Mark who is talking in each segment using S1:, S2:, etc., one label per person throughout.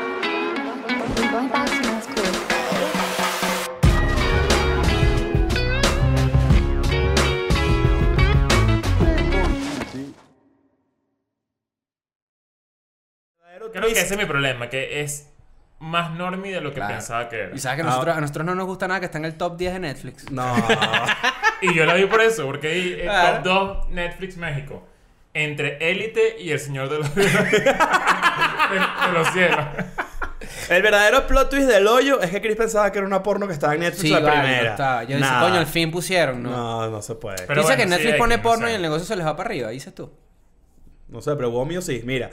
S1: I'm going back to my school today.
S2: Creo que ese es mi problema, que es más normie de lo que
S3: Claro.
S2: pensaba que era.
S3: Y sabes que
S4: Ah.
S3: nosotros, a nosotros no nos gusta nada que está en el top 10 de Netflix.
S4: No. Ah.
S2: Y yo la vi por eso, porque ahí eh,
S3: Claro.
S2: top 2 Netflix México. Entre Élite y El Señor de los, de, de los Cielos.
S4: El verdadero plot twist del hoyo es que Chris pensaba que era una porno que estaba en Netflix
S3: Sí,
S4: la
S3: vale, no
S4: primera.
S3: estaba. Yo
S4: Nah.
S3: dije, coño, al fin pusieron, ¿no?
S4: No, no se puede.
S2: Pero
S3: dice
S2: bueno,
S3: que
S2: sí,
S3: Netflix
S2: hay
S3: pone
S2: que
S3: porno
S2: pensar.
S3: y el negocio se les va para arriba, dices tú.
S4: No sé, pero Gomio sí, mira.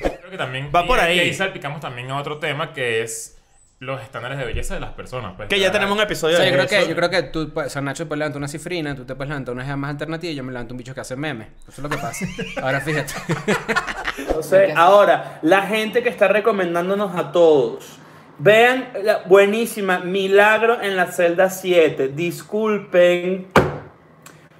S2: Creo que también.
S4: Va
S2: y-
S4: por ahí.
S2: Y ahí salpicamos también a otro tema que es los estándares de belleza de las personas. pues.
S4: Que ya
S2: Ah,
S4: tenemos un
S3: O
S4: episodio
S3: sea,
S4: de
S3: yo creo que,
S4: eso.
S3: yo creo que tú, pues, o sea, Nacho puede levantar una cifrina, tú te puedes levantar unas más alternativas y yo me levanto un bicho que hace memes. Eso es lo que pasa. Ahora fíjate.
S4: Entonces, ahora, la gente que está recomendándonos a todos, vean la buenísima Milagro en la celda 7. Disculpen,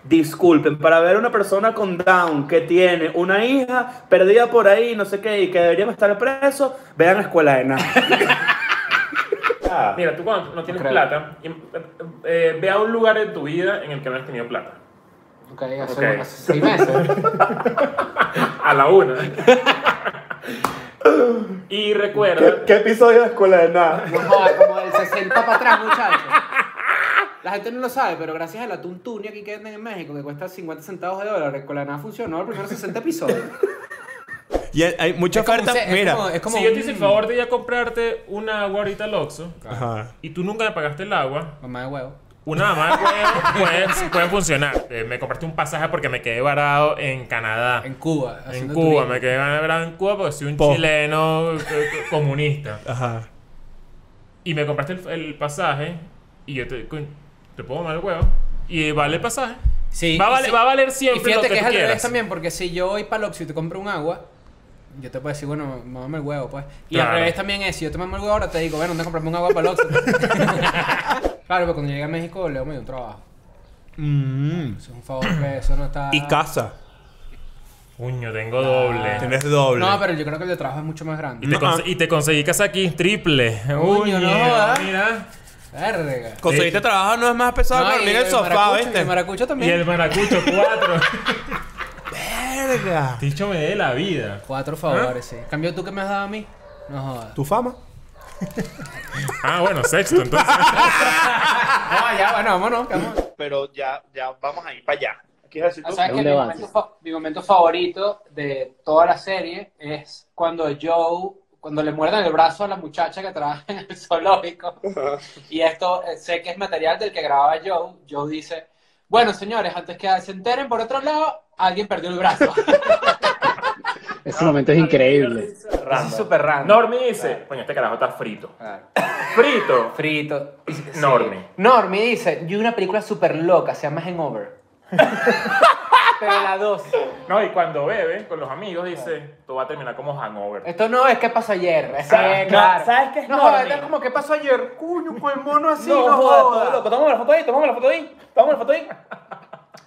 S4: disculpen, para ver una persona con Down que tiene una hija perdida por ahí, no sé qué, y que debería estar preso, vean Escuela de Nada. Ah.
S2: Mira, tú cuando no tienes
S5: Creo.
S2: plata, y- eh, eh, ve a un lugar de tu vida en el que no has tenido plata.
S5: Ok, hace,
S2: Ok.
S5: hace seis meses.
S2: A la una. y recuerda.
S4: episodio de Escuela de Nada?
S3: No jodas, como del 60 para atrás, muchachos. La gente no lo sabe, pero gracias al atún tuni aquí que venden en México, que cuesta 50 centavos de dólar, con la nada funcionó el primer 60 episodios.
S4: Y hay- hay mucha
S3: Es como un
S4: oferta.
S3: se- es
S4: Mira.
S3: como- es como
S2: si yo te hice
S3: un-
S2: el favor de ir a comprarte una agua ahorita al Oxxo
S4: Ajá.
S2: y tú nunca me pagaste el agua,
S3: Mamá de huevo.
S2: una mamá de huevo puede, puede funcionar. Eh, me compraste un pasaje porque me quedé varado en Canadá.
S3: En Cuba.
S2: En
S3: haciendo
S2: Cuba,
S3: turismo.
S2: me quedé varado en Cuba porque soy un
S4: Po.
S2: chileno eh, comunista.
S4: Ajá.
S2: Y me compraste el, el pasaje y yo te, coño, te puedo tomar el huevo. Y vale el pasaje.
S3: Sí,
S2: Va a,
S3: y
S2: valer-
S3: sí.
S2: va a valer
S3: Y
S2: siempre lo
S3: fíjate
S2: que,
S3: que, es
S2: tú
S3: al
S2: quieras.
S3: revés también, porque si yo voy para Oxxo y te compro un agua, yo te puedo decir, bueno, mamame el huevo, pues. Y
S2: Claro.
S3: al revés también es, si yo te mamo el huevo ahora, te digo, bueno, ¿dónde comprarme un agua para Oxxo? claro, pero cuando llegue a México, Leo me dio un trabajo.
S6: Mm.
S3: Eso es un favor, que eso no está...
S4: Y casa.
S2: Coño, tengo
S3: Ah,
S2: doble.
S4: Tienes doble.
S3: No, pero yo creo que el de trabajo es mucho más
S2: Y
S3: grande.
S2: te,
S4: No,
S2: conse-
S4: ah.
S2: y te conseguí casa aquí, triple.
S3: Coño, no, ah.
S2: mira.
S3: Verga.
S4: Conseguiste trabajo, no es más pesado que
S3: No, y
S4: dormir en el sofá,
S3: maracucho, y
S4: ¿viste?
S3: El maracucho
S2: Y
S3: también.
S2: el maracucho, cuatro.
S4: Verga.
S2: Dicho me dé la vida.
S3: Cuatro favores, sí. En Cambio tú que me has dado a mí. No jodas.
S4: ¿Tu fama?
S2: Ah, bueno, sexto, entonces.
S3: Ah, ya, bueno, vámonos. vámonos.
S4: Pero ya, ya vamos a ir para allá. ¿Quieres decir
S5: O sea, que mi momento, fa- mi momento favorito de toda la serie es cuando Joe, cuando le muerden el brazo a la muchacha que trabaja en el zoológico, y esto eh, sé que es material del que grababa Joe, Joe dice, bueno, señores, antes que se enteren por otro lado, alguien perdió el brazo.
S7: Ese momento es increíble.
S5: Eso es súper random. Ah.
S2: Normi dice, coño, este carajo está frito.
S5: Claro.
S2: Frito.
S5: Frito. Sí.
S2: Normi.
S5: Normi dice, yo vi una película súper loca, se llama Hangover. Pero la 2.
S2: No, y cuando bebe con los amigos dice, tú vas a terminar como hangover.
S5: Esto no es qué pasó ayer. Es,
S4: Ah,
S5: eh,
S4: no,
S5: claro.
S4: ¿sabes qué es
S5: No,
S4: Normi?
S5: esto es como qué pasó ayer. Cuño, con el mono así,
S4: no,
S5: no,
S4: joda, todo
S5: joda.
S4: loco. Tomamos la foto ahí, tomamos la foto ahí, tomamos la foto ahí.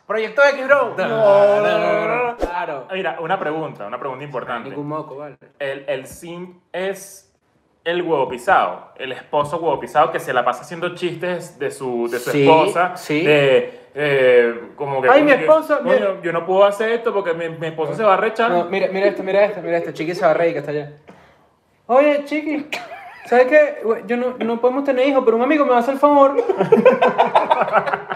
S5: Proyecto X, bro.
S4: no, no, no, no.
S5: Claro.
S2: Mira, una pregunta, una pregunta importante.
S5: Ningún moco, vale.
S2: El, el simp es el huevo pisado, el esposo huevo pisado que se la pasa haciendo chistes de su, de su
S5: Sí,
S2: esposa.
S5: sí.
S2: De, eh, como que.
S5: Ay, mi
S2: coño,
S5: esposa,
S2: coño,
S5: mi-
S2: Yo, no puedo hacer esto porque mi, mi esposo se va a rechar.
S5: No, mira, mira esto, mira esto, mira esto. Chiqui se va a reír que está allá. Oye, Chiqui, ¿sabes qué? Yo no, no podemos tener hijos, pero un amigo me va a hacer el favor.
S4: Marico,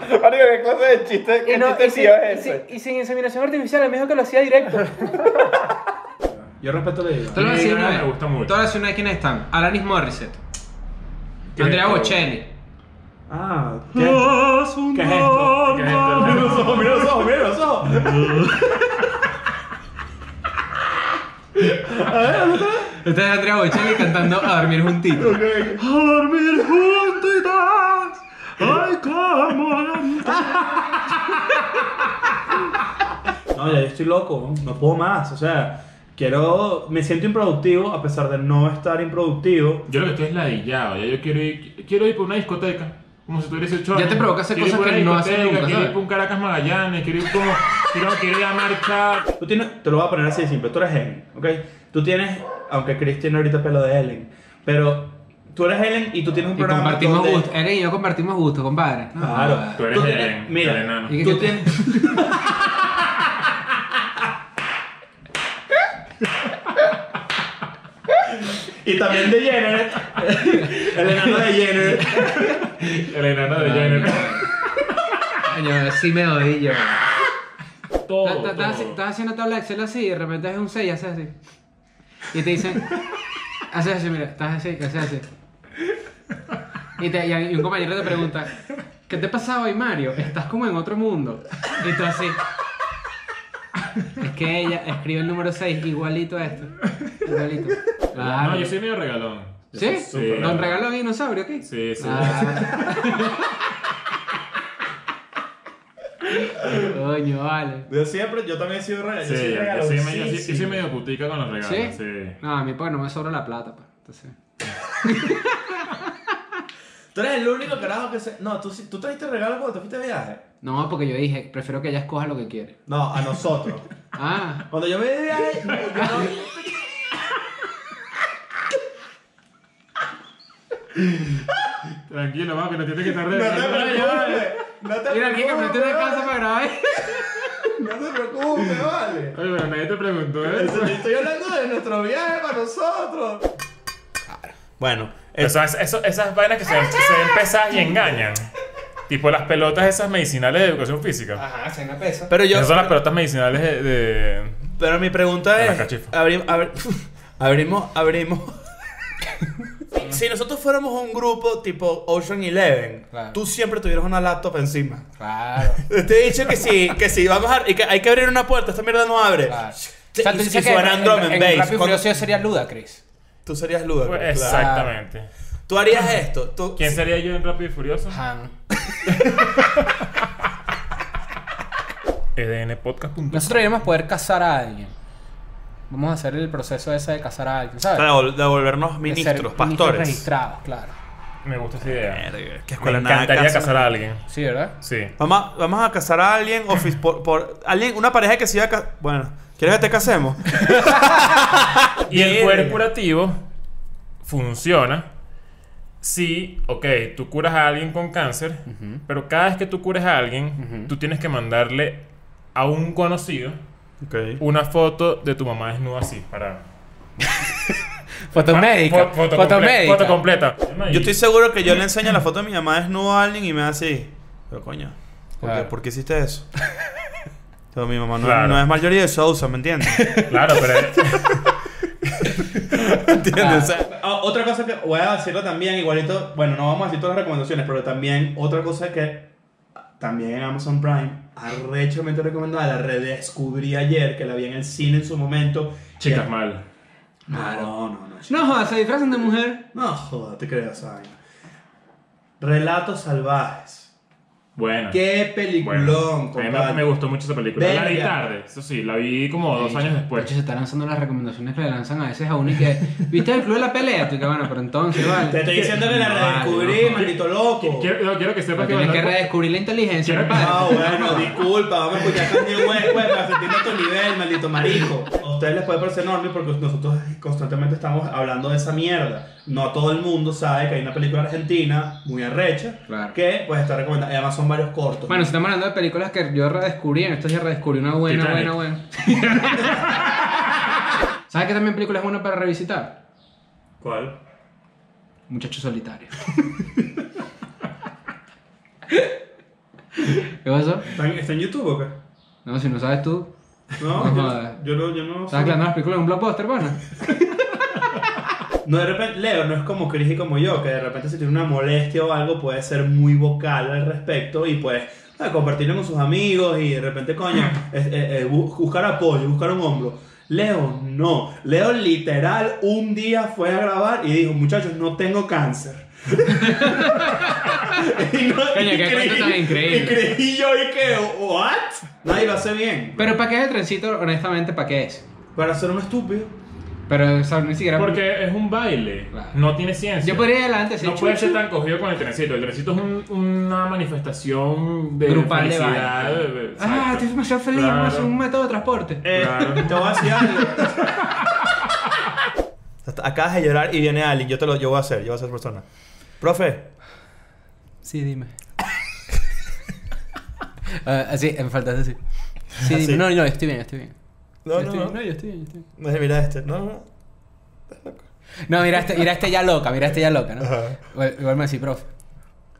S4: ¿qué clase de chiste,
S5: Y,
S4: qué
S5: no,
S4: chiste
S5: y, sin,
S4: tío es
S5: y sin-
S4: ese?
S5: y sin inseminación artificial, me dijo que lo hacía directo.
S3: Yo respeto la idea. Te lo
S2: Mi
S3: voy a decir
S2: idea
S3: una
S2: me
S3: vez.
S2: gusta mucho.
S3: Te voy a decir una vez quiénes están. Alanis Morissette.
S2: ¿Qué?
S3: Andrea Bocelli.
S4: Ah, ¿qué es esto? ¿Qué es esto?
S2: ¿Qué es esto?
S4: Mira los ojos, mira los ojos, mira los ojos.
S3: Esta es Andrea Bocelli cantando A Dormir Juntitos.
S4: No, ya yo estoy loco, no puedo más, o sea,
S6: Quiero, me siento improductivo a pesar de no estar improductivo.
S2: Yo lo que estoy es ladillado. Ya yo quiero ir, quiero ir por una discoteca. Como si tuviese hecho.
S3: Ya te provoca hacer cosas que no haces nunca,
S2: Quiero ir
S3: ¿sabes?
S2: por un Caracas Magallanes. Quiero ir por. quiero, quiero ir a marchar.
S6: Tú tienes, te lo voy a poner así de simple, tú eres Helen, ¿ok? Tú tienes, aunque Chris tiene ahorita pelo de Helen, pero tú eres Helen y tú tienes
S3: Y
S6: un programa
S3: compartimos
S6: donde- Ah.
S3: gusto. Eren y yo compartimos gusto, compadre. No,
S6: Claro,
S2: Tú eres
S6: tienes-
S2: Helen, el
S6: Mira,
S2: enano.
S3: ¿Y qué-
S6: tú
S3: qué-
S6: tienes... Y también de Jenner, el enano de ¿eh? Jenner.
S2: El enano de Jenner.
S3: Coño, sí me doy yo.
S6: Oh,
S2: Todo.
S3: Estás- Estás
S2: todo.
S3: estás haciendo tabla de Excel así y de repente es un 6 y haces así. Y te dicen, haces así, mira, estás así, haces así. Y, te- y a- y un compañero te pregunta, ¿qué te pasa hoy, Mario? Estás como en otro mundo. Y tú así. Es que ella escribe el número 6 igualito a esto. Igualito. Claro.
S2: No, yo soy medio regalón. Yo
S3: ¿Sí?
S2: soy súper
S3: ¿Don Regalo Dinosaurio aquí?
S2: Sí, sí.
S3: Ah. Coño, vale.
S6: Yo siempre, yo también he sido real.
S2: Sí, yo, yo soy medio, yo soy medio putica con los regalos.
S3: ¿Sí?
S2: Sí.
S3: No, a mí porque no me sobra la plata, pa. Entonces.
S6: Tú eres el único carajo que se... No, tú, sí- tú trajiste regalo cuando te fuiste de viaje.
S3: No, porque yo dije, prefiero que ella escoja lo que quiere.
S6: No, a nosotros.
S3: Ah,
S6: Cuando yo me de viaje, no, yo no-
S2: Tranquilo, papi, no tienes que estar
S6: no te
S2: regalando.
S6: preocupes. No te
S3: mira, aquí que me
S6: preocupes,
S3: una casa
S6: vale.
S3: para grabar.
S6: No te preocupes, vale.
S2: Oye, pero nadie te preguntó eso.
S6: Estoy hablando de nuestro viaje para nosotros. Bueno, eh,
S2: Eso es- eso- esas vainas que se, se ven pesadas y engañan. Tipo las pelotas esas medicinales de educación física.
S8: Ajá, se me pesa.
S6: pero Ah, yo,
S2: Esas son las pelotas medicinales de... de-
S6: pero mi pregunta
S2: De la
S6: es,
S2: cachifa.
S6: abri- abri- abrimos, abrimos. si nosotros fuéramos un grupo tipo Ocean Eleven,
S8: Claro.
S6: tú siempre tuvieras una laptop encima.
S8: Claro.
S6: Te he dicho que sí, que sí, vamos a, y que hay que abrir una puerta, esta mierda no abre.
S8: Claro.
S6: Y- y suena drum and bass. Cuando-
S8: sería Ludacris.
S6: Tú serías ludo.
S2: Pues,
S6: claro.
S2: Exactamente.
S6: Tú harías esto. Tú,
S2: ¿Quién sería yo en Rápido y Furioso?
S8: Han.
S2: E EDNpodcast.com
S8: Nosotros deberíamos poder casar a alguien. Vamos a hacer el proceso ese de casar a alguien, ¿sabes?
S6: Para vol- de volvernos
S8: De ser
S6: ministros, pastores.
S8: registrados, claro.
S2: Me gusta esa idea.
S6: Verga, qué
S2: Me
S6: escuela nada
S2: encantaría
S6: casa.
S2: casar a alguien.
S8: Sí, ¿verdad?
S2: Sí.
S6: Vamos, a- vamos a casar a alguien, o fis- por, por- alguien, una pareja que se iba a casar. Bueno, ¿quieres que te casemos?
S2: Y el
S6: Verga.
S2: poder curativo funciona si, ok, tú curas a alguien con cáncer, pero cada vez que tú cures a alguien, tú tienes que mandarle a un conocido
S6: ok.
S2: una foto de tu mamá desnuda así, para...
S8: Foto médica.
S2: Fo-
S8: Foto,
S2: comple-
S8: médica.
S2: Foto completa.
S6: Yo estoy seguro que yo le enseño la foto de mi mamá desnuda a alguien y me da así. Pero coño, ¿por, qué,
S8: Claro.
S6: por qué hiciste eso? Pero mi mamá no,
S2: Claro.
S6: no es mayoría de Sousa, ¿me entiendes?
S2: Claro, pero...
S6: ¿Entiendes? O sea,
S4: Ah, otra cosa que voy a decirlo también, igualito, bueno, no vamos a decir todas las recomendaciones, pero también otra cosa que también en Amazon Prime, arrechamente recomendada, la redescubrí ayer, que la vi en el cine en su momento.
S2: Chicas
S4: Que-
S2: mal.
S4: No, no, no.
S3: No jodas, se disfrazan de mujer.
S4: No, joda, te creo esa vaina. Relatos salvajes.
S2: Bueno.
S4: Qué peliculón,
S2: bueno. A mí
S4: compadre.
S2: me- me gustó mucho esa película. La vi
S4: Verga.
S2: tarde, eso sí, la vi como dos años
S3: Por hecho,
S2: después.
S3: se están lanzando las recomendaciones que le lanzan a veces a uno y que. ¿Viste el club de la pelea? Tú que bueno, pero entonces,
S4: Te
S3: vale.
S4: estoy diciendo que la
S3: Vale,
S4: redescubrí,
S3: no.
S4: maldito loco.
S2: Quiero, no, quiero que
S3: Pero
S2: sepas que...
S3: tienes que
S2: cuando-
S3: redescubrir la inteligencia,
S2: Quiero-
S3: compadre.
S4: Ah, bueno, disculpa, vamos a escuchar también West, güey, para sentirme a tu nivel, maldito marico. A ustedes les puede parecer enorme porque nosotros constantemente estamos hablando de esa mierda. No todo el mundo sabe que hay una película argentina muy arrecha
S3: Claro.
S4: que pues está recomendada. Y además son varios cortos.
S3: Bueno, si estamos hablando de películas que yo redescubrí, en estos días redescubrí una buena,
S2: Titanic.
S3: buena, buena. ¿Sabes qué también película es buena para revisitar?
S6: ¿Cuál?
S3: Muchacho solitario. ¿Qué pasó?
S6: ¿Está en, está en YouTube o qué?
S3: No, si no sabes tú.
S6: No,
S3: No
S6: yo-
S3: jodas.
S6: yo, no, yo no.
S3: ¿Sabes que las nuevas películas en un blockbuster, bueno?
S6: No, de repente, Leo no es como Chris y como yo, que de repente si tiene una molestia o algo puede ser muy vocal al respecto y pues ah, compartirlo con sus amigos y de repente, coño, es- eh, eh, bu- buscar apoyo, buscar un hombro. Leo no. Leo literal un día fue a grabar y dijo, muchachos, no tengo cáncer. y no,
S3: Coño, qué cuento tan increíble.
S6: Y creí yo y que, ¿what? Nadie lo hace bien.
S3: Pero ¿para qué es el trencito? Honestamente, ¿para qué es?
S4: Para ser un estúpido.
S3: Pero o sea, ni siquiera.
S2: Porque es un baile,
S3: Claro.
S2: no tiene ciencia.
S3: Yo podría ir adelante así,
S2: No puede
S3: chu,
S2: ser
S3: chu.
S2: tan cogido con el trencito. El trencito es un- una manifestación de
S3: Grupal de
S2: felicidad.
S3: baile.
S2: eh,
S3: Ah,
S2: exacto.
S3: estoy demasiado feliz,
S2: Claro.
S3: vamos a hacer un método de transporte.
S4: Eh,
S2: Claro.
S4: Te voy a decir algo.
S6: Hasta- Acabas de llorar y viene alguien. Yo te lo, yo voy a hacer, yo voy a ser persona. Profe,
S3: Sí, dime. Ah, así, me faltaste así. Sí,
S6: Así.
S3: dime. No, no, estoy bien, estoy bien.
S6: no,
S3: Yo
S6: no,
S3: estoy bien.
S6: no.
S3: yo estoy bien, yo estoy bien.
S6: No, Mira este, no, no.
S3: No, mira este, mira este ya loca, mira este ya loca, ¿no?
S6: Ajá.
S3: Igual, igual me decís, profe.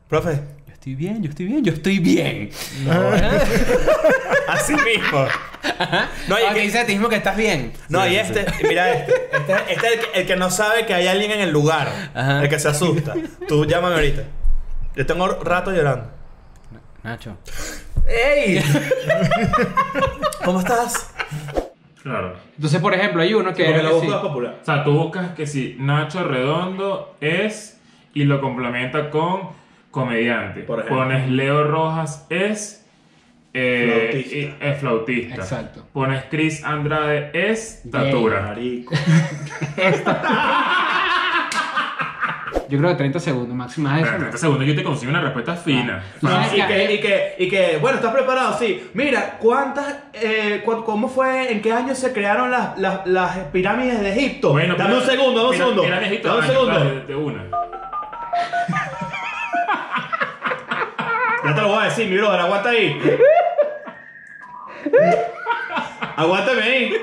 S6: Profe,
S3: Yo estoy bien, yo estoy bien, yo estoy bien.
S6: así mismo. No, y
S3: Ah,
S6: que-
S3: que dice a ti mismo que estás bien.
S6: No, y este, mira este. Este, este es el que, el que no sabe que hay alguien en el lugar.
S3: Ajá.
S6: El que se asusta. Tú llámame ahorita. Yo tengo rato llorando.
S3: Nacho.
S6: ¡Ey! ¿Cómo estás?
S2: Claro.
S3: Entonces, por ejemplo, hay uno que
S4: Porque
S3: era
S4: la
S3: que
S4: voz
S3: sí.
S4: es popular.
S2: O sea, tú buscas que si Nacho Redondo es y lo complementa con comediante.
S4: Por ejemplo.
S2: Pones Leo Rojas es eh,
S4: Flautista.
S2: y- es flautista.
S3: Exacto.
S2: Pones Chris Andrade es
S3: Gay.
S2: tatura.
S4: Marico.
S3: Yo creo que 30 segundos, máximo más de
S2: Espera,
S3: eso.
S2: 30 segundos, yo te consigo una respuesta fina.
S3: No,
S4: No,
S3: es
S4: y,
S3: que-
S4: que, y, que, y que, bueno, ¿estás preparado? Sí. Mira, ¿cuántas, eh, cu- cómo fue, en qué año se crearon las, las, las pirámides de Egipto?
S2: Bueno,
S4: dame
S2: pero-
S4: un segundo, dame un
S2: mira-
S4: segundo.
S2: mira, viejito,
S4: dame un
S2: año,
S4: segundo.
S2: dale, de una.
S4: Ya te lo voy a decir, mi brother, aguanta ahí. Aguántame ahí.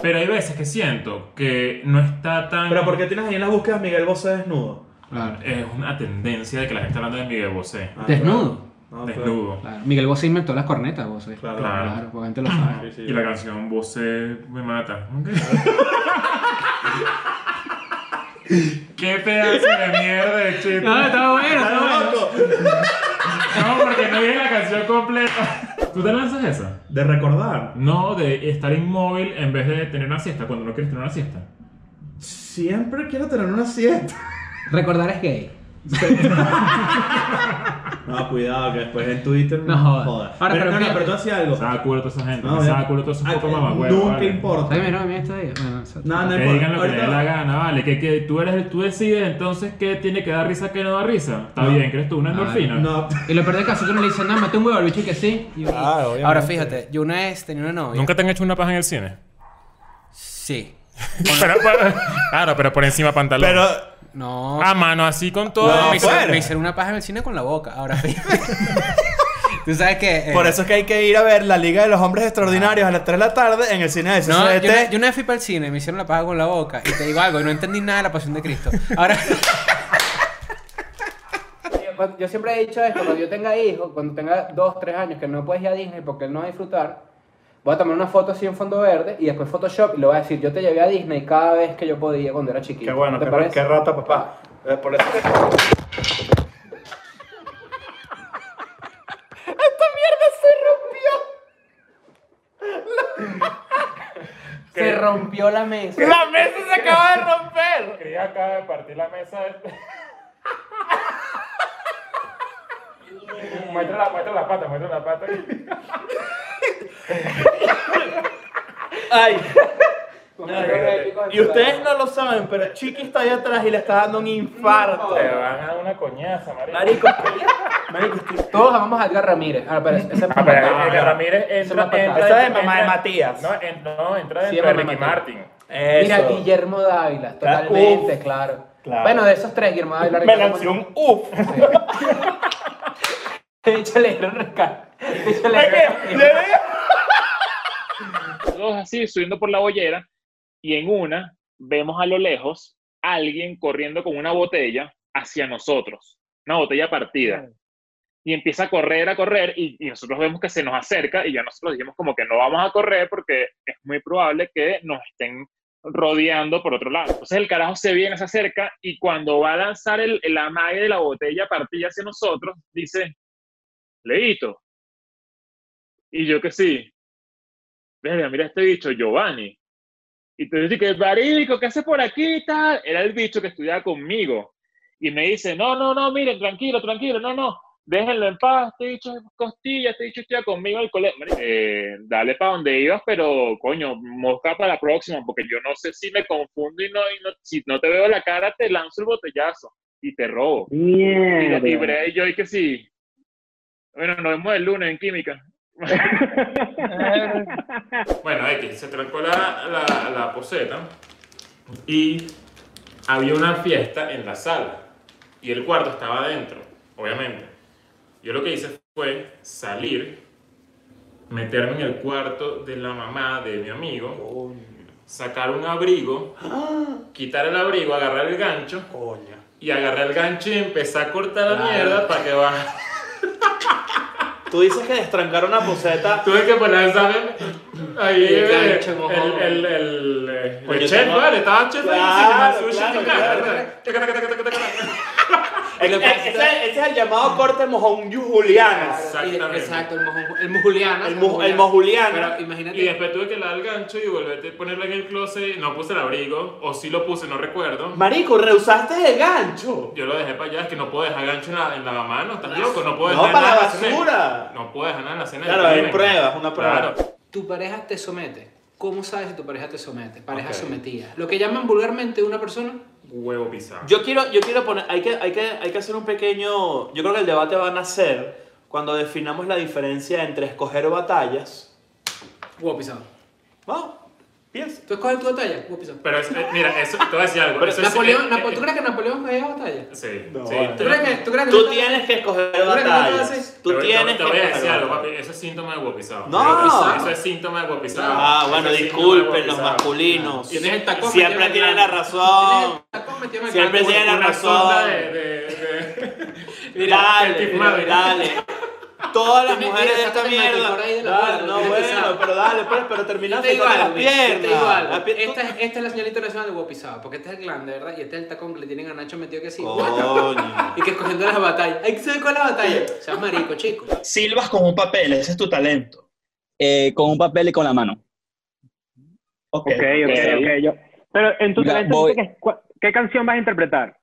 S2: Pero hay veces que siento que no está tan.
S4: Pero ¿por qué tienes ahí en las búsquedas Miguel Bosé desnudo?
S3: Claro.
S2: Es una tendencia de que la gente hablando de Miguel Bosé.
S4: Ah,
S3: Desnudo.
S4: claro. No,
S2: desnudo.
S3: Claro. Miguel Bosé inventó las cornetas, Bosé.
S4: Claro.
S2: Claro.
S3: Claro, porque la gente lo sabe.
S4: Sí, sí.
S2: Y la canción Bosé me mata. ¿ok? ¿Qué pedazo de mierda de chiste?
S3: No, está bueno, está
S4: ¡Estás
S3: bueno.
S4: loco!
S2: No, porque no viene la canción completa. ¿Tú te lanzas esa?
S4: De recordar.
S2: No, de estar inmóvil en vez de tener una siesta cuando no quieres tener una siesta.
S4: Siempre quiero tener una siesta.
S3: Recordar es gay.
S4: No, cuidado, que después en Twitter
S3: No jodas.
S4: pero,
S3: Ahora, pero
S4: no, no,
S3: fíjate.
S4: pero tú hacías algo.
S2: Saca culo a toda esa gente.
S4: No, ya.
S2: Saca culo a todos esos
S4: Ah,
S2: pocos
S4: eh,
S2: mamagüeros,
S4: Nunca
S2: vale.
S4: importa.
S3: Está bien, no, mira, está bien. Bueno, o sea,
S4: No, no
S2: Que
S4: importa.
S2: digan lo que les dé la
S4: Ahorita-
S2: gana, vale. Que, que tú, eres, el- tú decides entonces qué tiene que dar risa, qué no da risa. Está
S4: No.
S2: bien, ¿crees tú? Una endorfina.
S4: No.
S3: Y lo peor del caso es que uno le dice, no, maté un huevo al bicho y que sí. Y-
S6: Ah, obviamente.
S3: Ahora fíjate, yo una vez tenía una novia.
S2: te han hecho una paja en el cine?
S3: Sí.
S2: Pero- pero- claro, pero por encima pantalón.
S6: Pero.
S3: No.
S2: a mano, así con todo.
S6: No,
S3: me, hicieron,
S6: fuera.
S3: me hicieron una paja en el cine con la boca. Ahora fíjate. Tú sabes que. eh,
S6: Por eso es que hay que ir a ver la Liga de los Hombres
S9: Ah.
S6: Extraordinarios a las 3 de la tarde en el cine de CCDT.
S3: No, yo, una, yo una vez fui para el cine, me hicieron la paja con la boca y te digo algo, y no entendí nada de la pasión de Cristo. Ahora,
S10: Yo- Yo siempre he dicho esto, cuando yo tenga hijos, cuando tenga dos, tres años, que no puedes ir a Disney porque él no va a disfrutar, voy a tomar una foto así en fondo verde y después Photoshop y le voy a decir, yo te llevé a Disney cada vez que yo podía cuando era chiquito.
S9: Qué bueno,
S10: ¿Te
S9: qué,
S10: parece?
S9: qué rata, papá. Eh, Por eso
S10: Se rompió la mesa.
S2: Quería acá de partir la mesa. muestra, la, muestra la pata, muestra la pata.
S9: Ay. Y ustedes no lo saben, pero Chiqui está ahí atrás y le está dando un infarto.
S2: van a dar una coñaza, marico.
S9: Marico, marico, estoy-
S10: Todos amamos a Edgar Ramírez. Ah, pero ese es
S2: Ah, pero
S10: Ah,
S2: Edgar Ramírez
S10: Eso no
S2: entra,
S10: es patán.
S2: entra-
S9: Esa es
S2: entra-
S9: mamá de
S2: entra-
S9: Matías.
S2: No, en- no, entra
S10: Sí,
S2: dentro
S10: es
S2: de
S10: mamá
S2: Ricky
S10: Matías.
S2: Martin.
S10: Mira,
S9: Eso.
S10: Guillermo Dávila,
S9: Claro,
S10: totalmente,
S9: uf.
S10: claro.
S9: Claro.
S10: Bueno, de esos tres, Guillermo Dávila.
S9: Me
S10: Ricardo
S9: lancé un uff.
S10: Montaner. Échale, Ricardo. Échale, Ricardo.
S11: todos así subiendo por la bollera y en una vemos a lo lejos alguien corriendo con una botella hacia nosotros, una botella partida. Y empieza a correr, a correr, y, y nosotros vemos que se nos acerca y ya nosotros dijimos como que no vamos a correr porque es muy probable que nos estén rodeando por otro lado. Entonces el carajo se viene, se acerca y cuando va a lanzar el, el amague de la botella partida hacia nosotros, dice, Leito. Y yo que sí, verga, mira este bicho, Giovanni. Y tú dices que, marico, ¿qué haces por aquí? y Tal? Era el bicho que estudiaba conmigo. Y me dice, no, no, no, miren, tranquilo, tranquilo, no, no.
S12: déjenlo en paz, este te he dicho costillas, te he dicho este estudia conmigo al colegio. Marico, eh, dale para donde ibas, pero coño, mosca para la próxima, porque yo no sé si me confundo y no, y no- si no te veo la cara, te lanzo el botellazo y te robo.
S5: Mierda.
S12: Y, y Brea y yo, y que sí. Bueno, nos vemos el lunes en química.
S2: Bueno, X, se trancó la, la, la poseta y había una fiesta en la sala y el cuarto estaba adentro, obviamente. Yo lo que hice fue salir, meterme en el cuarto de la mamá de mi amigo, sacar un abrigo, quitar el abrigo, agarrar el gancho y agarrar el gancho y empezar a cortar la mierda para que baje.
S6: Tú dices que destrancaron a Poseta.
S2: Tuve que poner el examen. Ahí
S3: El
S2: eh,
S3: gancho, mojón.
S2: el, el, el, el, eh,
S6: Coño,
S2: el chef,
S6: tengo-
S2: vale, estaba chef
S6: Claro,
S2: ahí, se llama
S6: claro,
S2: sushi,
S6: claro.
S2: taca, taca, taca, taca, taca, taca.
S6: Eh, Ese, ese es el llamado corte mojón julianas.
S2: Exactamente.
S13: Exacto, el mojón- el mojuliano.
S6: El mo- el mojuliano.
S13: Pero
S2: Y
S13: imagínate.
S2: después tuve que lavar el gancho y volverte a ponerlo en el closet. No puse el abrigo, o sí lo puse, no recuerdo.
S6: Marico, rehusaste el gancho.
S2: Yo lo dejé para allá, es que no puedo dejar gancho en la, en mano, estás loco, no puedo
S6: No,
S2: dejar
S6: para
S2: nada
S6: la
S2: en cena.
S6: basura.
S2: No puedo dejar nada en la cena.
S6: Claro,
S2: del
S6: hay
S2: crimen.
S6: pruebas, una prueba.
S2: Claro.
S3: Tu pareja te somete. ¿Cómo sabes si tu pareja te somete? Pareja
S2: Ok.
S3: sometida. Lo que llaman vulgarmente una persona.
S2: Huevo pisado.
S6: Yo quiero, yo quiero poner, hay que, hay, que, hay que hacer un pequeño, yo creo que el debate va a nacer cuando definamos la diferencia entre escoger batallas.
S3: Huevo pisado.
S6: Vamos, piensa.
S3: ¿Tú escoges tu batalla? Huevo pisado.
S2: Pero es- eh, mira, eso, te voy a decir algo. eso es-
S3: Napoleón,
S2: eh,
S3: Napo-
S2: eh,
S3: ¿Tú crees que Napoleón cogía batalla?
S2: Sí,
S6: No,
S2: sí.
S6: vale.
S3: ¿Tú crees que, tú crees que
S6: Tú
S3: yo-
S6: tienes que escoger
S3: Ahora que no te
S6: batallas.
S3: haces-
S6: Tú
S2: Pero te- te
S6: tienes que
S2: voy a
S6: escoger
S2: decir algo,
S6: batallas.
S2: papi. Eso es síntoma de guapizado.
S6: No.
S2: Eso es síntoma de guapizado.
S6: Ah, bueno,
S2: Eso es síntoma de
S6: disculpen los
S2: guapizado.
S6: masculinos.
S3: Tienes el tacón
S6: Siempre
S3: metido en
S6: tienen
S3: el
S6: la
S3: ano.
S6: razón. Siempre
S3: Tienes el tacón metido en el ano.
S6: tienen la
S2: Una sonda de.
S6: razón.
S2: de, de... Mira,
S6: Dale,
S2: Petit Madre.
S6: dale. Todas las
S3: Tienes-
S6: mujeres de
S3: mira,
S6: esta
S3: sácate el
S6: mierda.
S3: maricón ahí de la
S6: Dale,
S3: bola,
S6: no,
S3: porque tienes que
S6: bueno,
S3: saber.
S6: pero dale, pues, pero termina
S3: Yo te digo
S6: afeitando las
S3: algo, yo te digo
S6: piernas.
S3: algo.
S6: Las pier-
S3: Esta, es- esta es la señal internacional de guapizado, porque este es el clan, de verdad, y este es el tacón que le tienen a Nacho metido que sí.
S6: Oh. Coño.
S3: Y que escogiendo las batallas. Hay que saber cuál es la batalla. Seas marico, chico.
S14: Silbas con un papel, ese es tu talento. Eh, con un papel y con la mano. Ok.
S5: Ok, ok, ok. yo- Pero en tu
S14: Ya,
S5: talento,
S14: voy.
S5: dice que- cua- ¿qué canción vas a interpretar?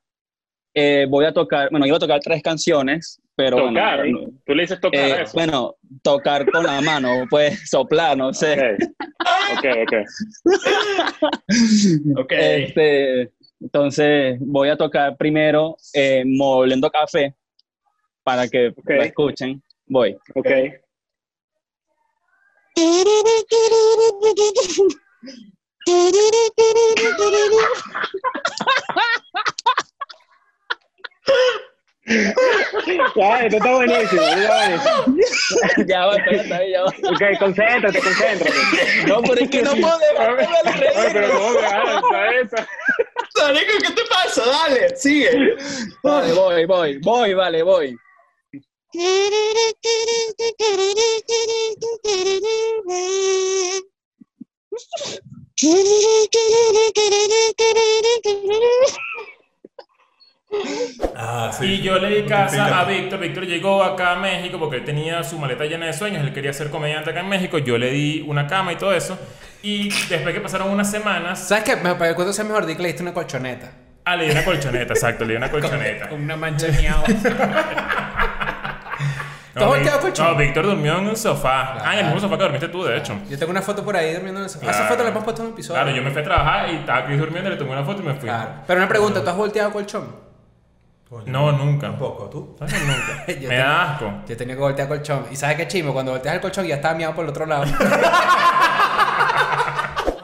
S14: Eh, voy a tocar, bueno, iba a tocar tres canciones, pero bueno,
S12: tocar.
S14: no-
S12: Tú le dices tocar
S14: eh,
S12: a eso.
S14: bueno, tocar con la mano, pues soplar, no sé.
S12: Ok, ok.
S4: Este
S12: ok.
S14: Ok. Este, entonces voy a tocar primero eh, Moliendo Café para que lo escuchen. Voy.
S12: Ok.
S5: Ya, esto está buenísimo. está buenísimo.
S14: ya va, espérate ahí, ya va.
S5: Ok, concéntrate, concéntrate.
S14: No, pero es que no puedo dejar de ver la
S12: Oye, pero ¿cómo me avanza esa?
S14: Marico, ¿qué te pasa? Dale, sigue. Vale, voy, voy, voy, vale, voy.
S6: Ah, sí.
S2: Y yo le di casa
S6: Fíjate.
S2: a Víctor. Víctor llegó acá a México porque él tenía su maleta llena de sueños. Él quería ser comediante acá en México. Yo le di una cama y todo eso. Y después que pasaron unas semanas,
S3: ¿Sabes qué? Me para cuando sea mejor, di que le diste una colchoneta.
S2: ah, le di una colchoneta, exacto, le di una colchoneta.
S3: Con una mancha de miau. ¿Te has
S2: No,
S3: volteado,
S2: Vic-
S3: colchón?
S2: No, Víctor durmió en un sofá. Ah, en el mismo sofá que dormiste tú, de hecho.
S3: Yo tengo una foto por ahí durmiendo en el sofá. Esa
S2: Claro.
S3: foto la hemos puesto en un episodio.
S2: Claro, yo me fui a trabajar y estaba aquí durmiendo, le tomé una foto y me fui.
S3: Claro. Pero una pregunta, ¿tú has volteado colchón?
S2: No, nunca.
S6: Tampoco, tú.
S2: ¿Sabes que nunca?
S3: Yo
S2: Me
S3: tengo-
S2: da asco.
S3: Yo tenía que voltear colchón. ¿Y sabes qué chimo? Cuando volteas el colchón ya estaba miado por el otro lado.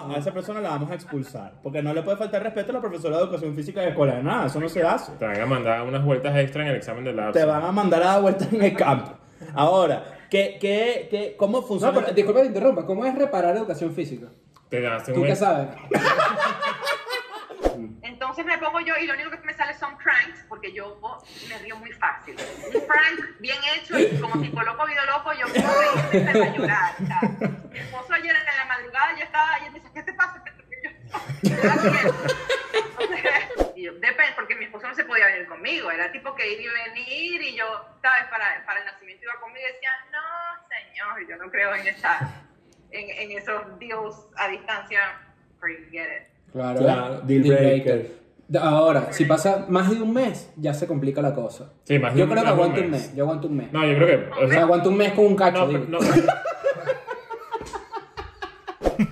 S4: A esa persona la vamos a expulsar, porque no le puede faltar respeto a la profesora de educación física de escuela de nada, eso no se hace.
S2: Te van a mandar unas vueltas extra en el examen del lapso.
S4: Te van a mandar a dar vueltas en el campo. Ahora, ¿qué, qué, qué, ¿cómo
S15: No,
S4: funciona? este
S15: pero disculpa que te interrumpa. ¿Cómo es reparar educación física?
S2: Te hacen
S15: ¿Tú
S2: un-
S15: qué sabes?
S7: Entonces me pongo yo y lo único que me sale son pranks porque yo oh, me río muy fácil. Un prank bien hecho y como psicólogo video loco yo puedo reírme para llorar. o sea, Mi esposo ayer en la madrugada yo estaba ahí y él me dice, ¿qué te pasa? Y yo, "Estoy haciendo". Y yo, Depende, porque mi esposo no se podía venir conmigo, era tipo que ir y venir y yo, ¿sabes? Para, para el nacimiento iba conmigo y decía, no, señor, yo no creo en, esa, en, en esos dios a distancia, forget it.
S15: Claro,
S4: Claro,
S15: ¿eh?
S4: deal breaker.
S16: Ahora, si pasa más de un mes, ya se complica la cosa.
S2: Sí, más de
S16: yo
S2: un-
S16: creo que
S2: más de un
S16: aguanto un
S2: mes.
S16: mes. Yo aguanto un mes.
S2: No, yo creo que.
S16: O sea, aguanto un mes con un cacho. digo.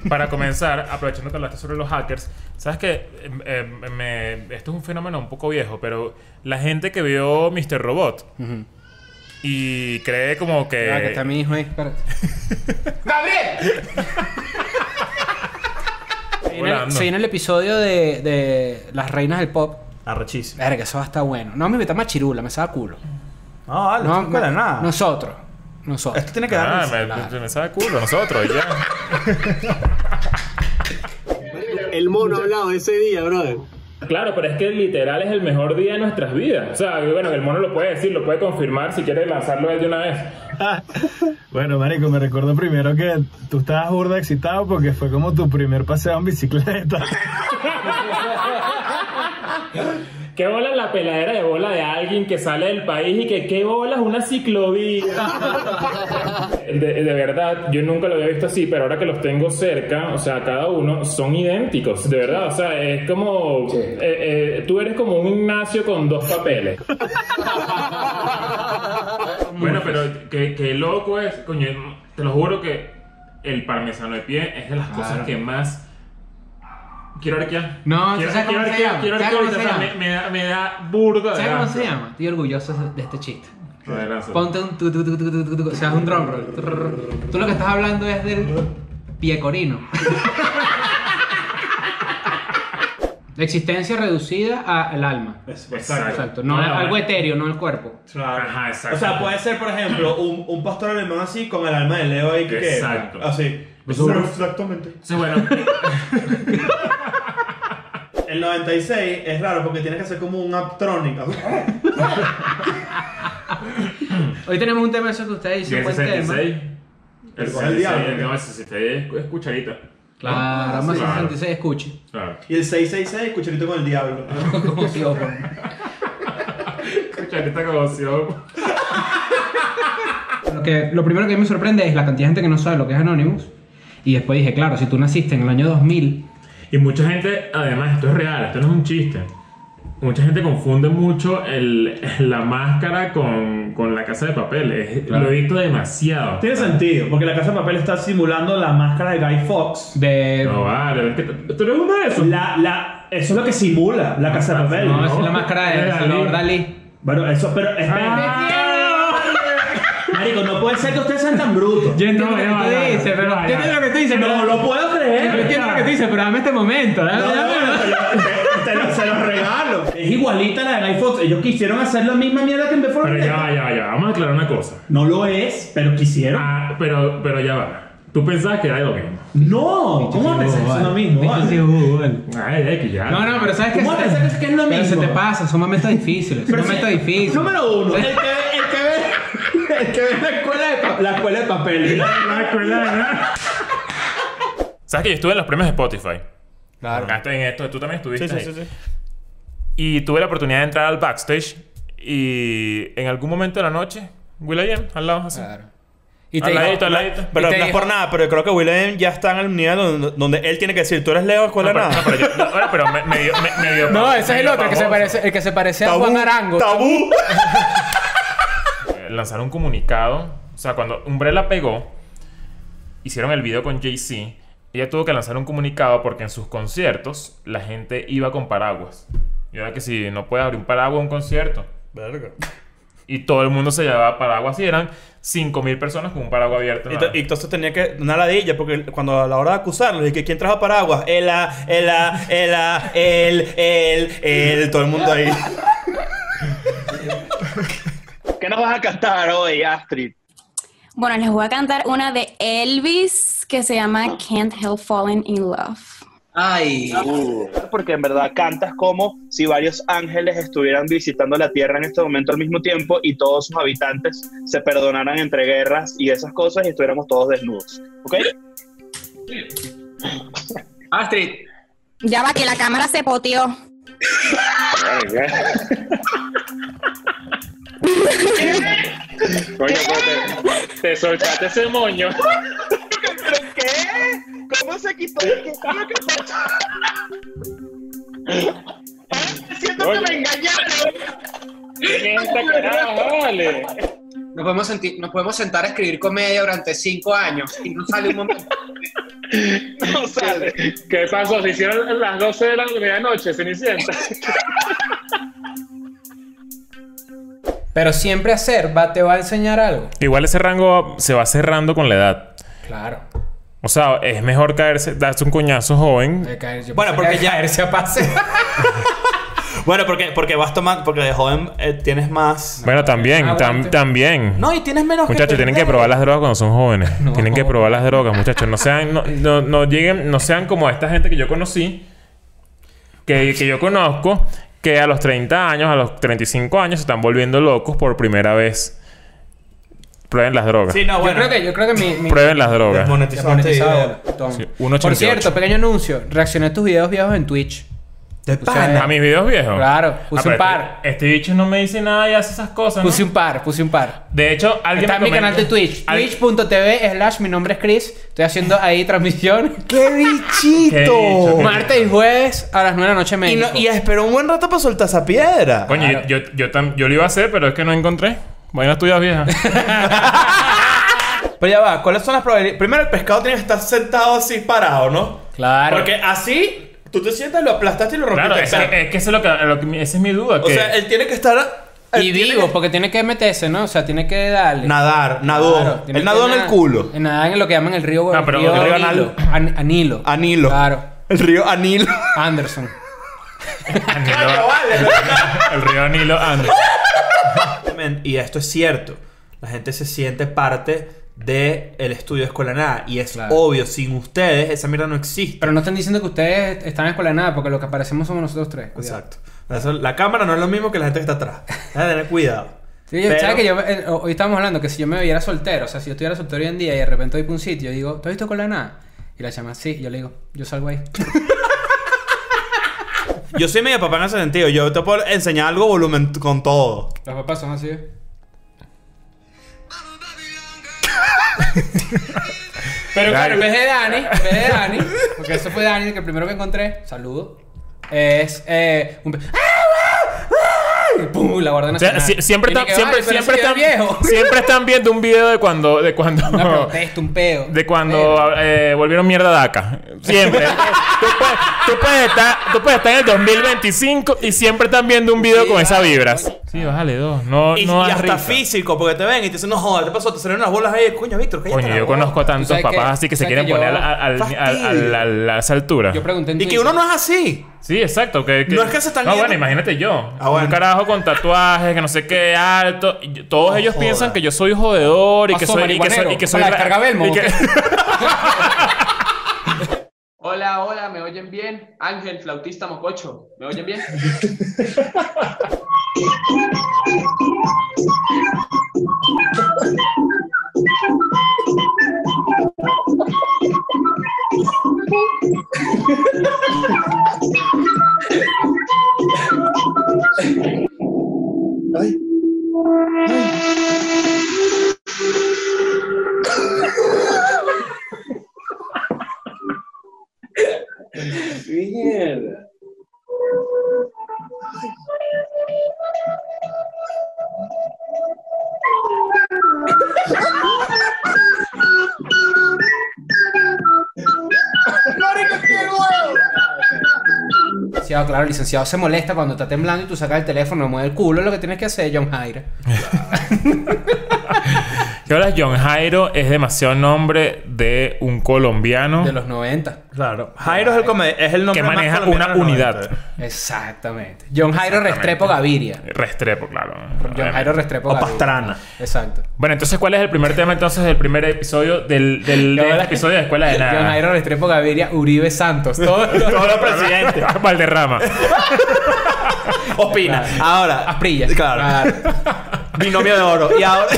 S2: Para comenzar, aprovechando que hablaste sobre los hackers, sabes Em, que esto es un fenómeno un poco viejo, pero la gente que vio Mr. Robot y cree como que.
S3: Ah, que está mi hijo ahí, espérate.
S7: ¡Gabriel!
S3: Se viene, el- se viene el episodio de, de Las Reinas del Pop.
S4: Arrechísimo.
S3: Verga, eso va a estar bueno. No me metamos a Chirula, me saca culo.
S4: No,
S6: Ah,
S4: vale, no,
S3: me-
S4: no nada.
S3: Nosotros. Nosotros.
S4: Esto tiene que dar
S2: Ah,
S4: risa.
S2: me, me- me sabe culo nosotros, ya.
S17: El mono hablado ese día, brother.
S2: Claro, pero es que literal es el mejor día de nuestras vidas. O sea, bueno, el mono lo puede decir, lo puede confirmar si quiere lanzarlo él de una vez.
S17: Bueno, marico, me recuerdo primero que tú estabas burda excitado porque fue como tu primer paseo en bicicleta.
S2: ¿Qué bola la peladera de bola de alguien que sale del país y que qué bola es una ciclovía? De, de verdad, yo nunca lo había visto así, pero ahora que los tengo cerca, o sea, cada uno son idénticos, de verdad, o sea, es como, eh, eh, tú eres como un Ignacio con dos papeles. Bueno, pero qué, qué loco es, coño, te lo juro que el parmesano de pie es de las cosas
S3: Claro.
S2: que más quiero arquear.
S3: No,
S2: quiero,
S3: ¿sabes cómo
S2: quiero
S3: se
S2: arquear,
S3: llama?
S2: quiero
S3: ¿Sabes
S2: arquear
S3: cómo
S2: ahorita,
S3: se
S2: o sea,
S3: llama?
S2: me, me da, me da burda de
S3: ¿Sabes cómo
S2: asco.
S3: se llama? Estoy orgulloso de este chiste.
S2: Adelante.
S3: Ponte un tu, tu, tu, tu, tu, tu, tu, o sea, un drum roll. Trrr. Tú lo que estás hablando es del piecorino. La existencia reducida a- al alma.
S4: exacto.
S3: No,
S4: No, no,
S3: algo
S4: eh.
S3: etéreo, no el cuerpo.
S4: Ajá, O sea, puede ser, por ejemplo, un, un pastor alemán así con el alma de Leo ahí que.
S2: Exacto.
S4: Así.
S2: Nosotros-
S4: Exactamente.
S2: Sí, bueno.
S4: El 96 es raro porque tienes que hacer como un uptronic.
S3: Hoy tenemos un tema de eso que ustedes
S2: Y
S3: dicen.
S2: el
S3: buen tema.
S2: 66. El
S4: El diablo.
S2: 66, no, el 66 es cucharita.
S3: Claro, más 66 escuche.
S2: Claro.
S4: Y el 666 es cucharito con el diablo.
S3: Como si ojo.
S2: Cucharita como si ojo.
S3: Lo, que, lo primero que a mí me sorprende es la cantidad de gente que no sabe lo que es Anonymous. Y después dije, claro, si tú naciste en el año 2000.
S2: Y mucha gente, además, esto es real, esto no es un chiste. Mucha gente confunde mucho el, la máscara con, con la casa de papel. Es-
S4: Claro.
S2: Lo he visto demasiado.
S4: Tiene sentido, porque la casa de papel está simulando la máscara de Guy Fox.
S3: De.
S2: No vale, es que tú tú eres uno de esos.
S4: La, la, eso es lo que simula la Ah. casa de papel.
S3: No, es la máscara de Salvador Dalí.
S4: Bueno, eso, pero. espera. Marico, no puede ser que ustedes sean tan brutos.
S3: Yo entiendo lo que tú dices, pero.
S4: no,
S3: yo entiendo lo que tú dices, pero.
S4: No lo puedo creer.
S3: Yo entiendo lo que tú dices, pero dame este momento. dame-
S4: No,
S3: dame-
S4: no, pero- te lo- se los regalo. Ah, Es igualita a la de Guy Fox. Ellos quisieron hacer la misma mierda que en Before
S2: Pero ya
S4: Vendetta.
S2: va, ya va, ya va. Vamos a aclarar una cosa.
S4: No lo es, pero quisieron.
S2: Ah, pero, pero ya va. Tú pensabas que era lo mismo.
S4: No, ¿cómo vas a pensar que es lo mismo? vale?
S2: Ay, X, ya.
S3: No, no, pero ¿sabes qué?
S4: ¿Cómo vas a pensar que es- que es lo
S3: Pero se
S4: mismo?
S3: te pasa, son momentos difíciles. Son
S4: Pero
S3: momentos
S4: sí,
S3: difíciles.
S4: Número uno, el que, el que ve, el que ve la, escuela de pa- la escuela de papel.
S2: La escuela de nada. ¿Sabes que yo estuve en los premios de Spotify?
S3: Claro.
S2: Acá estoy en esto, tú también estuviste.
S3: Sí, sí,
S2: ahí.
S3: sí, sí.
S2: Y tuve la oportunidad de entrar al backstage y en algún momento de la noche, Will.i.am, al lado así.
S3: Y
S2: al ladito, al ladito.
S6: Pero
S2: Y te
S6: no es
S2: dijo-
S6: por nada, pero creo que Willem ya está en el nivel donde, donde él tiene que decir, tú eres Leo, escuela
S2: No, pero-
S6: nada.
S2: no, pero yo- no, bueno, pero me, me dio, me, me dio
S3: No,
S2: pavo-
S3: ese
S2: me
S3: es el
S2: dio
S3: otro, el que se
S2: pavoso.
S3: parece, el que se parece a
S2: Tabú,
S3: Juan Arango.
S6: ¡Tabú!
S2: Eh, Lanzaron un comunicado. O sea, cuando Umbrella pegó, hicieron el video con Jay-Z. Ella tuvo que lanzar un comunicado porque en sus conciertos la gente iba con paraguas. Y ahora que si no puedes abrir un paraguas en un concierto.
S6: Verga.
S2: Y todo el mundo se llevaba paraguas y eran 5.000 personas con un paraguas abierto.
S6: Y, to- y entonces tenía que una ladilla, porque cuando a la hora de acusarlo, dije, ¿quién trajo paraguas? ah, El, a- el, a- el, a- el, el, el, todo el mundo ahí.
S18: ¿Qué nos vas a cantar hoy, Astrid?
S1: Bueno, les voy a cantar una de Elvis que se llama Can't Help Falling in Love.
S5: Ay. Porque en verdad cantas como si varios ángeles estuvieran visitando la Tierra en este momento al mismo tiempo y todos sus habitantes se perdonaran entre guerras y esas cosas y estuviéramos todos desnudos. ¿Ok?
S7: Astrid.
S1: Ya va que la cámara se poteó.
S18: Coño, pero te, te soltaste ese moño.
S5: ¿Pero qué? ¿Cómo se quitó? ¿Qué fue lo que pasó?
S19: me engañaron! ¿Quién es esta caraja, vale?
S20: Nos podemos, sentir, nos podemos sentar a escribir comedia durante cinco años y no sale un momento.
S19: No sale. ¿Qué pasó? Se hicieron las 12 de la medianoche, Cenicienta.
S3: Pero siempre hacer va, te va a enseñar algo.
S2: Igual ese rango se va cerrando con la edad.
S3: Claro.
S2: O sea, es mejor caerse, darse un coñazo joven.
S3: De caer- yo
S2: Bueno,
S3: pensé
S2: porque
S3: que
S2: ya-
S3: Ah, caerse a pase.
S6: Bueno, porque, porque vas tomando, porque de joven eh, tienes más.
S2: Bueno, también,
S6: Ah,
S2: tam-
S6: bueno.
S2: también.
S6: No, y tienes menos que
S2: Muchachos, tienen que
S6: perder.
S2: probar las drogas cuando son jóvenes. Tienen que probar las drogas, muchachos. No sean, no, no, no lleguen, no sean como esta gente que yo conocí, que, que yo conozco, que a los 30 años, a los 35 años, se están volviendo locos por primera vez. Prueben las drogas.
S3: Yo creo que, yo creo que mi, mi-
S2: Prueben las drogas.
S6: este
S3: Desmonetizado
S2: Desmonetizado.
S3: ahora, Tom.
S2: Sí,
S3: Por
S2: 1.88.
S3: cierto, pequeño anuncio. Reaccioné a tus videos viejos en Twitch. Puse-
S2: ¿A mis videos viejos?
S3: Claro,
S2: Ah,
S3: puse
S2: pero
S3: un par.
S2: Este, este bicho no me dice nada y hace esas cosas. ¿no?
S3: Puse un par, puse un par.
S2: De hecho, alguien
S3: Está en
S2: me
S3: mi canal
S2: comentó-
S3: de Twitch.
S2: Al-
S3: Twitch.tv slash mi nombre es Chris. Estoy haciendo ahí transmisión. ¡Qué bichito!
S6: Qué bicho, qué
S3: Martes y jueves a las 9 de la noche
S6: Y,
S3: México.
S6: no- y esperó un buen rato para soltar esa piedra.
S2: Coño, yo, yo, tam- yo lo iba a hacer, pero es que no encontré. Buenas tuyas, vieja.
S6: Pero ya va, ¿cuáles son las probabilidades? Primero, el pescado tiene que estar sentado así parado, ¿no?
S3: Claro.
S6: Porque así tú te sientas, lo aplastaste y lo rompiste.
S2: Claro, es,
S6: Pero-
S2: que- eh, es que eso es lo que, lo que- esa es mi duda.
S6: o
S2: que-
S6: sea, él tiene que estar.
S3: Y vivo, porque tiene que meterse, ¿no? O sea, tiene que darle.
S6: Nadar, nadó.
S3: tiene que
S6: Él nadó en el
S3: nadar.
S6: culo.
S3: Nadar en lo que llaman el río.
S6: No, pero
S3: el río
S6: el río
S3: Anilo. An- Anilo.
S6: Anilo.
S3: Claro.
S6: El río Anilo.
S3: Anderson.
S2: el río Nilo Andes.
S6: Men, Y esto es cierto. La gente se siente parte del estudio de Escuela de Nada. Y es obvio, sin ustedes, esa mierda no existe.
S3: Pero no están diciendo que ustedes están en escuela de nada, porque lo que aparecemos somos nosotros tres. cuidado.
S6: Exacto. Eso- la cámara no es lo mismo que la gente que está atrás. Hay que tener cuidado.
S3: Sí, yo-
S6: Pero-
S3: ¿sabes que yo, eh, hoy estábamos hablando que si yo me viera soltero, o sea, si yo estuviera soltero hoy en día y de repente voy para un sitio y digo, ¿tú has visto escuela de nada? Y la llama, sí, y yo le digo, yo salgo ahí.
S6: Yo soy medio papá en ese sentido. Yo te puedo enseñar algo volumen con todo.
S3: Los papás son así. Pero claro, en vez de Dani, en vez de Dani, porque eso fue Dani, el que primero que encontré, saludo, es eh, un... pe- ¡Ah! ¡Pum! La Guardia
S2: O sea,
S3: Nacional.
S2: sie- siempre,
S3: Y me
S2: están,
S3: quedo,
S2: siempre,
S3: "Ay, pero
S2: siempre,
S3: ese
S2: están,
S3: video es viejo.
S2: siempre están viendo un video de cuando. De cuando
S3: Una protesta, un peo.
S2: de cuando eh, volvieron mierda a DACA. Siempre. tú, puedes, tú puedes estar, tú puedes estar en el 2025 y siempre están viendo un video con esas vibras. Sí, bájale dos. No,
S6: y,
S2: no
S6: y
S2: das
S6: hasta
S2: risa.
S6: físico, porque te ven y te dicen, no jodas, te pasó, te salieron las bolas ahí. Coño, Víctor, cállate
S2: Coño,
S6: la
S2: yo
S6: boca.
S2: conozco a tantos
S6: sabes
S2: papás
S6: que-
S2: así que se
S6: tú sabes
S2: quieren
S6: que yo-
S2: poner al- al- al-
S6: Fastidio.
S2: al- al- a esa altura.
S3: Yo pregunté en
S6: Y que uno no es así.
S2: Sí, exacto. Que,
S6: No es que se están
S2: No,
S6: yendo-
S2: bueno, imagínate yo. Un carajo con tatuajes, que no sé qué, alto. y yo- todos ellos piensan que yo soy jodedor y que
S3: Pasó,
S2: soy. Y que soy. Y que
S3: marihuanero.
S2: soy
S3: Hola,
S2: ra-
S3: descarga Belmo,
S2: y que-
S21: Hola, hola, ¿me oyen bien? Ángel, flautista mococho, ¿me oyen bien?
S20: Mierda.
S3: Licenciado, claro, el licenciado se molesta cuando está temblando y tú sacas el teléfono, mueve el culo, lo que tienes que hacer es John Jaira.
S2: Que ahora John Jairo es demasiado nombre de un colombiano. De
S3: los 90.
S6: Claro. Jairo es el, come- es el nombre
S2: Que
S6: más
S2: maneja
S6: colombiano
S2: una
S6: de los
S2: unidad.
S6: 90.
S3: Exactamente. John Jairo Restrepo Gaviria.
S2: Restrepo, claro.
S3: John Jairo Restrepo
S2: O
S3: Gaviria.
S2: Pastrana.
S3: Exacto.
S2: Bueno, entonces, ¿cuál es el primer tema entonces del primer episodio del, del, del episodio de Escuela de
S3: John
S2: Nada?
S3: Jairo Restrepo Gaviria, Uribe Santos. Todo,
S2: Todos los presidentes. Valderrama.
S6: Opina. Ahora.
S3: Asprilla.
S6: Claro. Binomio de oro. Y ahora.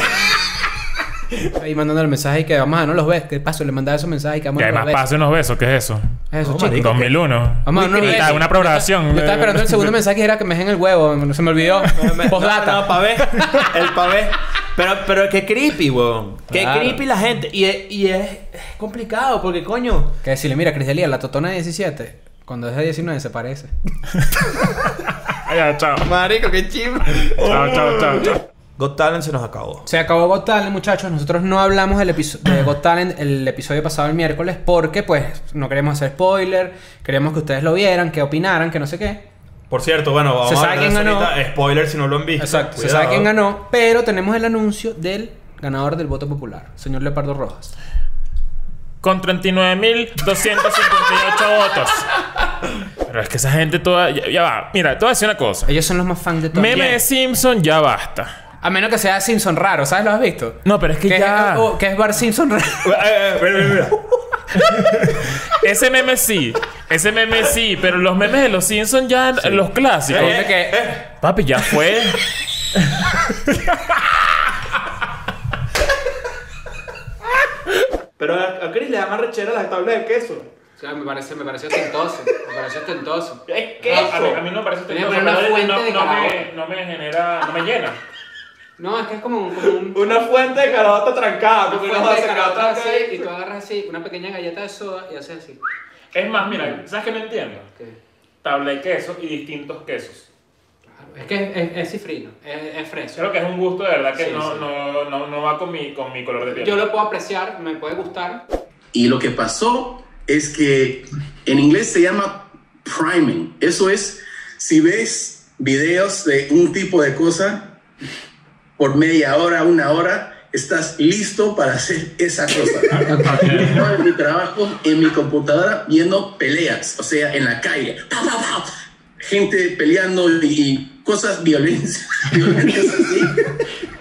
S3: Ahí mandando el mensaje y que vamos a no los ves. ¿Qué paso? Le mandaba esos mensajes y que vamos
S2: Que
S3: a no
S2: además
S3: los Oh, ves.
S2: pase unos besos, ¿qué es eso?
S3: Es eso, chico.
S2: 2001.
S3: Vamos a unos
S2: Está,
S3: besos.
S2: Una eh. programación.
S3: Yo estaba esperando el segundo mensaje y era que me dejen el huevo. Se me olvidó. Postdata.
S6: eh. No, pavé. El pavé. Pero, pero qué creepy, weón. Qué
S3: Claro.
S6: creepy la gente. Y, es- y es, es complicado porque, coño.
S3: Que decirle, mira, Cris Delía, la totona de 17, cuando es de 19 se parece.
S2: ya, chao.
S3: Marico, qué chimba.
S2: Chao, chao, chao, chao.
S22: Got Talent se nos acabó.
S3: Se acabó Got Talent, muchachos. Nosotros no hablamos del episo- de Got Talent el episodio pasado el miércoles porque, pues, no queremos hacer spoiler. Queremos que ustedes lo vieran, que opinaran, que no sé qué.
S22: Por cierto, bueno, vamos
S3: Se
S22: a
S3: sabe
S22: hablar de
S3: quién
S22: eso
S3: ganó.
S22: ahorita. Spoiler si no lo han visto. Exacto.
S3: Se sabe quién ganó, pero tenemos el anuncio del ganador del voto popular, señor Leopardo Rojas.
S2: Con 39.258 votos. Pero es que esa gente toda. Ya, ya va. Mira, te voy a decir una cosa.
S3: Ellos son los más fans de todo.
S2: Meme
S3: Bien.
S2: de Simpson, ya basta.
S3: A menos que sea Simpson raro, ¿sabes? ¿Lo has visto?
S2: No, pero es que,
S3: Que es,
S2: ya.
S3: o- que es Bart Simpson raro.
S2: Ese meme sí. Ese meme sí. Pero los memes de los Simpsons ya. Los clásicos.
S3: Eh, eh,
S2: Papi, ya fue.
S6: Pero a, a Chris le da más rechera las tablas de queso.
S3: O sea, me parece, me pareció tentoso. Me pareció tentoso.
S6: Es
S2: a, mí, a mí no me parece
S3: Tenía
S2: tentoso,
S3: que poner una
S2: pero
S3: fuente
S2: no,
S3: de
S2: no me,
S3: caraota.
S2: no me genera. No me llena.
S3: No, es que es como un.
S6: Una fuente de carota trancada, porque no va a sacar otra
S3: así y tú agarras así una pequeña galleta de soda y haces así.
S2: Es más, mira, ¿sabes qué no entiendo? Tabla de queso y distintos quesos.
S3: Es que es, es, es cifrino, es, es fresco.
S2: Creo que es un gusto de verdad que
S3: Sí,
S2: no,
S3: sí.
S2: No, no, no va con mi, con mi color de piel.
S3: Yo lo puedo apreciar, me puede gustar.
S7: Y lo que pasó es que en inglés se llama priming. Eso es, si ves videos de un tipo de cosa por media hora, una hora, estás listo para hacer esa cosa. Yo estaba en mi trabajo, en mi computadora, viendo peleas, o sea, en la calle. Pa, pa, pa. Gente peleando y, y cosas violencia- violentas así.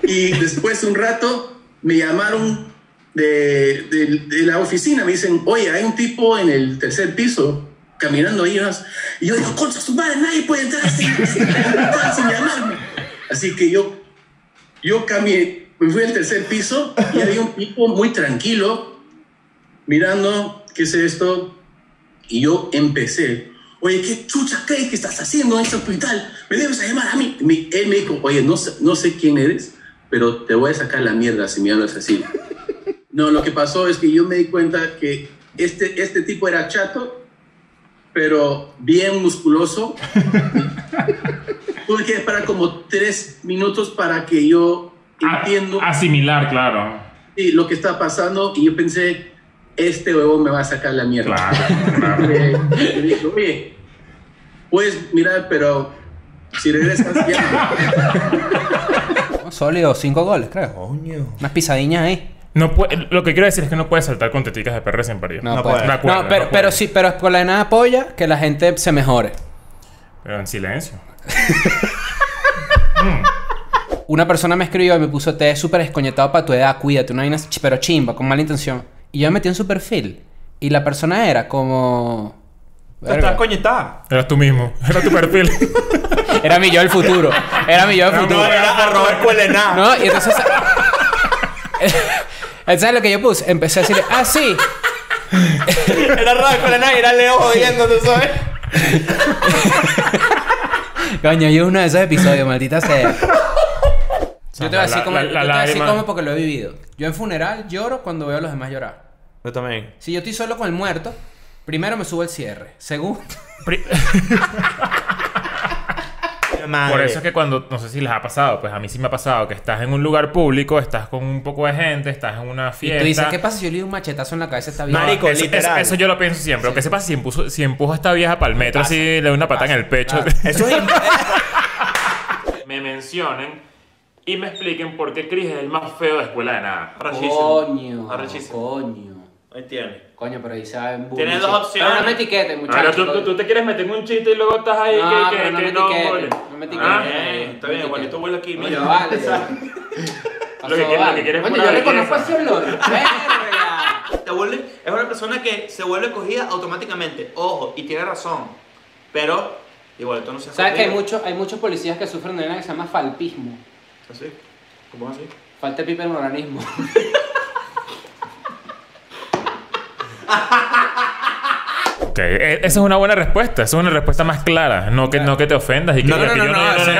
S7: Y después de un rato me llamaron de, de- de la oficina me dicen, oye, hay un tipo en el tercer piso caminando ahí. unas-". Y yo digo, concha su madre, nadie puede entrar sin, sin- entrar sin llamarme. Así que yo, yo cambié, me fui al tercer piso y había un tipo muy tranquilo mirando, ¿qué es esto? Y yo empecé. Oye, ¿qué chucha crees que estás haciendo en este hospital? Me debes a llamar a mí. Mi- él me dijo, oye, no sé, no sé quién eres, pero te voy a sacar la mierda si me hablas así. No, lo que pasó es que yo me di cuenta que este, este tipo era chato, pero bien musculoso. Tuve que esperar como tres minutos para que yo
S2: Ah,
S7: entiendo
S2: Asimilar, claro.
S7: sí, lo que está pasando y yo pensé, este huevo me va a sacar la mierda. Eh, yo dije, oye, puedes mirar, pero si regresas ya...
S3: Oh, Sólido, cinco goles, creo. Unas pisadiñas ahí.
S2: No puede- lo que quiero decir es que no puedes saltar con teticas de perro sin parir.
S3: No, puede.
S2: De acuerdo,
S3: No, pero,
S2: no puede.
S3: pero sí, pero con la nada apoya que la gente se mejore.
S2: Pero en silencio.
S3: Una persona me escribió y me puso, te es súper escoñetado para tu edad, cuídate, una vaina ch- pero chimba, con mala intención. Y yo me metí en su perfil. Y la persona era como...
S22: Estás coñetada.
S2: Eras tú mismo. Era tu perfil.
S3: Era mi yo del futuro. Era mi yo del
S22: No,
S3: futuro.
S22: no, era arroba escuela de nada.
S3: No, y entonces... ¿Sabes lo que yo puse? Empecé a decirle, ah, sí.
S22: Era raro con la era Leo jodiendo, ¿tú sabes?
S3: Coño, yo es uno de esos episodios, maldita sea. Yo te voy a decir
S22: La-
S3: cómo,
S22: la-
S3: yo
S22: la
S3: te voy a decir
S22: lágrima.
S3: cómo porque lo he vivido. Yo en funeral lloro cuando veo a los demás llorar.
S22: Yo también.
S3: Si yo estoy solo con el muerto, primero me subo el cierre. Segundo. Ah,
S2: Por eso es que cuando, no sé si les ha pasado, pues a mí sí me ha pasado que estás en un lugar público, estás con un poco de gente, estás en una
S3: Y
S2: fiesta.
S3: tú dices, ¿qué pasa si yo le doy un machetazo en la cabeza a esta
S2: No,
S3: vieja?
S2: eso, Eso, eso yo lo pienso siempre. Lo que se pasa si empujo, si empujo a esta vieja para el metro, así le doy una patada en el pecho.
S22: Eso es
S2: me mencionen y me expliquen por qué Chris es el más feo de escuela de nada.
S3: Coño. Coño.
S22: Ahí tiene.
S3: Coño, pero ahí saben.
S2: Tienes dos opciones.
S3: Pero no me etiqueten, muchachos.
S2: Ahora, tú, tú- tú te quieres meter en un chiste y luego estás ahí
S3: No,
S2: que, que,
S3: pero no
S2: que
S3: me
S2: no,
S3: etiqueten,
S2: huele.
S3: no me etiqueten.
S2: Ah,
S3: No me
S2: eh, está bien,
S3: etiqueten.
S2: igualito huele aquí.
S3: Coño,
S2: mira.
S3: vale.
S2: Lo que quieres- lo que quieres es
S3: Coño,
S2: pura
S3: yo reconozco
S2: belleza.
S3: ese olor.
S22: Te vuelve, es una persona que se vuelve cogida automáticamente. Ojo, y tiene razón. Pero, igual, esto no se
S3: ¿Sabes que hay, muchos hay muchos policías que sufren de una que se llama falpismo?
S22: ¿Así? ¿Cómo así?
S3: Falta de pipa en organismo.
S2: Ok, e- esa es una buena respuesta. Esa es una respuesta más clara. No que, no que te ofendas. Y que digas que yo
S3: seré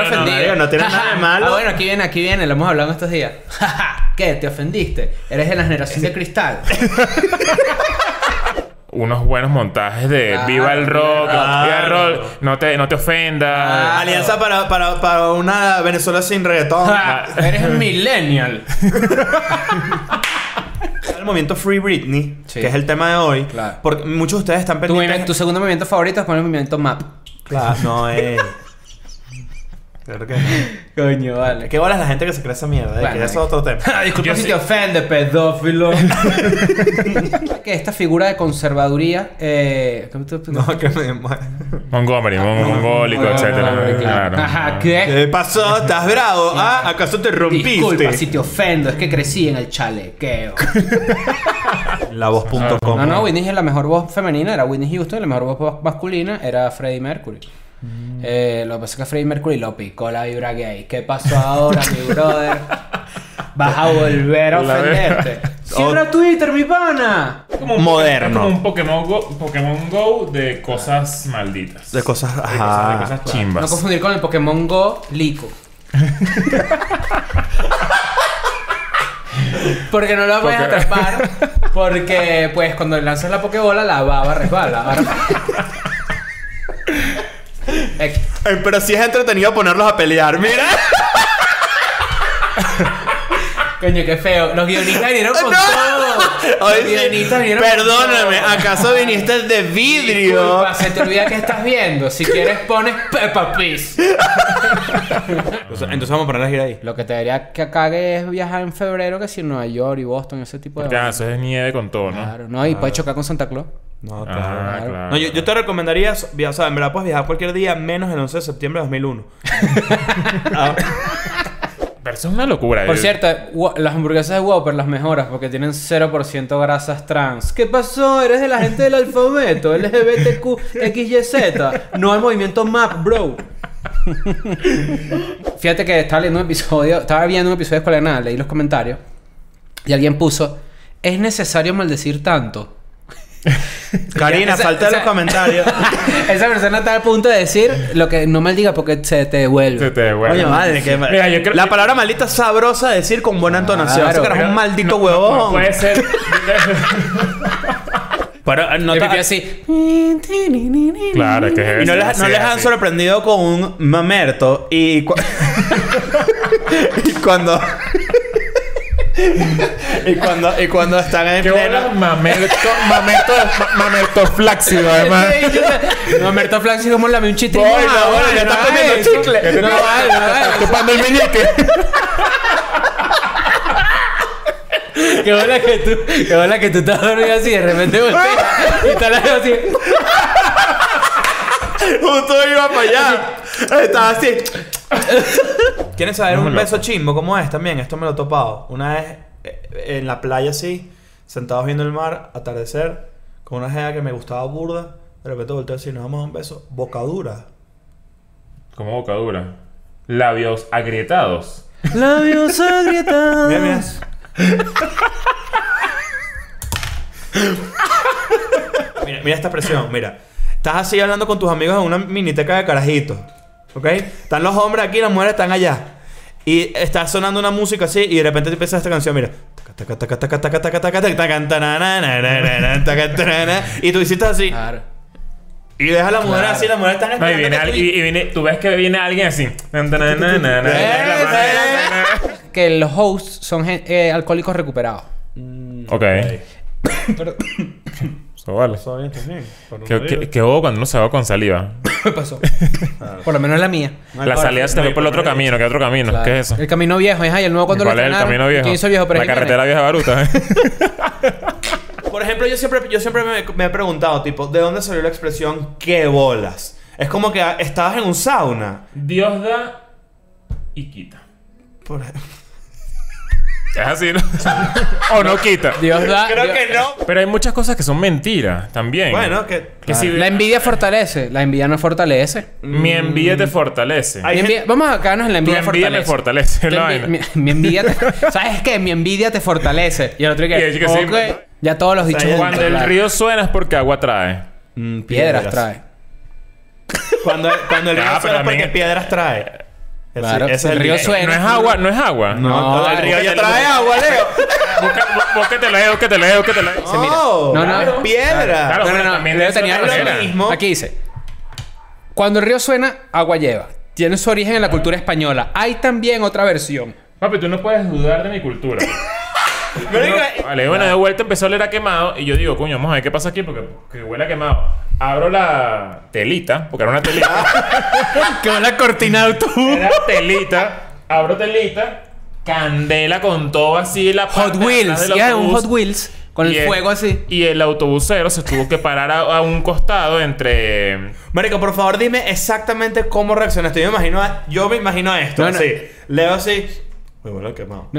S3: ofendido.
S2: no tiene nada de malo.
S3: Ah, bueno, aquí viene, aquí viene, lo hemos hablado en estos días. ¿Qué? ¿Te ofendiste? Eres de la generación de cristal.
S2: unos buenos montajes de Viva el Rock, Viva el Rock, no te, no te ofendas.
S4: Ah, Alianza para, para, para una Venezuela sin reggaetón.
S2: eres
S4: millennial. el movimiento Free Britney, que es el tema de hoy. Porque muchos de ustedes están
S3: Tu,
S4: pendientes.
S3: tu segundo movimiento favorito es poner el movimiento map.
S4: Claro, no es. Claro que no.
S3: Coño, vale.
S4: ¿Qué bolas la gente que se cree esa mierda? eh,
S3: Bueno,
S4: que eso es otro tema.
S3: Ah, Disculpa si te ofende, pedófilo. que esta figura de conservaduría. Eh, no,
S4: que me
S2: Montgomery, mon- mongólico, etcétera. Claro.
S3: Ah, Ajá, ¿qué?
S4: pasó? ¿Estás bravo? ¿Ah? ¿Acaso te rompiste?
S3: Disculpa si te ofendo, es que crecí en el chalequeo.
S4: La voz.com.
S3: No, no, Whitney es la mejor voz femenina, era Whitney Houston, y la mejor voz masculina era Freddie Mercury.
S2: Mm.
S3: Eh, lo que pasa es que Freddie Mercury lo picó la vibra gay. ¿Qué pasó ahora, mi brother? Vas a volver a
S2: La vibra-
S3: ofenderte. ¡Cierra Twitter, mi pana!
S2: Como un- es como un Pokémon Go, Pokémon Go de cosas malditas.
S4: De cosas.
S2: Ajá. De cosas chimbas.
S3: No confundir con el Pokémon Go Lico. porque no la puedes
S2: Porque-
S3: atrapar. Porque, pues, cuando lanzas la Pokébola, la baba resbala. Ahora-
S4: Ay, Eh, pero sí es entretenido ponerlos a pelear, mira.
S3: Coño, qué feo. Los guionistas vinieron con
S4: No.
S3: todo.
S4: Ay,
S3: Los guionistas vinieron con
S4: Perdóname,
S3: todo.
S4: ¿acaso viniste de vidrio?
S3: Disculpa, se te olvida que estás viendo. Si quieres, pones Peppa Pig.
S4: entonces, vamos a ponerlas a ir ahí.
S3: Lo que te debería que cague es viajar en febrero, que si en Nueva York y Boston, ese tipo de.
S2: Porque ah,
S3: vainas.
S2: eso es nieve con todo, ¿no?
S3: Claro, no, y puedes chocar con Santa Claus.
S4: No,
S2: claro. Ah, claro.
S4: No, yo, yo te recomendaría, via- o sea, en verdad puedes viajar cualquier día menos el 11 de septiembre de 2001.
S2: Pero eso es una locura.
S3: Por
S2: yo-
S3: cierto, wa- las hamburguesas de Whopper las mejoras porque tienen 0% grasas trans. ¿Qué pasó? Eres de la gente del alfabeto, LGBTQXYZ. No al movimiento MAP, bro. Fíjate que estaba leyendo un episodio, estaba viendo un episodio de Escuela de Nada, leí los comentarios y alguien puso, ¿es necesario maldecir tanto?
S4: Karina,
S3: Esa-
S4: falta en
S3: esa-
S4: los comentarios.
S3: Esa persona está al punto de decir lo que no maldiga porque se te devuelve. Se
S2: te devuelve.
S4: Coño, madre, que
S2: Mira, yo creo-
S4: La palabra maldita es sabrosa de decir con buena entonación. Ese
S3: Claro.
S4: carajo es un maldito huevón.
S2: No puede ser.
S4: Pero no te...
S3: así.
S2: Claro, que
S4: Y no les, no les han sorprendido con un mamerto. Y, cu- y cuando. y cuando. Y cuando están en pleno.
S2: Mamerto, mamerto, ma- mamerto flácido, además.
S3: No, Merto Flax es como lame un chiste.
S2: Voy,
S3: No,
S2: no, voy,
S3: vale,
S2: ya
S3: no
S2: está
S3: hagas
S2: comiendo
S3: eso.
S2: chicle. Ya te-
S3: No, vale, no hagas eso.
S2: Chupando el meñique.
S3: Qué bola que tú, qué bola que tú estás dormido así de repente volteas y estás así.
S4: Justo iba para allá. Estaba así. ¿Quieren saber un beso chimbo como es también? Esto me lo he topado. Una vez eh, en la playa así, sentados viendo el mar, atardecer, con una jega que me gustaba burda. De repente volteo así, nos damos un beso. Bocadura.
S2: Como bocadura. Labios agrietados.
S3: Labios agrietados.
S4: Mira, mira. Mira, mira esta presión, mira. Estás así hablando con tus amigos en una miniteca de carajitos. ¿Ok? Están los hombres aquí, las mujeres están allá. Y está sonando una música así y de repente te empieza esta canción, mira. Taca, taca, taca, taca, taca, taca, taca, taca, taranana, taca, taranana. Y tú hiciste así. Y deja a la mujer así, la mujer está
S2: Ah. No, y viene, al- y, y viene, tú ves que viene alguien así. Na, na, na, na, na, na.
S4: ¡Eh,
S3: Que los hosts son gen- eh, alcohólicos recuperados.
S2: Ok. Eso vale. ¿Qué, qué, qué bobo cuando uno se va con saliva?
S3: ¿Qué pasó? Por lo menos la mía.
S2: La salida se te fue por el otro camino. ¿Qué otro camino?
S3: Claro.
S2: ¿Qué es eso?
S3: El camino viejo, es ahí, el nuevo cuando
S2: ¿Cuál
S3: lo
S2: es el
S3: estrenaron.
S2: camino viejo?
S3: ¿Quién hizo el viejo? Pérez
S2: La
S3: Jiménez?
S2: carretera vieja Baruta. ¿eh?
S4: Por ejemplo, yo siempre, yo siempre me, me he preguntado, tipo, ¿de dónde salió la expresión qué bolas? Es como que ah, estabas en un sauna.
S2: Dios da y quita.
S4: Por
S2: Es así, ¿no? o no quita.
S3: Dios da- Creo Dios-
S4: que no.
S2: Pero hay muchas cosas que son mentiras también.
S4: Bueno, que-
S3: Claro.
S2: si-
S3: La envidia fortalece. La envidia no fortalece.
S2: Mi envidia te fortalece.
S3: Mi envidia- Vamos a quedarnos en la
S2: Tu
S3: envidia,
S2: envidia me fortalece.
S3: Tu
S2: la
S3: envi-
S2: vaina.
S3: mi, mi envidia te- ¿Sabes qué? Mi envidia te fortalece. Y el otro
S2: Y
S3: que,
S2: es que sí. pues,
S3: "Ok". Ya todos los dichos
S2: Cuando
S3: juntos,
S2: el
S3: claro.
S2: río suena es porque agua trae.
S4: Mm,
S3: Mm, piedras trae.
S4: Cuando, cuando el río
S2: Ah, pero
S4: suena es porque
S2: también-
S4: piedras trae.
S3: Claro, el río suena.
S2: No es agua, no es agua.
S3: No,
S2: el río ya
S3: búscatelo,
S2: trae
S3: búscatelo.
S2: agua, Leo. Busca- bu- Búscatelo, Leo, búscatelo, Leo, búscatelo.
S3: Se mira.
S4: Oh,
S3: No, no,
S2: Claro.
S3: piedra.
S2: Claro,
S3: No,
S2: bueno,
S3: no, no,
S2: también
S3: Leo
S2: de eso
S3: tenía
S2: no
S3: razón.
S2: era.
S3: Aquí dice: Cuando el río suena, agua lleva. Tiene su origen en la cultura española. Hay también otra versión.
S2: Papi, tú no puedes dudar de mi cultura. Vale, bueno, de vuelta empezó a oler a quemado. Y yo digo, coño, vamos a ver qué pasa aquí porque que huele a quemado. Abro la telita, porque era una telita. que la cortina de Era telita. Abro telita. Candela con todo así la Hot
S3: Wheels, ya, un Hot Wheels. Con el fuego
S2: así. Y el autobusero se tuvo que parar a, a un costado entre.
S4: Marico, por favor, dime exactamente cómo reaccionaste. Yo me imagino, a- yo me imagino a esto.
S2: No, no.
S4: así. Leo así. Uy, huele a quemado.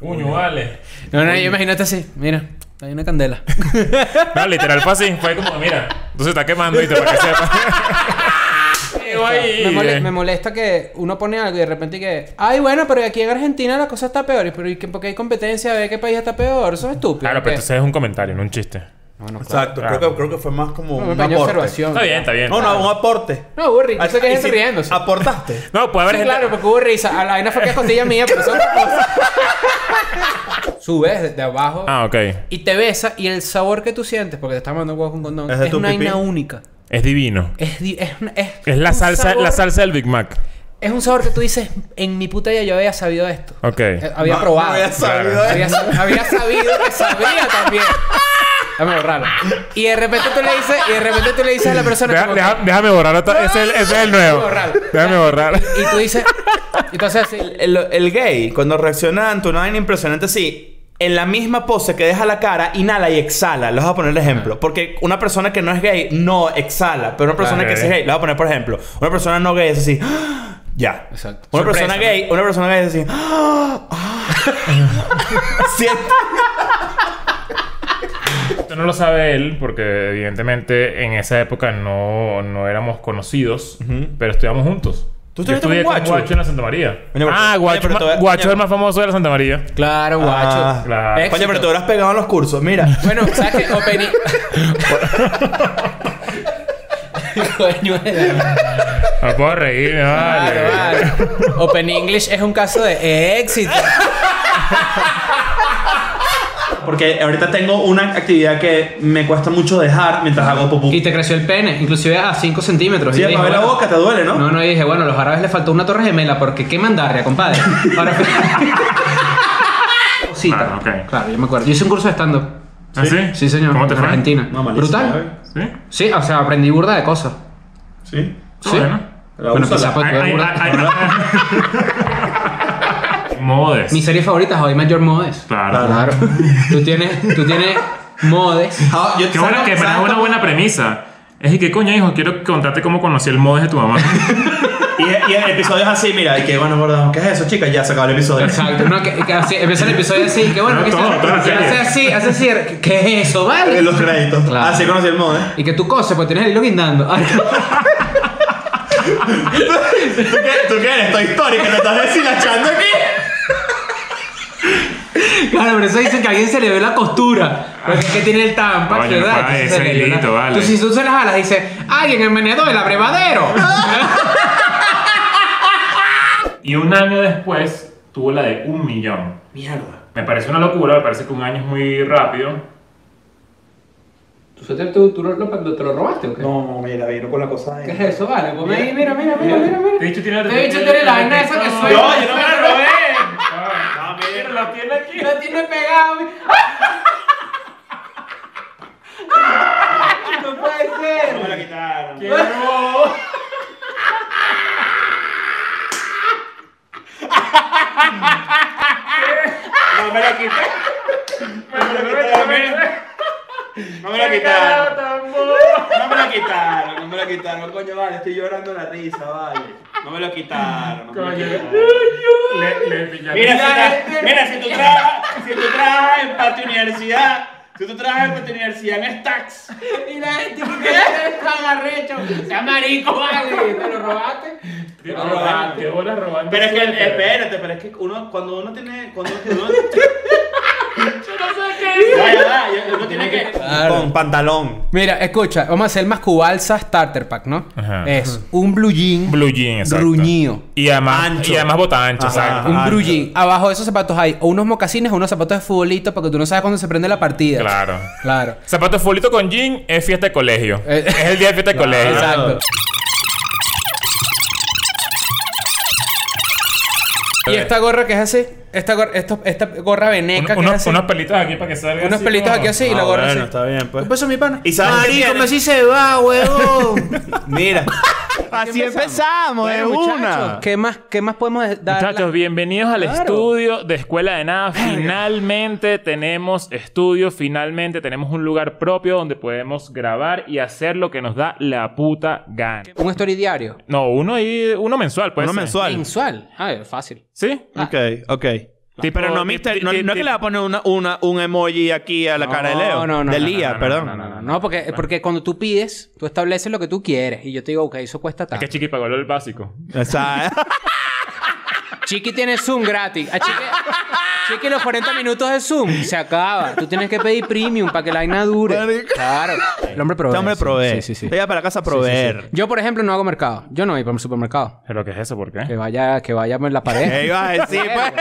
S2: Uño, vale.
S3: No, no, yo imagínate así. Mira, hay una candela.
S2: No, literal fue así. Fue como, mira, tú se está quemando y te para que sepa. ahí,
S3: me, mole-
S2: eh.
S3: me molesta que uno pone algo y de repente que, ay, bueno, pero aquí en Argentina la cosa está peor. Y, Pero ¿y qué- porque hay competencia, ve qué país está peor. Eso es estúpido.
S2: Claro, pero
S3: ¿qué?
S2: entonces es un comentario, no un chiste.
S4: Exacto, creo, que, creo que fue más como
S3: No,
S4: un
S3: una
S4: aporte.
S3: observación.
S2: Está bien, está bien.
S4: No, no, un aporte.
S3: No, hubo risa.
S4: Ah,
S3: Yo sé que hay
S4: y
S3: gente
S4: si
S3: riéndose.
S4: ¿Aportaste?
S2: No, puede
S3: Sí, claro, porque hubo risa. A la vaina fue que es costilla mía, pero eso es otra cosa. Subes de, de abajo
S2: Ah, ok.
S3: y te besa y el sabor que tú sientes, porque te está mandando huevo con condón,
S2: Es
S3: es,
S2: de tu
S3: una
S2: pipí.
S3: vaina única.
S2: Es divino.
S3: Es, di- es, una- es,
S2: Es la
S3: un
S2: salsa,
S3: sabor-
S2: la salsa del Big Mac.
S3: Es un sabor que tú dices, en mi puta vida yo había sabido esto.
S2: Ok.
S3: Eh, Había probado.
S2: Claro.
S3: había, sa- había sabido que sabía también. Déjame borrarlo. Y de repente tú le dices, y de repente tú le dices a la persona
S2: Deja-
S3: como
S2: deja- déjame borrar otra- ese, es el- ese es el nuevo.
S3: Borrar.
S2: Déjame borrar.
S3: Y tú dices, entonces así,
S4: El, el gay, cuando reacciona ante una vaina impresionante así, en la misma pose que deja la cara, inhala y exhala. Les voy a poner el
S23: Ah.
S4: ejemplo. Porque una persona que no es gay no exhala. Pero una persona
S23: Ah,
S2: Claro.
S4: que sí es gay, les voy a poner por ejemplo. Una persona no gay es así. ¡ah! Ya.
S3: Exacto.
S4: Una
S3: Sorpresa,
S4: persona
S3: ¿no?
S4: gay, una persona gay es así. ¡ah! ¡ah! Siente-
S2: Esto no lo sabe él porque evidentemente en esa época no, no éramos conocidos, pero estudiamos juntos.
S4: ¿Tú
S2: Yo
S4: estuviste
S2: estudié
S4: con Guacho?
S2: en la Santa María.
S4: Coño, pero-
S2: ah,
S4: coño,
S2: Guacho,
S4: pero
S2: ma-
S4: todavía-
S2: Guacho
S4: coño.
S2: es el más famoso de la Santa María.
S3: Claro,
S4: Ah,
S2: Claro.
S4: Coño, pero tú hubieras pegado en los cursos, mira.
S3: Bueno, ¿sabes qué? Openi... Coño de la-
S2: No Ah, puedo reír, me vale.
S3: Open English es un caso de éxito.
S6: Porque ahorita tengo una actividad que me cuesta mucho dejar mientras hago popú.
S23: Y te creció el pene, inclusive a 5 centímetros.
S6: Sí,
S23: Y yo
S6: para
S23: dije,
S6: ver la
S23: bueno,
S6: boca te duele, ¿no?
S23: No, no, y dije, bueno, a los árabes les faltó una torre gemela porque qué mandarria, compadre. Ahora
S6: Ah,
S23: Cosita. Claro, yo me acuerdo. Yo hice un curso de stand-up.
S2: ¿Ah, sí?
S23: Sí, señor.
S2: ¿Cómo te
S23: en
S2: fue?
S23: Argentina.
S2: No, malísimo,
S23: Brutal.
S2: ¿Sí?
S23: Sí, o sea, aprendí burda de cosas.
S6: ¿eh? Ah, Sí.
S23: Sí.
S2: úsala.
S23: Bueno, quizás porque tuve
S2: Ay,
S23: burda.
S2: ay, Modes.
S23: Mi serie favorita es Hoy Mayor Modes.
S2: Claro.
S23: Claro. Tú tienes, tú tienes Modes.
S2: Qué bueno que pero es una buena premisa. Es y que coño, hijo, quiero contarte cómo conocí el modes de tu mamá.
S6: Y, y el episodio es así, mira. Y que bueno, gordo, ¿qué es eso, chicas? Ya se acabó el episodio.
S23: Exacto, no, que, que así, empieza el episodio así, que bueno,
S6: No,
S23: que
S6: todo,
S23: sea-
S6: toda la
S23: que
S6: serie.
S23: hace así, hace así, ¿qué- ¿qué es eso, vale?
S6: En los créditos. Así conocí el mod, ¿eh?
S23: Y que tú coses, pues tienes el hilo guindando. Ay,
S6: ¿Tú qué, tú qué eres? Toy Story, que lo estás deshilachando aquí.
S23: claro, pero eso dicen que a alguien se le ve la costura, porque es que tiene el tampa,
S2: Coño,
S23: ¿verdad?
S2: no puede
S23: Entonces,
S2: ser
S23: se le ve la-
S2: hilito, vale.
S23: Entonces, si tú se las alas, dices, alguien en el del abrevadero.
S2: y un año después tuvo la de un millón.
S23: Mierda.
S2: Me parece una locura, me parece que un año es muy rápido.
S23: ¿Tú, tú, tú lo, lo- te lo robaste o qué?
S6: No, mira, vino con la cosa de.
S23: ¿Qué es eso, vale? Ponme ahí, mira, mira, mira, mira, mira.
S2: Te he dicho, tiene
S23: Te he dicho, tiene la vaina esa que suena.
S2: No, yo no me la robé.
S23: No, mira, la tiene aquí. La tiene pegada. No puede ser.
S6: me la quitaron.
S23: ¡Qué robo!
S6: No me la quitaron. No me la quitaron. No me la quitaron. No me la quitaron, no me la quitaron. Coño, vale, estoy llorando la risa, vale. No me lo quitaron. No me lo quitaron.
S2: Le, le pillaron.
S6: Mira, si tra- mira, si tú trabajas, si tú trabajas en Patio Universidad, si tú trabajas en Patio Universidad en Stacks.
S23: Y la gente, ¿por qué eres tan arrecho? Sea marico, vale. Te lo robaste.
S2: Te
S6: lo robaste.
S2: Qué bola robando.
S6: Pero es que,
S2: siempre.
S6: espérate, pero es que uno, cuando uno tiene, cuando uno,
S23: Yo no sé qué
S22: Uno tiene que.
S4: Con pantalón.
S3: Mira, escucha, vamos a hacer el mascubalsa starter pack, ¿no? Es un blue jean.
S2: Blue jean, exacto.
S3: Gruñido.
S2: Y además, y además bota ancha,
S3: Ajá,
S2: exacto.
S3: un blue jean. Abajo de esos zapatos hay o unos mocasines o unos zapatos de futbolito porque tú no sabes cuándo se prende la partida.
S2: Claro.
S3: Claro.
S2: Zapato fulito con jean es fiesta de colegio. es el día de fiesta de
S3: Eh. claro.
S2: colegio.
S3: Exacto. Y esta gorra que es así, esta gorra, esto- esta gorra veneca que
S2: unos,
S3: es así.
S2: unos pelitos aquí para que salga.
S3: Unos pelitos aquí así y la gorra así.
S4: ah, está bien, pues.
S3: Pues eso, mi pana.
S4: Y sabes qué
S3: Marico,
S4: viene.
S3: me sí se va, huevón.
S4: Mira.
S3: Así
S4: empezamos,
S3: de una. ¿Qué más, ¿Qué más podemos dar?
S2: Muchachos, bienvenidos al estudio de Escuela de Nada. Finalmente tenemos estudio, finalmente tenemos un lugar propio donde podemos grabar y hacer lo que nos da la puta gana.
S3: ¿Un story diario?
S2: No, uno y uno mensual, pues.
S4: Uno mensual.
S3: Mensual. Ah, es fácil.
S2: ¿Sí?
S4: Ok, ok. pero no, mister, no,
S2: ti-
S4: no es
S2: ti-
S4: que le va a poner una, una- un emoji aquí a la cara de Leo. De Lía, perdón.
S3: No, no, no, no, porque, porque cuando tú pides, tú estableces lo que tú quieres. Y yo te digo, ok, eso cuesta tanto.
S2: Que Chiqui pagó el básico.
S4: Exacto.
S3: Chiqui tiene Zoom gratis. A Chiqui, Chiqui, los 40 minutos de Zoom se acaba. Tú tienes que pedir premium para que la vaina dure. Claro. El hombre provee.
S4: Este hombre
S3: sí.
S4: provee.
S3: Sí, sí, sí.
S4: Te lleva para casa a
S3: Sí, sí, sí.
S4: proveer.
S3: Yo, por ejemplo, no hago mercado. Yo no voy para el supermercado.
S2: ¿Pero qué es eso? ¿Por qué?
S3: Que vaya, que vaya en la pared.
S4: ¿Qué iba a decir, pues?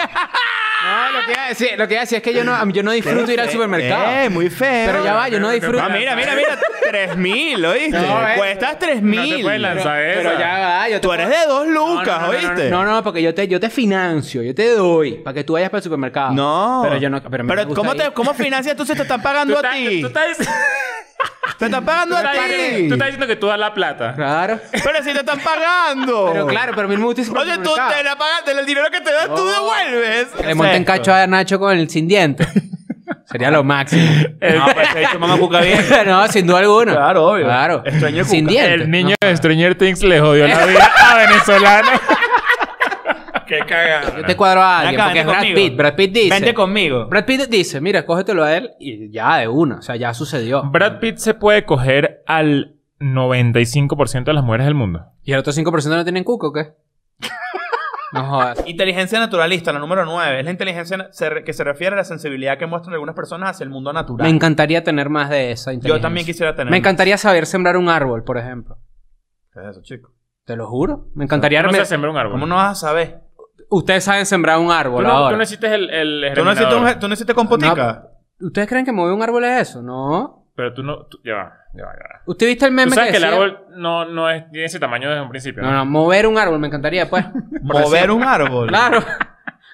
S3: No, lo que iba a decir, lo que iba a decir es que yo no, yo no disfruto ir al supermercado.
S4: Eh, muy feo.
S3: Pero ya va, yo no disfruto.
S4: Ah, mira, mira, mira. 3000, ¿oíste?
S3: No, eh.
S4: Cuestas 3000.
S3: No te puedes lanzar Pero- pero esa. ya va, yo te
S4: Tú
S3: puedo-
S4: eres de este. dos lucas,
S3: no, no, no,
S4: ¿oíste?
S3: No, no, no, porque yo te, yo te financio, yo te doy para que tú vayas para el supermercado.
S4: No.
S3: Pero yo no. Pero, a mí me gusta
S4: ¿cómo,
S3: ir.
S4: te, ¿cómo financias tú si te están pagando a ti? Te están pagando a ti.
S2: Tú estás diciendo que tú das la plata.
S3: Claro.
S4: Pero si te están pagando.
S3: Pero claro, pero a mí me gusta ir al
S4: Oh. Oye, tú
S3: supermercado.
S4: te la pagaste, el dinero que te das tú devuelves.
S3: Le monten cacho a Nacho con el sin diente. Sería lo máximo.
S2: Eh,
S4: No, pues te he dicho mamá cuca bien.
S3: no, sin duda alguna. Claro,
S4: obvio.
S3: Claro.
S4: Extraño
S3: sin
S2: cuca.
S3: diente.
S2: El niño de Stranger Things le jodió la vida a venezolano. Qué cagada.
S3: Yo te cuadro a alguien,
S2: Acá,
S3: porque es
S2: vente
S3: Brad
S2: conmigo.
S3: Pitt. Brad Pitt dice.
S2: Vente
S4: conmigo.
S3: Brad Pitt dice, mira, cógetelo a él y ya de una. O sea, ya sucedió.
S2: Brad Pitt se puede coger al 95% de las mujeres del mundo.
S3: ¿Y el otro 5% no tienen cuco o qué? No jodas.
S4: Inteligencia naturalista, la número 9. Es la inteligencia na- se re- que se refiere a la sensibilidad que muestran algunas personas hacia el mundo natural.
S3: Me encantaría tener más de esa inteligencia.
S4: también quisiera tener
S3: Me
S4: más.
S3: encantaría saber sembrar un árbol, por ejemplo.
S4: ¿Qué es eso, chico?
S3: Te lo juro. Me encantaría...
S2: ¿Cómo
S3: me-
S2: se sembra un árbol?
S4: ¿Cómo no vas a saber?
S3: Ustedes saben sembrar un
S2: Tú
S3: árbol
S2: no,
S3: ahora.
S2: tú no hiciste el, el
S4: ¿Tú no hiciste,
S2: germinador.
S4: un- tú no hiciste compotica?
S3: ¿Ustedes creen que mover un árbol es eso? No.
S2: Pero tú no... tú- ya va, ya va, ya va.
S3: ¿Usted viste el
S2: Tú
S3: meme
S2: sabes que,
S3: que
S2: el
S3: decía-
S2: árbol no, no es, tiene ese tamaño desde un principio.
S3: No, no, mover un árbol me encantaría, pues.
S4: Mover un árbol.
S3: Claro.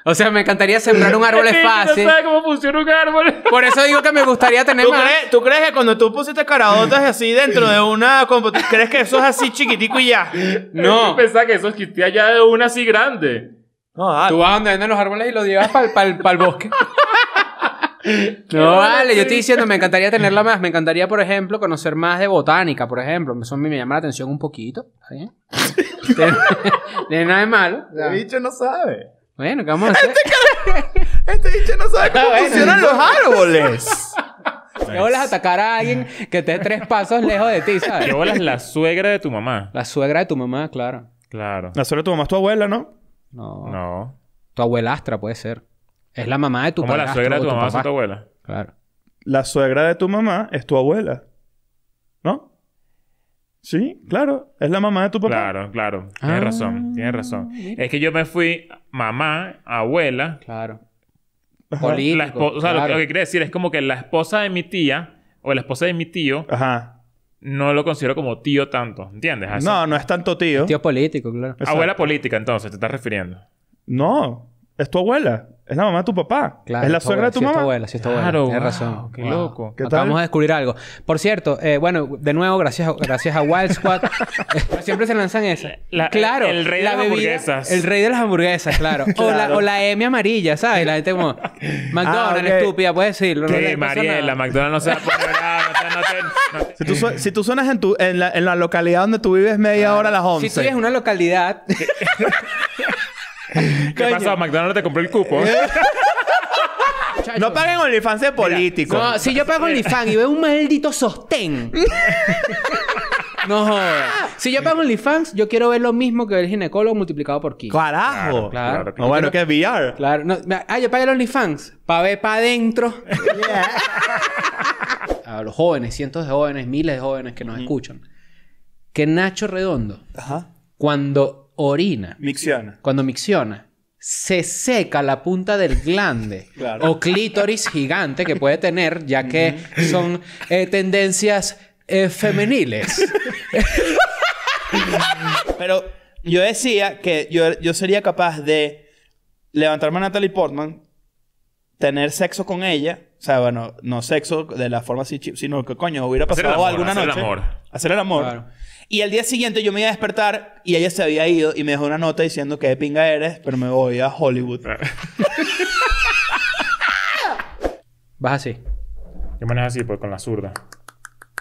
S3: O sea, me encantaría sembrar un árbol es fácil.
S2: cómo funciona un árbol.
S3: Por eso digo que me gustaría tener
S4: ¿Tú
S3: más.
S4: crees, tú crees que cuando tú pusiste caraotas así dentro de una compu- ¿tú crees que eso es así chiquitico y ya?
S3: No.
S2: Yo pensaba que eso existía ya de una así grande.
S3: Tú vas donde venden los árboles y los llevas para el bosque. No vale, yo estoy diciendo, me encantaría tenerla más. Me encantaría, por ejemplo, conocer más de botánica, por ejemplo. Eso a mí me llama la atención un poquito. ¿Está bien? Tiene nada de malo. o sea,
S4: bicho no sabe.
S3: Bueno, ¿qué vamos a hacer?
S4: Este bicho no sabe cómo
S3: bueno.
S4: funcionan los árboles.
S3: ¿Qué bolas atacar a alguien que esté tres pasos lejos de ti, ¿sabes?
S2: ¿Qué bolas la suegra de tu mamá?
S3: La suegra de tu mamá, claro.
S2: Claro.
S4: La suegra de tu mamá es tu abuela, ¿no?
S3: No.
S2: No.
S3: Tu abuelastra puede ser. Es la mamá de tu
S2: ¿Cómo la
S3: padrastro
S2: suegra de
S3: o
S2: tu mamá es
S3: papá.
S2: tu abuela?
S3: Claro.
S4: La suegra de tu mamá es tu abuela. ¿No? Sí, claro. Es la mamá de tu papá.
S2: Claro, claro. Tienes
S4: Ah,
S2: razón, tienes razón. Es que yo me fui mamá, abuela.
S3: Claro.
S2: Ajá.
S3: Político,
S2: La espo- o sea, lo que-
S3: claro.
S2: lo que quiere decir es como que la esposa de mi tía o la esposa de mi tío
S4: Ajá.
S2: no lo considero como tío tanto. ¿Entiendes? Así.
S4: No, no es tanto tío.
S3: Tío político, claro.
S2: Abuela política, entonces, te estás refiriendo.
S4: No, es tu abuela. Es la mamá de tu papá.
S3: Claro,
S4: es la
S3: tu
S4: suegra
S3: abuela,
S4: de tu
S3: sí es
S4: mamá.
S3: abuela, sí es tu abuela.
S2: Claro,
S3: Tienes
S2: wow,
S3: razón.
S2: qué loco. ¿Qué
S3: Acabamos
S2: tal?
S3: de descubrir algo. Por cierto, eh, bueno, de nuevo, gracias, a- gracias a Wild Squad. Siempre se lanzan esas.
S2: La-
S3: claro.
S2: el rey de
S3: la
S2: las
S3: bebida-
S2: hamburguesas.
S3: El rey de las hamburguesas, claro. O, la,
S2: Claro. Ah,
S3: o la M amarilla, ¿sabes? La gente como... McDonald's,
S4: ok.
S3: estúpida, puedes decirlo. no le
S2: Sí,
S3: pasa nada.
S2: Mariela, McDonald's no se va a poner brava, no te- no te-
S4: Si tú, su- si tú suenas en, tu, en, la, en la localidad donde tú vives media hora a las 11.
S3: Si tú eres una localidad...
S2: ¿Qué pasó? McDonald's te compró el cupo. ¿eh?
S4: No paguen OnlyFans de políticos.
S3: No, si yo pago OnlyFans y veo un maldito sostén No jodas. Si yo pago OnlyFans, yo quiero ver lo mismo que el ginecólogo multiplicado por 15.
S4: ¡Carajo!
S3: Claro, claro.
S4: No, bueno, que VR.
S3: Claro. no, me- ah, yo pagué el OnlyFans. Para ver para adentro. A los jóvenes, cientos de jóvenes, miles de jóvenes que nos escuchan. Que Nacho Redondo, cuando orina,
S4: Mixiona.
S3: cuando micciona, se seca la punta del glande
S4: Claro.
S3: o clítoris gigante que puede tener, ya que son eh, tendencias eh, femeniles.
S4: Pero yo decía que yo, yo sería capaz de levantarme a Natalie Portman, tener sexo con ella. O sea, bueno, no sexo de la forma así, chi- sino que coño, hubiera
S2: Hacer el
S4: pasado
S2: amor,
S4: Oh, alguna
S2: hacer el
S4: noche.
S2: amor.
S4: Hacer el amor. Y al día siguiente yo me iba a despertar y ella se había ido y me dejó una nota diciendo que de pinga eres, pero me voy a Hollywood.
S3: Vas así.
S2: Yo manejo así, pues con la zurda.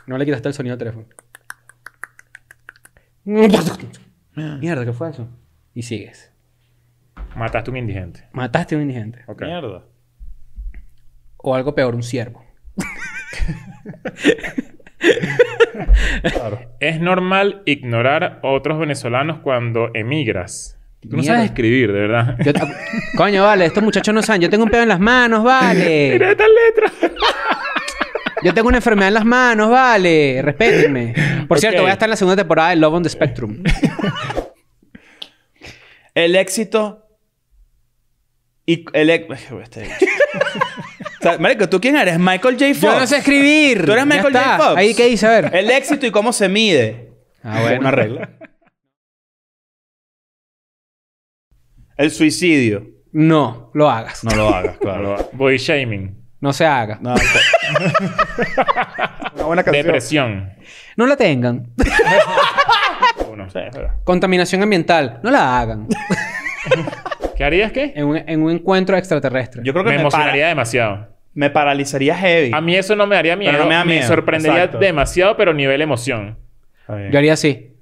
S3: No le quitaste el sonido al teléfono. Mierda, ¿qué fue eso? Y sigues.
S2: Mataste un indigente.
S3: Mataste a un indigente.
S2: Ok. Mierda.
S3: O algo peor, un ciervo.
S2: Es normal ignorar a otros venezolanos cuando emigras. Tú no
S3: Mierda.
S2: sabes escribir, de verdad.
S3: Yo ta- Coño, vale, estos muchachos no saben. Yo tengo un pedo en las manos, vale. Mira
S2: estas letras.
S3: Yo tengo una enfermedad en las manos, vale. Respétenme. Por cierto,
S4: Ok.
S3: voy a estar en la segunda temporada de Love on the Spectrum.
S4: El éxito. Y el ex. Este bicho. O sea, marico, ¿tú quién eres? Michael J. Fox.
S3: Yo no sé escribir.
S4: Tú eres
S3: Ya
S4: Michael
S3: está.
S4: J. Fox.
S3: Ahí, ¿qué dice? A ver.
S4: El éxito y cómo se mide.
S3: Ah, bueno.
S4: Una regla. El suicidio.
S3: No, lo hagas.
S4: No lo hagas, claro.
S2: Body shaming.
S3: No se haga.
S4: No,
S2: Una buena
S3: canción.
S2: Depresión.
S3: No la tengan.
S2: Uno.
S3: Contaminación ambiental. No la hagan.
S2: ¿Qué harías qué?
S3: En un, en un encuentro extraterrestre.
S4: Yo creo que
S2: me,
S4: me,
S2: emocionaría
S4: para-
S2: demasiado.
S4: me paralizaría heavy.
S2: A mí eso no me daría miedo.
S4: no me da miedo,
S2: sorprendería
S4: exacto.
S2: demasiado, pero nivel emoción.
S3: Yo haría así.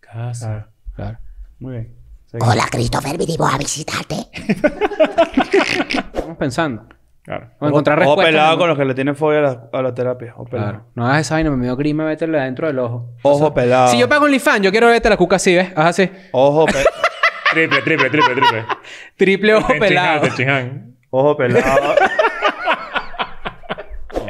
S2: Casa.
S3: Claro.
S2: Muy bien.
S3: Hola, Christopher, vinimos a visitarte. Estamos pensando.
S2: Claro.
S3: Vamos a encontrar
S4: o, o
S3: respuestas.
S4: pelado
S3: ¿no?
S4: con los que le tienen fobia a la, a la terapia. O pelado.
S3: Claro. No hagas esa vaina, me dio grima, mételo adentro del ojo.
S4: Ojo pelado.
S3: Si yo pago OnlyFans, yo quiero verte la cuca así, ¿ves? Haz así.
S4: Ojo pelado.
S2: triple, triple, triple, triple.
S3: Triple ojo
S2: El
S3: pelado.
S2: Chingán, el Chingán.
S4: Ojo pelado.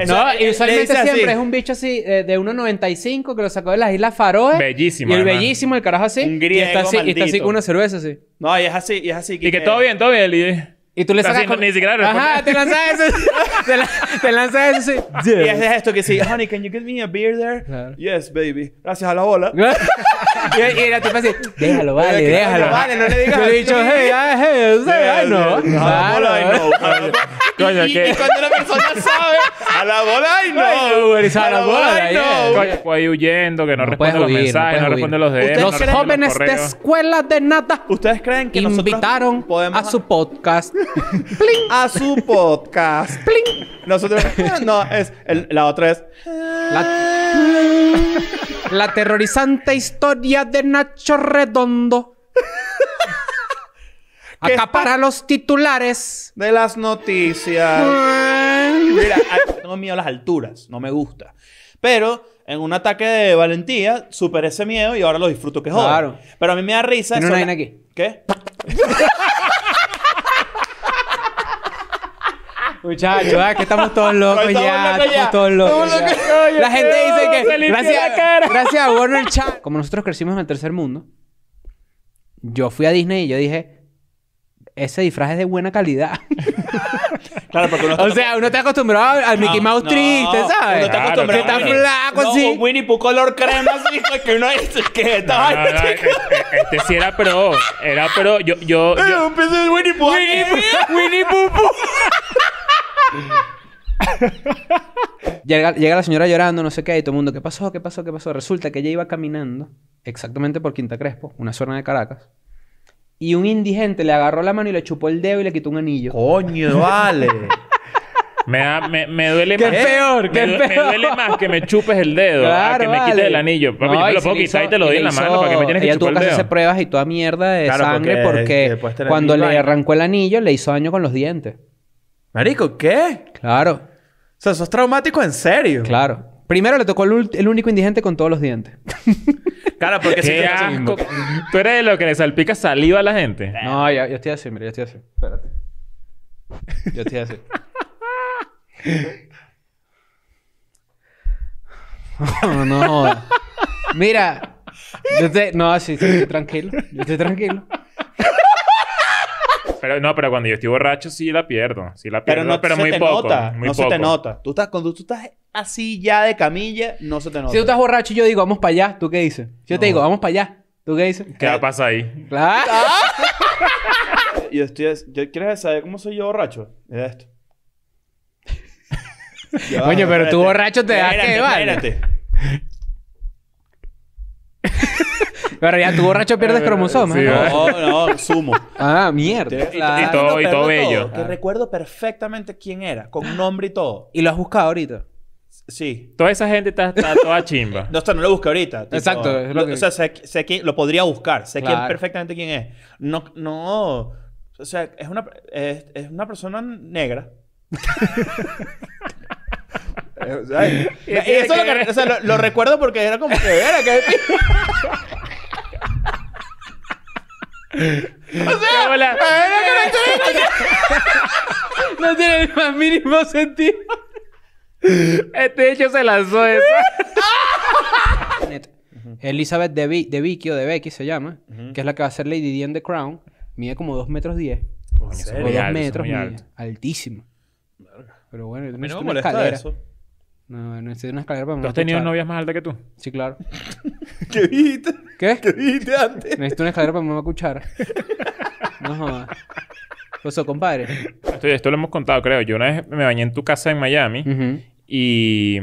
S3: No, y
S4: eh, Le
S3: usualmente
S4: dice así.
S3: siempre es un bicho así eh, de 1.95 que lo sacó de las Islas Faroe.
S2: Bellísimo,
S3: Y el
S2: además.
S3: bellísimo, el carajo así.
S4: Un griego
S3: y está así, y está así
S4: maldito.
S3: con una cerveza así.
S4: No, y es así, y es así.
S2: Y que todo bien, todo bien, Lidia.
S3: Y tú le
S2: Así,
S3: sacas. con-
S2: no- Ni siquiera le
S3: Ajá, te
S2: respondes.
S3: lanzas eso. te, la- te lanzas eso así.
S4: Y es de esto que sí, honey, can you get me a beer there? Yes, baby. Gracias a la bola.
S3: y, y la tipa así, déjalo, vale,
S4: Déjalo,
S3: déjalo.
S4: vale, no le digas
S3: Yo le he
S4: así.
S3: dicho, hey, ah, hey, usted, ay, no.
S4: No, a la
S3: Claro.
S4: bola, ay, no.
S2: Coño,
S4: Y-
S2: ¿qué?
S4: Y cuando la persona sabe, a la bola, ay, no.
S3: Ay, tú eres a la bola,
S4: ay,
S3: yeah.
S4: no.
S2: Coño, pues ahí huyendo, que no,
S3: puedes
S2: responde los
S3: huir, no
S2: mensajes,
S3: puedes
S2: no,
S3: huir.
S2: responde los
S3: Ustedes
S2: DMs, no responde los
S3: jóvenes de
S2: correos.
S3: escuela de nada
S4: ¿Ustedes creen que
S3: invitaron a su podcast.
S4: A su podcast. Nosotros. eh, No, es. el- la otra es.
S3: La terrorizante historia de Nacho Redondo. Acapara los titulares.
S4: De las noticias. Mira, ay, tengo miedo a las alturas. No me gusta. Pero. En un ataque de valentía, superé ese miedo y ahora lo disfruto que joder.
S3: Claro.
S4: Pero a mí me da risa.
S3: Tiene
S4: son
S3: una
S4: la-
S3: vaina aquí.
S4: ¿Qué?
S3: Muchachos, ah, que estamos todos locos
S4: Estamos
S3: ya,
S4: locos ya.
S3: estamos todos locos.
S4: Estamos locos.
S3: ya.
S4: Coño,
S3: La gente
S4: Dios, se
S3: dice que
S4: limpió la
S3: gracias,
S4: cara.
S3: gracias a Warner Channel. Como nosotros crecimos en el tercer mundo, yo fui a Disney y yo dije, ese disfraz es de buena calidad.
S4: Claro, porque uno está
S3: O sea, uno está acostumbrado al Mickey Mouse triste,
S4: Uno
S3: ¿sabes?
S4: está acostumbrado
S3: Que
S4: a
S3: está
S4: Winnie-
S3: flaco
S4: no,
S3: así.
S4: un Winnie Pooh color crema así que uno dice que esta
S2: No, no,
S4: vaina,
S2: no,
S4: chico.
S2: este- este sí era pro. Era pro. Yo, yo,
S4: Eh,
S2: yo-
S4: un pedazo de Winnie Pooh.
S3: Winnie Pooh. Llega, llega la señora llorando, no sé qué, y todo el mundo, ¿qué pasó? ¿Qué pasó? ¿Qué pasó? Resulta que ella iba caminando exactamente por Quinta Crespo, una zona de Caracas, y un indigente le agarró la mano y le chupó el dedo y le quitó un anillo.
S2: Oh,
S4: Coño, vale.
S2: Me, da- me, me duele
S3: ¿Qué
S2: más.
S3: es peor? ¿Qué
S2: me,
S3: es
S2: du- me
S3: peor?
S2: duele más que me chupes el dedo a ah, que me quites el anillo. Papi, yo me lo puedo quitar y te lo doy en la mano. ¿Para qué me tienes que
S3: Ella tuvo
S2: chupar
S3: que
S2: el
S3: hacerse
S2: dedo?
S3: pruebas y toda mierda de
S4: Claro,
S3: sangre
S4: porque
S3: porque,
S4: después te la
S3: cuando le
S4: quitan.
S3: arrancó el anillo le hizo daño con los dientes.
S4: Marico, ¿qué?
S3: Claro.
S4: O sea, sos traumático en serio.
S3: Claro. Primero le tocó el, ul- el único indigente con todos los dientes.
S2: Claro, porque
S3: si
S2: Qué
S3: te-
S2: asco. Tú eres de lo que le salpica saliva a la gente.
S3: No, ya, yo estoy así, mira, yo estoy así. Espérate. Yo estoy así. No, no jodas. Mira, yo estoy... No, sí, sí, estoy tranquilo. Yo estoy tranquilo.
S2: Pero no, pero cuando yo estoy borracho sí la pierdo. Sí la pierdo,
S4: Pero
S2: pero,
S4: no se
S2: muy
S4: te
S2: poco.
S4: nota.
S2: muy
S4: No se te
S2: poco.
S4: nota. Tú estás, cuando tú estás así ya de camilla, no se te nota.
S3: Si tú estás borracho y yo digo, vamos para allá, ¿tú qué dices? Si yo te digo, vamos para allá, ¿tú qué Ah. dices?
S2: ¿Qué va a pasar ahí?
S3: Claro.
S4: Yo estoy... as- yo- ¿Quieres saber cómo soy yo borracho? Mira esto. Ya va,
S3: Coño, pero
S4: espérate.
S3: tú borracho te das
S4: Espérate,
S3: que vale.
S4: espérate.
S3: Pero ya tú borracho pierdes cromosomas.
S4: Sí,
S3: ¿no?
S4: no, no, sumo.
S3: Ah, mierda.
S4: Tienes-
S3: Claro.
S4: Recuerdo todo,
S2: Ah.
S4: Que recuerdo perfectamente quién era, con nombre y todo.
S3: ¿Y lo has buscado ahorita?
S4: Sí.
S2: Toda esa gente está, está toda chimba.
S4: No, o sea, no lo busqué ahorita. tipo,
S2: Exacto, es lo
S4: lo-
S2: que-
S4: O sea, sé, sé quién- lo podría buscar. Sé quién-
S2: Claro.
S4: perfectamente quién es. No, no. O sea, es una, es, es una persona negra. Eh, o sea, y eso lo, que- o sea, lo- lo recuerdo porque era como que era que
S2: O sea,
S3: No tiene el más mínimo sentido.
S2: Este hecho se lanzó esa.
S3: Elizabeth de, Vi- de Vicky o de Becky se llama, que es la que va a ser Lady D en The Crown, mide como 2 metros 10. O
S4: eso es
S3: 2
S4: muy alto, eso es
S3: metros,
S4: muy
S3: mide.
S4: alto.
S3: altísima. Pero bueno, yo
S4: mí no me
S3: necesito una
S4: molesta
S3: escalera.
S4: eso.
S3: No, necesito una escalera para
S2: ¿Tú has tenido novias más altas que tú?
S3: Sí, claro.
S4: ¿Qué dijiste?
S3: ¿Qué?
S4: ¿Qué dijiste antes?
S3: Necesito una escalera para mamá cuchara. No jodas. Oso, compadre.
S2: Esto, esto lo hemos contado, creo. Yo una vez me bañé en tu casa en Miami y,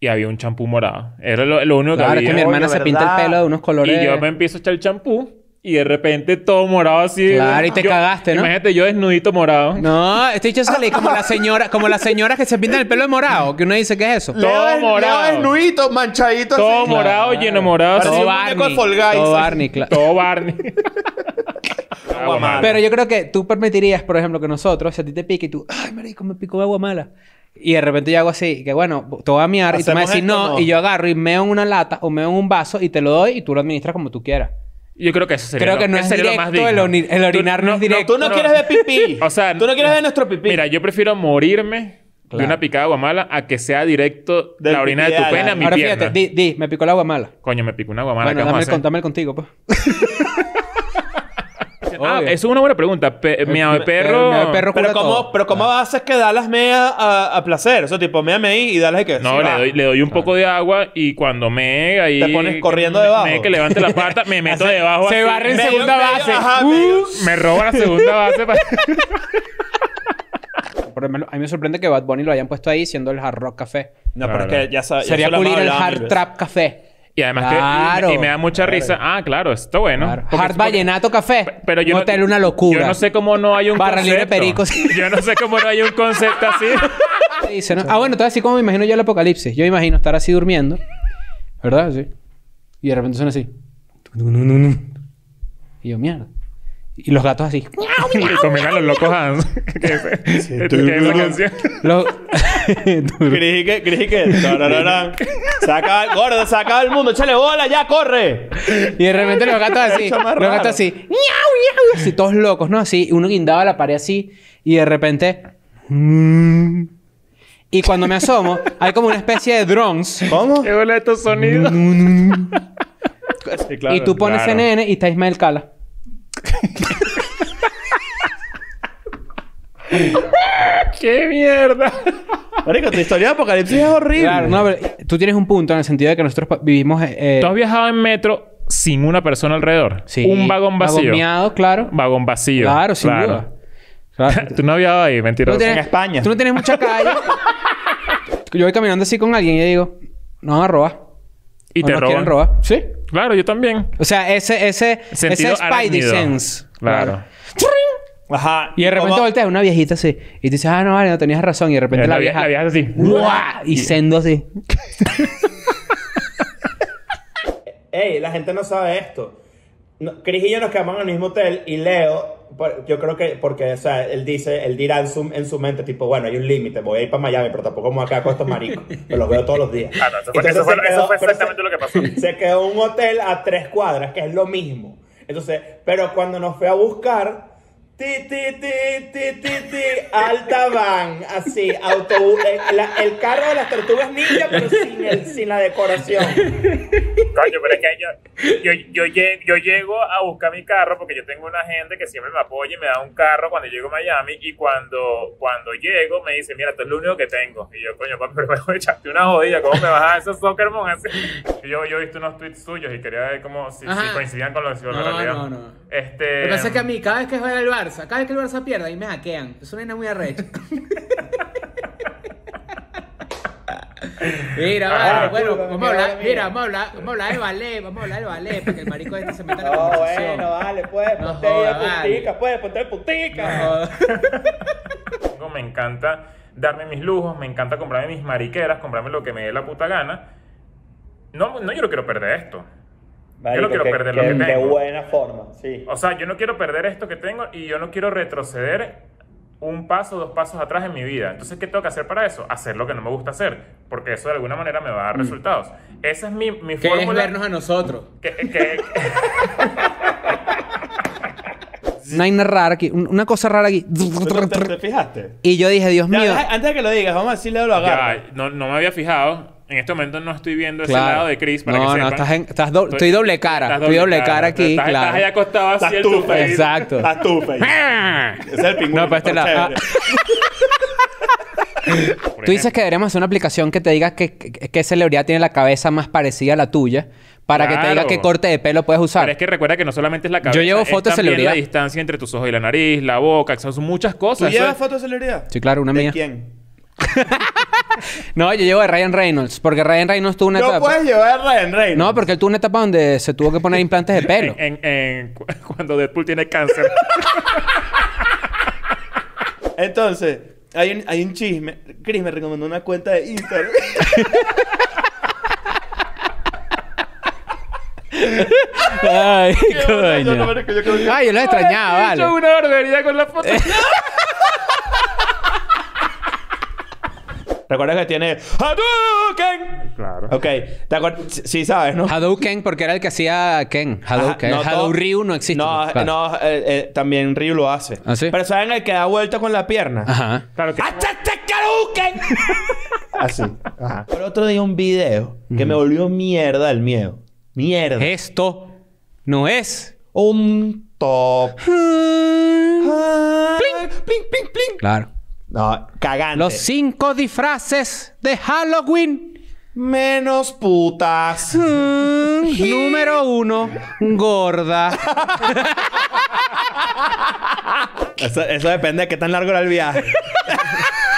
S2: y había un champú morado. Era lo, lo único
S3: Claro,
S2: que
S3: es
S2: había.
S3: que
S4: este
S3: mi hermana se pinta el pelo de unos colores.
S4: eh.
S2: Y yo me empiezo a echar el champú y de repente todo morado así.
S3: Claro, y te
S2: Yo-
S3: cagaste, ¿no?
S2: Imagínate yo desnudito morado.
S3: No, este dicho sale como la señora, como las señoras que se pintan el pelo de morado, que uno dice ¿qué es eso.
S2: Leo Todo es- morado. Leo es
S4: nuito, manchadito
S2: Todo morado, lleno morado.
S3: Todo
S2: así.
S3: Barney, todo Barney, claro.
S2: Todo Ah, Barney.
S4: Agua mala.
S3: Pero yo creo que tú permitirías, por ejemplo, que nosotros, si a ti te pique y tú, ay, marico, me picó agua mala. Y de repente yo hago así, que bueno, te voy a miar y tú
S2: Hacemos
S3: me vas a decir
S2: esto,
S3: no,
S2: no.
S3: y yo agarro y meo en una lata o meo en un vaso y te lo doy y tú lo administras como tú quieras.
S2: Yo creo que eso sería
S3: Creo
S2: lo-
S3: que no
S2: ese
S3: es
S2: sería lo más
S3: directo, el
S2: digno.
S3: oni- el orinar no es directo. Tú no quieres
S4: ver pipí.
S2: O sea, tú no quieres ver nuestro pipí. Mira, yo prefiero morirme de una picada de agua mala a que sea directo
S3: Del
S2: la orina de
S3: pipí
S2: tu
S3: de
S2: pena a
S3: Alan.
S2: mi
S3: Ahora
S2: pierna.
S3: fíjate, di, di, me picó el agua mala.
S2: Coño, me picó una agua mala.
S3: bueno,
S2: ¿qué vamos a
S3: dame el,
S2: hacer?
S3: con- dame el contigo, pues.
S2: Ah,
S3: Obvio.
S2: eso es una buena pregunta. Pe- miau de perro.
S4: pero cómo, pero cómo
S2: Ah.
S4: haces que Dallas mea a, a placer, o sea, tipo méame ahí y Dallas que
S2: No, le doy, le doy un
S3: Ah.
S2: poco de agua y cuando me ahí.
S4: Te pones corriendo debajo.
S2: Me que levante la pata, me meto debajo.
S4: se
S2: así.
S4: barre en
S2: Medio-
S4: segunda
S2: medio-
S4: base.
S3: Uh,
S2: ajá, medio- Me roba la segunda base. pa-
S3: Por ejemplo, a mí me sorprende que Bad Bunny lo hayan puesto ahí siendo el hard rock café.
S4: No, pero Claro. es que ya
S2: Ah,
S4: sa- ya
S3: Sería
S4: se lo
S3: cool ir
S4: hemos
S3: el
S4: hablado mil
S3: hard
S4: veces.
S3: trap café.
S2: Y además
S3: Claro.
S2: que. Y, y me da mucha risa. Ah, claro, está bueno. Porque-
S3: Hard vallenato café.
S2: Pero yo
S3: un
S2: no-
S3: hotel, una locura.
S2: Yo no sé cómo no hay un
S3: Barra libre
S2: concepto.
S3: pericos.
S2: Yo no sé cómo no hay un concepto así.
S3: Dice, ¿no? Ah, bueno, te voy a decir cómo me imagino yo el apocalipsis. Yo me imagino estar así durmiendo, ¿verdad? Sí. Y de repente suena así. Y yo, mierda. Y los gatos así.
S2: y comen a los locos Hans. que es, que es la canción.
S3: Los...
S4: Creí que, creí que. tarararán. Se acaba el gordo, se acaba el mundo, échale bola, ya corre.
S3: Y de repente los gatos así.
S4: Hecho
S3: los
S4: más
S3: gatos
S4: raro.
S3: así. "Miau, miau", Así, todos locos, ¿no? Así. y Uno guindaba la pared así. Y de repente. "Mm". Y cuando me asomo, hay como una especie de drones.
S4: ¿Cómo?
S2: ¿Qué huele estos sonidos?
S3: y tú pones CNN y está Ismael Cala.
S2: ¡Qué mierda!
S4: Marico, tu historia de apocalipsis es horrible.
S3: Claro, no, pero tú tienes un punto en el sentido de que nosotros pa- vivimos. eh,
S2: ¿Tú has viajado en metro sin una persona alrededor?
S3: Sí.
S2: Un vagón vacío.
S3: Vagoneado, claro.
S2: Vagón vacío.
S3: Claro, sin duda.
S2: Tú no has viajado ahí,
S3: tú no
S2: mentiroso.
S3: tienes- Tú no tienes mucha calle. yo voy caminando así con alguien y yo digo, nos van a robar.
S2: Y
S3: O
S2: te
S3: nos
S2: roban.
S3: quieren robar. Sí.
S2: Claro, yo también.
S3: O sea, ese, ese,
S2: Sentido
S3: ese Spidey
S2: arácnido.
S3: Sense.
S2: Claro.
S4: Ajá.
S3: Y de repente volteas a una viejita así. Y te dices, ah, no, vale, no tenías razón. Y de repente
S2: Eh,
S3: la,
S2: la vie-
S3: vieja...
S2: la vieja así.
S3: ¡guau! Y sendo así.
S4: Ey, la gente no sabe esto. No, Chris y yo nos quedamos en el mismo hotel y Leo
S24: por- yo creo que, porque, o sea, él dice, él dirá en su, en su mente, tipo, bueno, hay un límite, voy a ir para Miami, pero tampoco me voy a quedar con estos maricos, me los veo todos los días.
S19: Ah, no, eso fue- eso fue- eso fue exactamente
S24: lo que pasó. Se quedó en un hotel a tres cuadras, que es lo mismo. Entonces, pero cuando nos fue a buscar, Ti, ti, ti, ti, ti, ti, alta van, así, autobús, el, la- el carro de las tortugas ninja, pero sin, el- sin la decoración.
S19: Coño, pero es que yo, yo, yo, lle- yo llego a buscar mi carro porque yo tengo una gente que siempre me apoya y me da un carro cuando llego a Miami y cuando, cuando llego me dice, mira, esto es lo único que tengo. Y yo, coño, papi, pero me echaste una jodida, ¿cómo me vas a dar esos soccer mom así? Y yo, yo he visto unos tweets suyos y quería ver cómo si, si
S3: Ajá.
S19: coincidían con los de
S3: No,
S19: la realidad.
S3: no, no.
S19: Este,
S3: Lo que pasa es que
S2: Em.
S3: a mí, cada vez que juega el Barça, cada vez que el Barça pierda, ahí me hackean. Es una vaina muy arrecha. Mira,
S19: Ah,
S3: vale, bueno,
S19: discúlpame,
S3: vamos a hablar,
S19: mira,
S3: mira, vamos a hablar, vamos a hablar de ballet, vamos a hablar de ballet, para que el marico este se meta en la
S24: No,
S3: conversación.
S24: Oh, bueno, vale, pues,
S3: No
S24: ponte ahí
S3: joda,
S24: de
S3: vale.
S24: puntica, pues, ponte de puntica.
S2: Tengo, me encanta darme mis lujos, me encanta comprarme mis mariqueras, comprarme lo que me dé la puta gana. No, no yo no quiero perder esto. yo no
S24: Marico,
S2: quiero
S24: que-
S2: perder
S24: que-
S2: lo que
S24: De
S2: tengo.
S24: buena forma, sí.
S2: O sea, yo no quiero perder esto que tengo y yo no quiero retroceder un paso, dos pasos atrás en mi vida. Entonces, ¿qué tengo que hacer para eso? Hacer lo que no me gusta hacer, porque eso de alguna manera me va a dar resultados. Esa es mi, mi
S3: Que es
S2: fórmula.
S3: vernos a nosotros.
S2: que- que-
S3: Una vaina rara aquí, un- una cosa rara aquí.
S4: ¿Te fijaste?
S3: Y yo dije, Dios
S4: Ya,
S3: mío.
S4: deja- antes de que lo digas, vamos a decirle lo agarra.
S2: Ya, no, no me había fijado. En este momento no estoy viendo ese
S3: Claro.
S2: lado de Chris para
S3: no,
S2: que
S3: no,
S2: sepan. Pues,
S3: estás en- estás do- estoy doble cara.
S2: estás
S3: estoy doble cara, aquí,
S2: Estás,
S3: claro.
S2: estás ahí acostado ¡Ah! así
S3: Estás
S2: el
S3: tú,
S2: tuface.
S3: Exacto. Estás tú,
S4: Es el pingüino.
S3: No, pues este
S4: pero
S3: la-
S4: chévere.
S3: Tú dices que deberíamos hacer una aplicación que te diga qué que, qué celebridad tiene la cabeza más parecida a la tuya para que te diga
S2: Claro.
S3: qué corte de pelo puedes usar.
S2: Pero es que recuerda que no solamente es la cabeza.
S3: Yo llevo
S2: es
S3: fotos de
S2: también
S3: celebridad.
S2: la distancia entre tus ojos y la nariz, la boca, que son muchas
S4: ¿Tú
S2: cosas. Eso
S4: llevas
S2: es-
S4: fotos de celebridad?
S3: Sí, claro, una mía.
S4: quién?
S3: No, yo llevo de Ryan Reynolds, porque Ryan Reynolds tuvo una
S4: No pues.
S3: etapa.
S4: puedes llevar a Ryan Reynolds.
S3: No, porque él tuvo una etapa donde se tuvo que poner implantes de pelo.
S2: En, en- cu- cuando Deadpool tiene cáncer.
S4: Entonces, hay un, hay un chisme. Chris me recomendó una cuenta de Instagram.
S3: Ay,
S4: coño.
S3: Ay, yo lo
S2: Ay,
S3: extrañaba, vale.
S2: He hecho una barbaridad con la foto.
S4: ¿Recuerdas que tiene Hadouken?
S2: Claro.
S4: Ok, ¿te acuerdas? Sí, sí sabes, ¿no?
S3: Hadouken, porque era el que hacía Ken. Hadouken.
S4: Ajá, no,
S3: Hadou
S4: todo-
S3: Ryu no existe. pues,
S4: No,
S3: Claro. ¿Ah,
S4: no, eh, eh, también Ryu lo hace. Pero ¿saben el que da vuelta con la pierna?
S3: Ajá.
S2: Claro que...
S4: Así. Ajá. Pero otro día un video que me volvió mierda el miedo. Mierda.
S3: Esto no es
S4: un top.
S3: Claro.
S4: No, cagante.
S3: Los cinco disfraces de Halloween.
S4: Menos putas.
S3: Número uno, gorda.
S4: Eso, eso depende de qué tan largo era el viaje.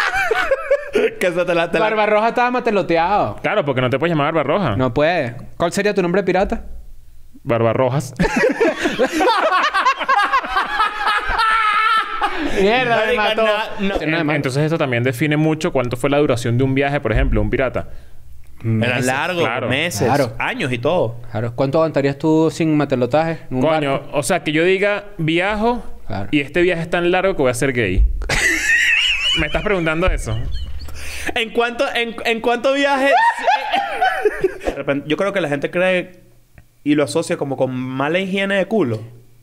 S4: que se te la, te la-
S3: Barbarroja estaba mateloteado.
S2: Claro, porque no te puedes llamar Barbarroja.
S3: No puede. ¿Cuál sería tu nombre pirata?
S2: Barbarrojas.
S3: Mierda, me
S4: Marica,
S3: mató.
S4: no, no.
S2: En- Entonces eso también define mucho cuánto fue la duración de un viaje, por ejemplo, un pirata.
S4: Era
S3: Meses,
S4: largo,
S2: claro.
S4: meses,
S3: Claro.
S4: años y todo.
S3: Claro. ¿Cuánto aguantarías tú sin matelotaje? en un
S2: Coño,
S3: barco?
S2: o sea, que yo diga viajo
S3: Claro.
S2: y este viaje es tan largo que voy a ser gay. ¿Me estás preguntando eso?
S4: ¿En cuánto, en, en cuánto viajes? eh, De repente, yo creo que la gente cree y lo asocia como con mala higiene de culo.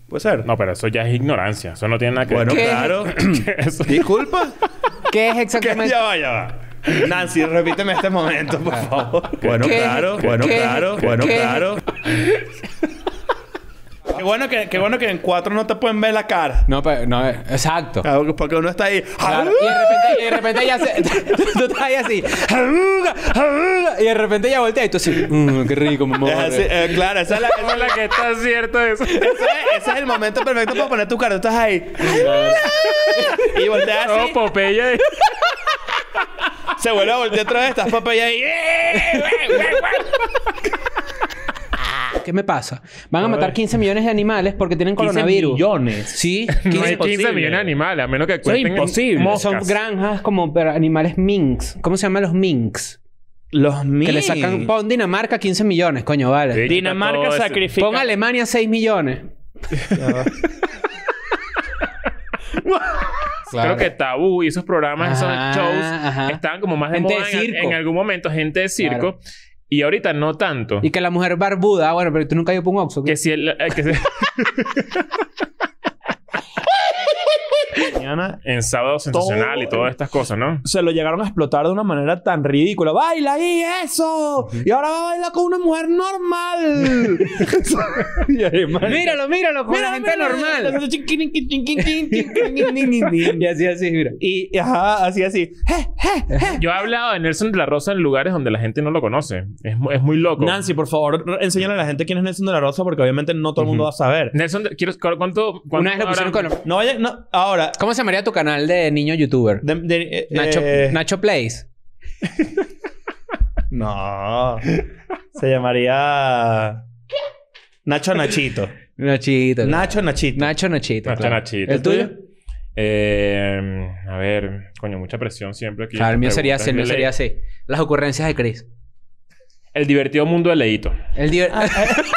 S4: Puede ser.
S2: No, pero eso ya es ignorancia. Eso no tiene nada que ver.
S4: Bueno, claro. Disculpa.
S3: ¿Qué es exactamente?
S4: Ya va, ya va. Nancy, repíteme este momento,
S2: Ah.
S4: por favor. Bueno,
S3: ¿Qué?
S4: claro,
S3: ¿Qué?
S4: bueno,
S3: ¿Qué?
S4: claro, bueno,
S3: ¿Qué?
S4: claro. Qué bueno que, qué bueno que en cuatro no te pueden ver la cara.
S3: No, pero no, eh, exacto.
S4: Claro, Porque uno está ahí. ¡Ah!
S3: Claro, Y de repente, y de repente ella se. tú, tú estás ahí así. Y de repente ella voltea y tú así. "Mm, qué rico, mamá.
S4: Es así, eh, claro, esa es la, esa es la
S2: que está cierto eso.
S4: Ese es, ese es el momento perfecto para poner tu cara. Tú estás ahí. y
S6: Ah,
S4: volteas así.
S2: No, Popeye.
S3: pues.
S4: Se vuelve a voltear otra vez. Estás Popeye
S6: eh,
S4: ahí.
S3: ¿Qué me pasa? Van a matar 15 millones de animales porque tienen
S4: 15
S3: coronavirus.
S4: millones.
S3: Sí,
S2: No hay 15 millones de animales, a menos que cuenten moscas.
S3: Son granjas como para animales minks. ¿Cómo se llaman los minks?
S4: Los minks.
S3: Que le sacan... Pon Dinamarca 15 millones, coño, vale.
S4: Sí, Dinamarca todo eso. sacrifica-
S2: Ah.
S3: Pon Alemania 6 millones. Claro.
S2: Creo que Tabú y esos programas,
S3: Ajá,
S2: esos shows,
S3: ajá.
S2: estaban como más de
S3: Ah, Gente
S2: moda
S3: de
S2: en-
S3: circo.
S2: En, algún momento, gente de circo.
S3: Claro.
S2: Y ahorita no tanto.
S3: Y que la mujer barbuda, ah, bueno, pero tú nunca has ido por un Oxxo.
S2: Que si el... eh, que si-
S4: Mañana
S2: en sábado sensacional
S4: Todo-
S2: y todas estas cosas, ¿no?
S4: se lo llegaron a explotar de una manera tan ridícula. ¡Baila ahí eso! Y ahora va a bailar con una mujer normal. Y ahí, marica,
S3: Míralo, míralo, como la gente normal.
S2: y así, así, mira.
S4: Y, ajá, así, así.
S2: Yo he hablado de Nelson de la Rosa en lugares donde la gente no lo conoce. Es, mu- es muy loco.
S4: Nancy, por favor, re- enséñale a la gente quién es Nelson de la Rosa, porque obviamente no todo el mundo va a saber.
S2: Nelson, de- quiero, ¿cu- ¿cuánto, cuánto
S3: Una vez lo pusieron
S2: habrán-
S3: con...
S4: No vaya, no, ahora.
S3: ¿Cómo se llamaría tu canal de niño youtuber? Nacho,
S4: eh,
S3: Nacho Plays.
S4: No. Se llamaría. Nacho Nachito.
S3: Nachito.
S4: Nacho Nachito.
S3: Nacho Nachito.
S2: Nacho
S3: claro.
S2: Nachito.
S3: ¿El tuyo?
S2: Eh, a ver, coño, mucha presión siempre aquí.
S3: Claro, el mío sería así, el mío
S2: Preguntas de
S3: sería
S2: ley.
S3: así. Las ocurrencias de Chris.
S2: El divertido mundo de Leito.
S3: El diver-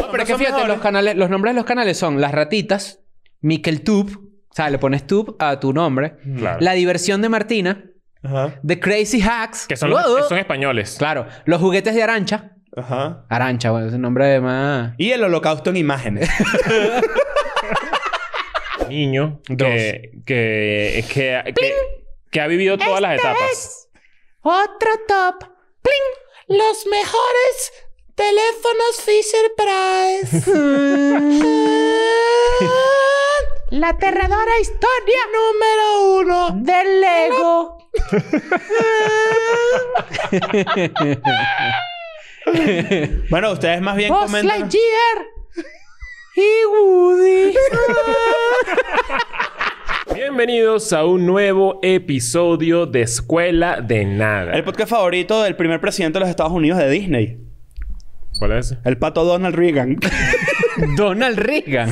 S3: No, pero es que fíjate, los, canales, los nombres de los canales son Las Ratitas, Miquel Tube, o sea, le pones Tube a tu nombre,
S2: Claro.
S3: La Diversión de Martina, The Crazy Hacks,
S2: Que son, los- que son españoles.
S3: Claro. Los Juguetes de Arancha,
S4: Ajá.
S3: Arancha, bueno, es el nombre de más...
S4: Y el holocausto en imágenes.
S2: Niño que, que, que, que, que ha vivido todas las etapas.
S25: Otro top. ¡Pling! Los mejores teléfonos Fisher Price. La aterradora historia número uno del Lego.
S4: bueno, ustedes más bien
S25: Buzz
S4: comentan.
S25: Lightyear y Woody.
S2: Bienvenidos a un nuevo episodio de Escuela de Nada.
S4: El podcast favorito del primer presidente de los Estados Unidos de Disney.
S2: ¿Cuál es?
S4: El pato Donald Reagan.
S3: Donald Reagan.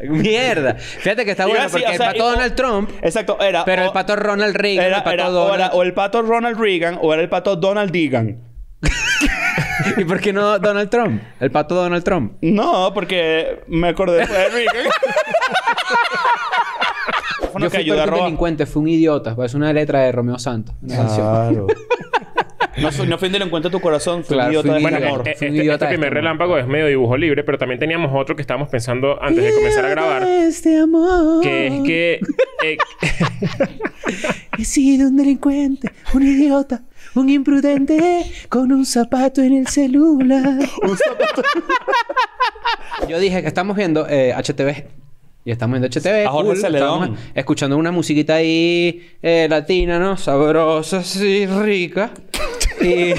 S3: Mierda. Fíjate que está
S4: Iba
S3: bueno
S4: así,
S3: porque
S4: o sea,
S3: el pato
S4: y-
S3: Donald Trump.
S4: Exacto, era.
S3: Pero el pato Ronald Reagan,
S4: Era,
S3: el pato
S4: era- o,
S3: Donald.
S4: era- o el pato Ronald Reagan o era el pato Donald Reagan.
S3: ¿Y por qué no Donald Trump? El pato Donald Trump.
S4: No, porque me acordé fue de Reagan. Teléfono
S3: Yo
S4: que
S3: fui
S4: ayuda a
S3: peor que un
S4: robar.
S3: delincuente, fui un idiota. Es una letra de Romeo Santos. una canción.
S4: No, fui- no fui un delincuente de tu corazón, fui
S3: Claro,
S4: un idiota
S3: fui un
S4: de
S3: idiota.
S4: mi amor.
S3: Fue
S2: Este,
S3: un
S2: este
S3: idiota
S2: primer
S3: esto, ¿no?
S2: relámpago es medio dibujo libre, pero también teníamos otro que estábamos pensando antes de comenzar a grabar.
S25: Este amor.
S2: Que es que eh,
S25: He sido un delincuente, un idiota, un imprudente, con un zapato en el celular.
S3: Yo dije que estamos viendo eh, HTV. Y estamos viendo HTV.
S4: A Jorge Celedón.
S3: Estamos escuchando una musiquita ahí eh, latina, ¿no? Sabrosa, así, rica. Y...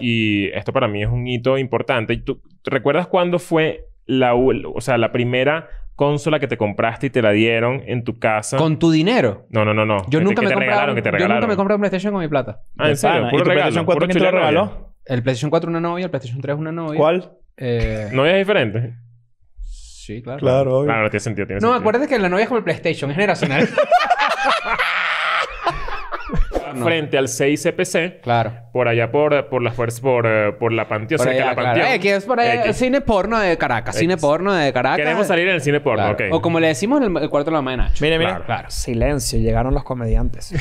S2: y esto para mí es un hito importante. ¿Y ¿Tú tú recuerdas cuándo fue la, u- o sea, la primera consola que te compraste y te la dieron en tu casa?
S3: ¿Con tu dinero?
S2: No, no, no, no.
S3: Yo
S2: Que te-
S3: nunca
S2: que
S3: me
S2: te
S3: compraba.
S2: regalaron, que te
S3: Yo nunca
S2: regalaron.
S3: me compré un PlayStation con mi plata.
S2: Ah, ¿en serio? Puro regalo. Puro chulería.
S3: El PlayStation 4 una novia, el PlayStation 3 una novia.
S2: ¿Cuál?
S3: Eh,
S2: ¿No es diferente?
S3: Sí, claro.
S2: Claro, obvio. Claro, tiene sentido, tiene
S3: No,
S2: sentido.
S3: acuérdate que la novia es como el PlayStation, es generacional. no.
S2: Frente al 6CPC.
S3: Claro.
S2: Por allá por, por las fuerzas, por, eh, por la Panteón.
S3: Por
S2: cerca de
S3: allá,
S2: la
S3: claro.
S2: Panteón.
S3: Eh, que es por allá,
S2: X.
S3: cine porno de Caracas, cine porno de Caracas.
S2: Queremos salir en el cine porno,
S3: Claro.
S2: ok.
S3: O como le decimos en el, el cuarto de la mamá de Nacho.
S2: Mira, mira.
S3: Claro.
S25: Silencio, llegaron los comediantes.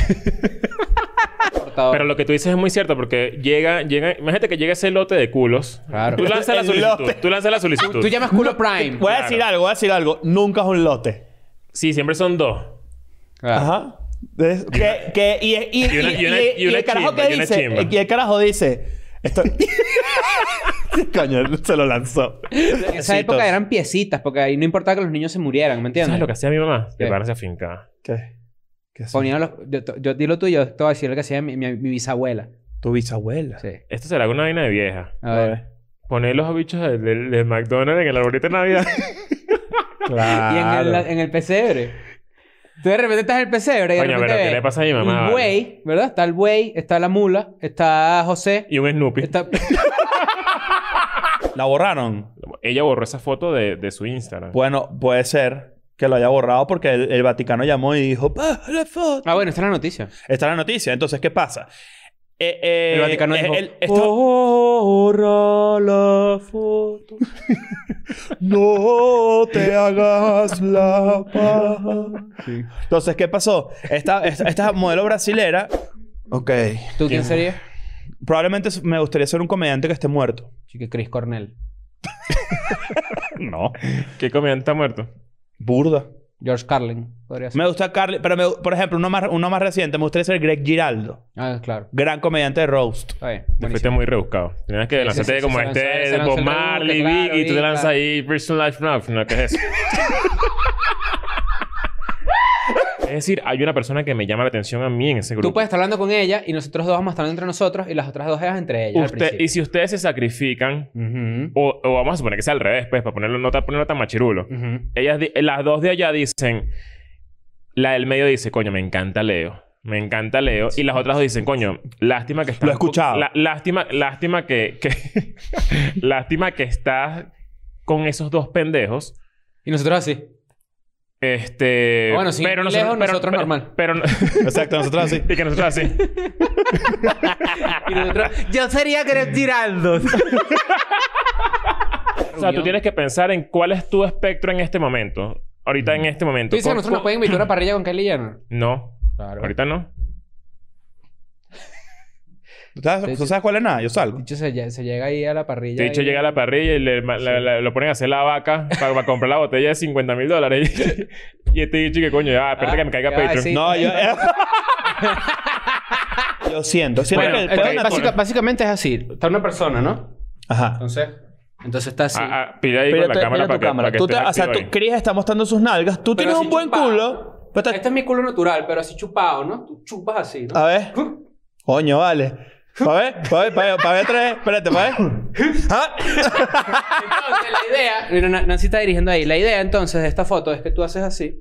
S2: Pero lo que tú dices es muy cierto porque llega, llega, imagínate que llega ese lote de culos. Claro. Tú lanzas la
S4: El
S2: solicitud.
S4: lote.
S2: Tú lanzas la solicitud.
S4: Tú llamas culo
S3: Prime.
S4: Voy a decir algo, voy a decir algo. Nunca es un lote.
S2: Sí, siempre son dos.
S4: Ajá. Es- que, que- y, Ah. y-
S2: Y una-
S4: y-
S2: y una-
S4: y-
S2: y
S4: y
S2: una
S4: el carajo
S2: chimba,
S4: que
S2: y una
S4: dice.
S2: chimba.
S4: Y el carajo dice. Esto... Coño, se lo lanzó.
S3: En esa época eran piecitas, porque ahí no importaba que los niños se murieran, ¿me entiendes?
S2: ¿Sabes lo que hacía mi mamá?
S3: ¿Qué?
S2: Llevarse a finca.
S4: ¿Qué?
S3: Ponía los, yo, yo di lo tuyo, te voy a decir lo que hacía mi, mi- mi bisabuela.
S4: ¿Tu bisabuela?
S3: Sí.
S2: Esto será una vaina de vieja.
S3: A ver.
S2: Poner los bichos del del- del McDonald's en el arbolito de Navidad.
S3: Y en el, en el pesebre. Tú de repente estás en el pesebre y de
S2: Coño,
S3: repente
S2: pero ¿qué
S3: ves
S2: le pasa a mi mamá,
S3: Un
S2: vale?
S3: buey, ¿verdad? Está el buey, está la mula, está José.
S2: Y un Snoopy.
S4: ¿La borraron?
S2: Ella borró esa foto de, de su Instagram.
S4: Bueno, puede ser que lo haya borrado porque el, el Vaticano llamó y dijo. "Pa,
S3: Ah, bueno, esta es la noticia.
S4: Está la noticia. Entonces, ¿qué pasa? Eh, eh,
S3: El Vaticano "Oh,
S4: eh,
S3: dijo,
S4: el- esto-
S3: Borra la foto.
S4: No te hagas la paja. Entonces, ¿qué pasó? Esta, esta, esta modelo brasilera. Ok.
S3: ¿Tú quién sería?
S4: Probablemente me gustaría ser un comediante que esté muerto.
S3: Chique Chris Cornell.
S4: no.
S2: ¿Qué comediante está muerto?
S4: Burda.
S3: George Carlin. Podría ser.
S4: Me gusta Carly, pero me- por ejemplo, uno más, uno más reciente, me gustaría ser Greg Giraldo.
S3: Ah, claro.
S4: Gran comediante de roast.
S3: Está bien.
S2: Te fuiste muy rebuscado. Tenías que
S4: Sí, sí,
S2: lanzarte
S4: sí,
S2: como
S4: se lanzó-
S2: este
S4: se
S2: de
S4: lanzó
S2: Bob
S4: el rebusque,
S2: Marley,
S4: claro,
S2: Biggie, y tú
S4: y
S2: te lanzas
S4: claro.
S2: ahí Personal Life Now. No, ¿qué es eso? es decir, hay una persona que me llama la atención a mí en ese
S3: Tú
S2: grupo.
S3: puedes estar hablando con ella y nosotros dos vamos a estar hablando entre nosotros y las otras dos eras entre ellas. al
S2: Usted-
S3: principio.
S2: y si ustedes se sacrifican, o, o vamos a suponer que sea al revés, pues, para ponerlo, no ta- ponerlo tan machirulo. Ellas, di- las dos de allá dicen, la del medio dice, coño, me encanta Leo. Me encanta Leo. Y las otras dos dicen, coño, lástima que estás... Lo he escuchado. lástima, lástima que... que- lástima que estás con esos dos pendejos.
S3: Y nosotros así.
S2: Este...
S3: Ah, bueno, sí, lejos, nosotros normal.
S2: Pero,
S4: Exacto, nosotros así.
S2: Y que nosotros así.
S3: Yo sería Greg Giraldo.
S2: O sea, tú tienes que pensar en cuál es tu espectro en este momento. Ahorita en este momento.
S3: Tú dices que
S2: ¿Cu-
S3: nosotros nos
S2: cu-
S3: pueden invitar a parrilla con Kylie Jenner.
S2: No. Ahorita no.
S4: ¿Tú sabes, tú sabes cuál es nada? Yo salgo.
S3: Dicho se, lle- se llega ahí a la parrilla.
S2: De hecho,
S3: y-
S2: llega a la parrilla y le, ma- la- la- lo ponen a hacer la vaca para, para comprar la botella de 50 mil dólares. y este dicho que coño, ah, espérate que me caiga
S3: ya,
S2: Patreon.
S3: sí.
S4: No, yo. eh, yo siento. siento
S3: Bueno,
S4: que el
S3: ok,
S4: peor natural-
S3: básica- básicamente es así. Está una persona, ¿no?
S4: Ajá.
S3: Entonces. Entonces está así.
S2: Ah, ah, pide ahí con la cámara para que, para que
S4: Tú te,
S2: estés
S4: o sea, tú,
S2: activo ahí.
S4: Chris está mostrando sus nalgas. Tú
S3: Pero
S4: tienes
S3: así
S4: un buen
S3: chupado.
S4: culo.
S3: Este es mi culo natural, pero así chupado, ¿no? Tú chupas así, ¿no?
S4: A ver. Coño, vale. Pa' ver, pa' ver, pa' ver, pa' ver otra vez. Espérate, pa' ver. ¿Ah?
S3: Entonces, la idea. Mira, Na- Nancy está dirigiendo ahí. La idea entonces de esta foto es que tú haces así.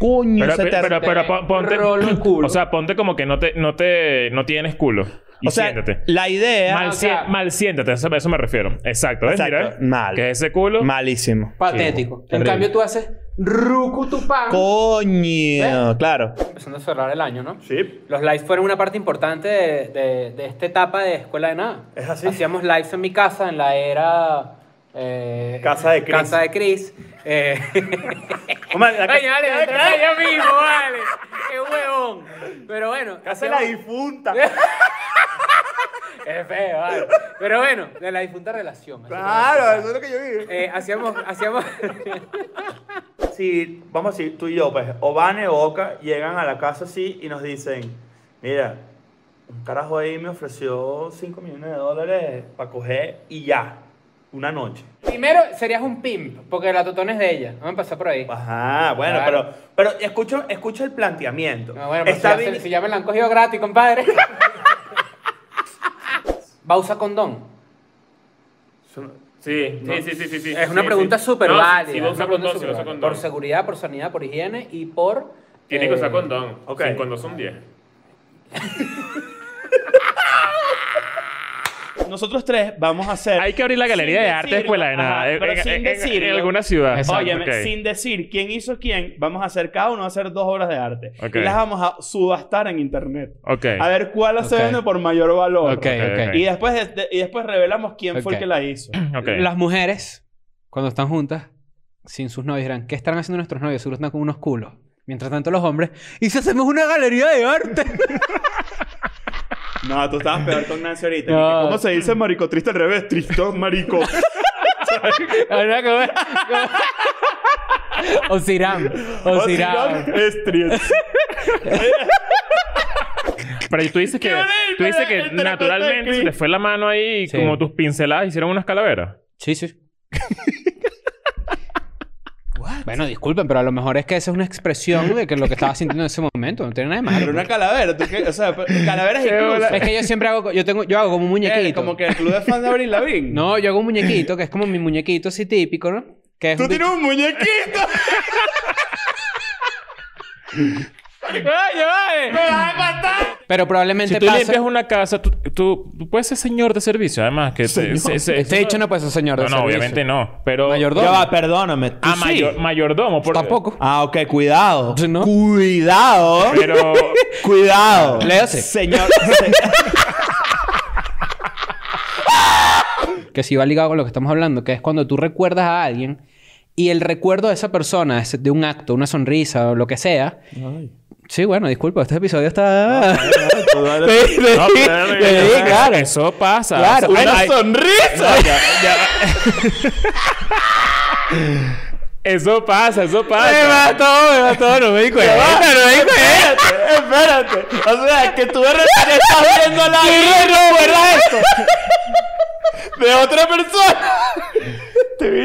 S4: Coño,
S2: Pero,
S4: se te-
S2: pero, pero, pero pon- ponte. O sea, ponte como que no te, no te, no tienes culo. Y
S4: O sea,
S2: siéntate.
S4: La idea.
S2: Mal, si- mal siéntate, eso- a eso me refiero. Exacto, ¿ves?
S4: Exacto,
S2: Mira,
S4: mal.
S2: Que ese culo.
S3: ¿Ah?
S4: Malísimo.
S3: Patético. En
S4: Terrible.
S3: cambio, tú haces rucutupán.
S4: Coño, claro.
S3: Empezando a cerrar el año, ¿no? Sí. Los lives fueron una parte importante de, de- de esta etapa de escuela de nada. Es así. Hacíamos lives en mi casa en la era. eh, casa de Chris. Casa de Chris. Eh... Ay, vale, me trae yo mismo, vale. Qué huevón. Pero bueno. Casa de la difunta. Es feo, vale. Pero bueno, de la difunta relación.
S24: Claro, eso es lo que yo vi.
S3: Eh, hacíamos, hacíamos.
S24: si, vamos a decir, tú y yo, pues, o Vane o Oca llegan a la casa así y nos dicen, mira, un carajo ahí me ofreció 5 millones de dólares para coger y ya, una noche.
S3: Primero serías un pimp, porque la totona es de ella. Vamos a empezar por ahí.
S24: Ajá, bueno,
S3: Claro.
S24: pero, pero escucho, escucho el planteamiento.
S4: Ah,
S3: No, Ah, bueno, pero
S24: Está
S3: si, ya
S24: bien-
S3: se- si ya me la han cogido gratis, compadre. ¿Va a usar condón?
S2: Sí,
S3: No.
S2: sí, sí, sí, sí, sí.
S3: Es una
S2: Sí,
S3: pregunta
S2: sí.
S3: súper
S2: No, sí,
S3: válida.
S2: sí, va a
S3: es una
S2: usar condón,
S3: pregunta
S2: sí, va a usar
S3: súper válida.
S2: condón.
S3: Por seguridad, por sanidad, por higiene y por...
S2: Tiene que
S3: eh,
S2: usar condón. Sin condón son 10.
S4: Nosotros tres vamos a hacer.
S2: Hay que abrir la galería
S4: sin
S2: de arte de Escuela de Nada, en-
S4: pero
S2: en-
S4: sin
S2: en- en
S4: decirlo.
S2: alguna ciudad. Exacto,
S4: Óyeme,
S2: ok.
S4: sin decir quién hizo quién, vamos a hacer cada uno va a hacer dos obras de arte.
S2: Ok.
S4: Y las vamos a subastar en internet.
S2: Ok.
S4: A ver cuál se
S2: Ok.
S4: vende por mayor valor.
S3: Ok, ok.
S4: Y después, de- de- y después revelamos quién fue el
S3: Ok.
S4: que la hizo.
S3: Las mujeres, cuando están juntas, sin sus novios, dirán, ¿qué estarán haciendo nuestros novios? Seguro están con unos culos. Mientras tanto, los hombres, ¿y si hacemos una galería de arte?
S4: No, tú estabas peor con Nancy ahorita.
S3: No.
S4: ¿Cómo se dice marico triste al revés? Tristón marico.
S3: Ahora, ¿cómo es? Osiram. Osiram.
S2: Pero tú dices que, tú dices que naturalmente se te fue la mano ahí y
S3: Sí.
S2: como tus pinceladas hicieron unas calaveras.
S3: Sí, sí. Bueno, disculpen, pero a lo mejor es que esa es una expresión de que lo que estaba sintiendo en ese momento. No tiene nada de malo.
S4: Pero una calavera, ¿tú qué? O sea, pero- calaveras y
S3: Es,
S4: cruz.
S3: que yo siempre hago, co- yo tengo, yo hago como un muñequito. Como
S4: Eh, que el club de fans de Abril Lavigne.
S3: No, yo hago un muñequito que es como mi muñequito así típico, ¿no? Que es
S4: ¡Tú
S3: un
S4: tienes un muñequito!
S3: ¡Oye, oye! ¡Me vas a matar! Pero probablemente
S2: Si tú
S3: pasa-
S2: limpias una casa, tú, tú- tú puedes ser señor de servicio, además. Que
S3: Señor. Este hecho no puede ser señor de
S2: No,
S3: servicio.
S2: obviamente no. Pero...
S4: Ya va, perdóname. tú
S2: Ah,
S4: sí.
S2: mayor- mayordomo. Porque... Tampoco.
S4: Ah, ok, cuidado. Cuidado.
S2: Pero-
S4: cuidado.
S2: Léase.
S4: Señor.
S3: que sí va ligado con lo que estamos hablando, que es cuando tú recuerdas a alguien y el recuerdo de esa persona, es de un acto, una sonrisa o lo que sea. Sí, bueno, disculpa, este episodio está. Sí,
S2: No,
S3: sí,
S2: pero-
S3: sí, sí, claro.
S2: Eso pasa.
S3: Claro,
S2: Bueno,
S3: una
S2: hay-
S3: sonrisa.
S2: No, ya- ya- Eso pasa, eso pasa.
S4: Me mató, me mató, no me di
S2: cuenta, no me di
S4: Espérate, espérate. O sea, que tú de repente estás viendo la
S26: Sí,
S4: vida y
S26: no,
S4: recuerdas esto. De otra persona.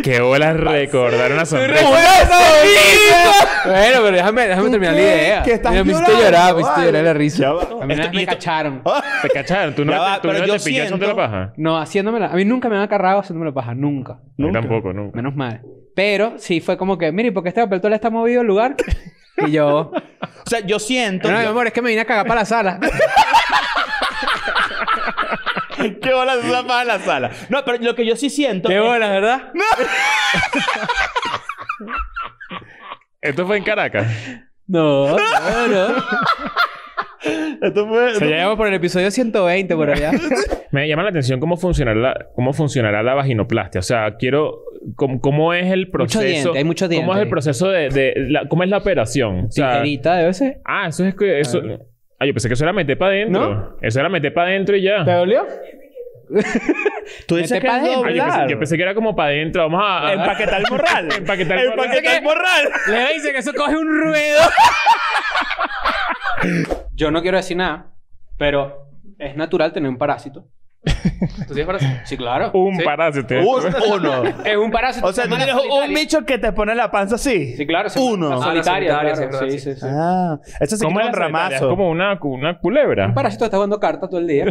S2: Qué bola recordar una sonrisa.
S3: Bueno, pero déjame, déjame terminar la
S2: crees
S3: idea.
S2: que estás
S3: Mira, me hiciste
S2: llorando,
S3: llorar, me hiciste
S2: vale?
S3: llorar la risa.
S2: Ya va. Ah.
S3: A mí una vez me cacharon.
S2: Te cacharon, tú
S3: Ya
S2: no,
S3: va,
S2: tú no
S3: pero yo
S2: te pillas
S3: siento-
S2: de la paja.
S3: No, haciéndomela. A mí nunca me han acarrado haciéndome la paja, nunca.
S2: Nunca. Tampoco, no.
S3: Menos mal. Pero sí fue como que, mire, ¿por qué este papel le está movido el lugar? Y yo.
S4: o sea, yo siento.
S3: No, mi amor, es que me vine a cagar para la sala.
S4: Qué bolas esa paja en la sala. No, pero lo que yo sí siento. Qué
S3: bolas, ¿verdad?
S2: Esto fue en Caracas.
S3: No, no, no.
S4: Esto fue.
S3: Se llevamos por el episodio 120 por allá.
S2: Me llama la atención cómo funcionará, cómo funcionará la vaginoplastia. O sea, quiero. ¿Cómo, cómo es el proceso?
S3: diente, hay mucho diente
S2: ¿Cómo es el
S3: ahí.
S2: proceso de. de la- ¿Cómo es la operación? O sea,
S3: Tijerita debe ser.
S2: ah, eso es que. Eso, ah, yo pensé que eso era meter para adentro. Eso era meter para adentro y ya. ¿Te
S3: dolió?
S4: Tú
S2: dices
S4: Meter que pa' es adentro.
S2: Ah, yo, pensé,
S4: doblar.
S2: yo pensé que era como para adentro. Vamos a.
S4: Empaquetar el morral.
S2: Empaquetar el morral.
S4: Empaquetar el morral.
S3: Le dice que eso coge un ruido. Yo no quiero decir nada, pero es natural tener un parásito. ¿Tú tienes parásito? Sí, claro.
S2: Un parásito. Uh,
S4: Un- uno.
S3: Es un parásito.
S4: O sea, tú
S3: Semana
S4: tienes un
S3: solitaria.
S4: bicho que te pone la panza así.
S3: Sí, claro.
S4: Uno.
S3: semana Solitaria,
S4: Ah, la
S3: claro.
S4: solitaria,
S3: Sí, sí, sí.
S4: Ah, eso se
S2: ¿Cómo
S4: quita
S2: es
S4: un
S2: la solitaria?
S4: ramazo.
S2: Es como una, una culebra.
S3: Un parásito está jugando cartas todo el día.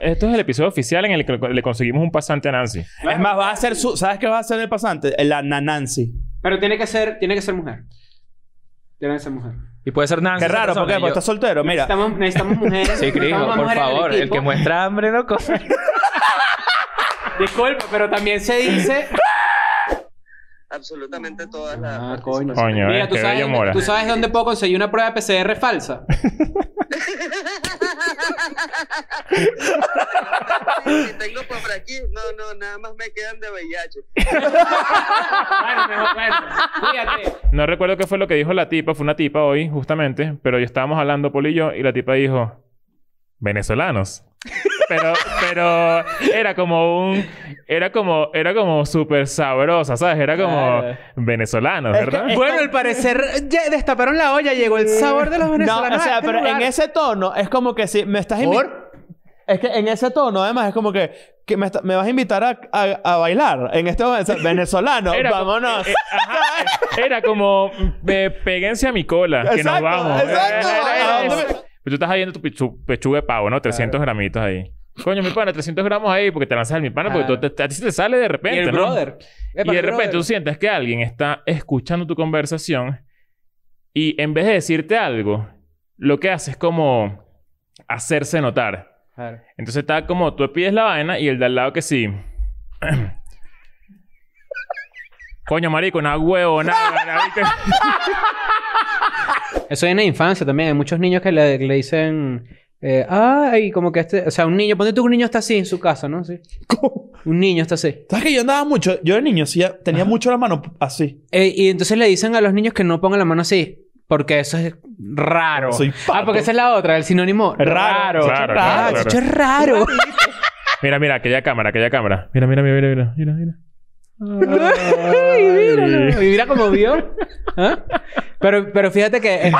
S2: Esto es el episodio oficial en el que le conseguimos un pasante a Nancy.
S4: Es más, va a ser su. ¿Sabes qué va a ser el pasante? La nanansi.
S3: Pero tiene que ser, tiene que ser mujer. Tiene que ser mujer.
S4: Y puede ser Nancy. Qué raro, ¿por qué? Porque estás soltero, mira.
S3: Necesitamos, necesitamos mujeres.
S4: Sí, Cristo,
S3: necesitamos más
S4: por
S3: mujeres en
S4: favor, el
S3: equipo.
S4: que
S14: Muestra hambre, loco.
S3: Disculpa, pero también se dice.
S4: Ah,
S27: Absolutamente todas las.
S3: Ah, coño.
S2: Coño, eh,
S3: Mira, ¿tú
S2: qué
S3: sabes,
S2: bello mora.
S3: dónde, ¿tú sabes dónde puedo conseguir una prueba de PCR falsa?
S27: Si tengo por aquí, no, no, nada más me quedan de VIH.
S3: bueno, mejor, bueno. Cuídate.
S2: No recuerdo qué fue lo que dijo la tipa, fue una tipa hoy, justamente, pero yo estábamos hablando, Poli y yo, y la tipa dijo, venezolanos. Pero, pero era como un, era como, era como súper sabrosa, ¿sabes? Era como venezolanos, ¿verdad?
S3: Bueno, al parecer ya destaparon la olla, llegó el sabor de los venezolanos.
S4: No, o
S3: a
S4: sea,
S3: este
S4: pero
S3: lugar.
S4: en ese tono es como que si me estás invitando. Es que en ese tono, además, es como que, que me, está- me vas a invitar a, a- a bailar en este momento. o sea, venezolano,
S2: Era como-
S4: vámonos.
S2: eh, eh, ajá, era como, eh, péguense a mi cola, que nos
S4: Exacto,
S2: vamos.
S4: exacto. Ah,
S2: Era- era- era-
S4: ¿A dónde
S2: Pero tú estás ahí viendo tu, pichu- pechuga de pavo, ¿no? 300 gramitos ahí. Coño, mi pana, 300 gramos ahí porque te lanzas al mi pana porque
S3: Claro.
S2: tú te, a ti se te sale de repente,
S3: Y el
S2: ¿no?
S3: brother. Epa,
S2: y de
S3: el
S2: repente
S3: brother.
S2: tú sientes que alguien está escuchando tu conversación y en vez de decirte algo, lo que hace es como hacerse notar.
S3: Claro.
S2: Entonces está como tú pides la vaina y el de al lado que sí. Coño, marico, una huevona.
S3: Eso viene de infancia también. Hay muchos niños que le, que le dicen. Eh, ay, como que este. O sea, un niño. Ponte tú que un niño está así en su casa, ¿no? Sí. Un niño está así.
S4: ¿Sabes que yo andaba mucho? Yo de niño sí, tenía mucho la mano así.
S3: Eh, y entonces le dicen a los niños que no pongan la mano así. Porque eso es raro.
S4: Soy
S3: ah, porque esa es la otra, el sinónimo
S4: Raro.
S3: raro.
S2: Claro,
S3: Ah,
S2: claro,
S3: chicho, es
S2: claro.
S3: raro.
S2: Mira, mira, aquella cámara, aquella cámara. Mira, mira, mira, mira, mira, mira, mira.
S3: Ay, míralo. Y mira cómo vio. ¿Ah? Pero, pero fíjate que. esto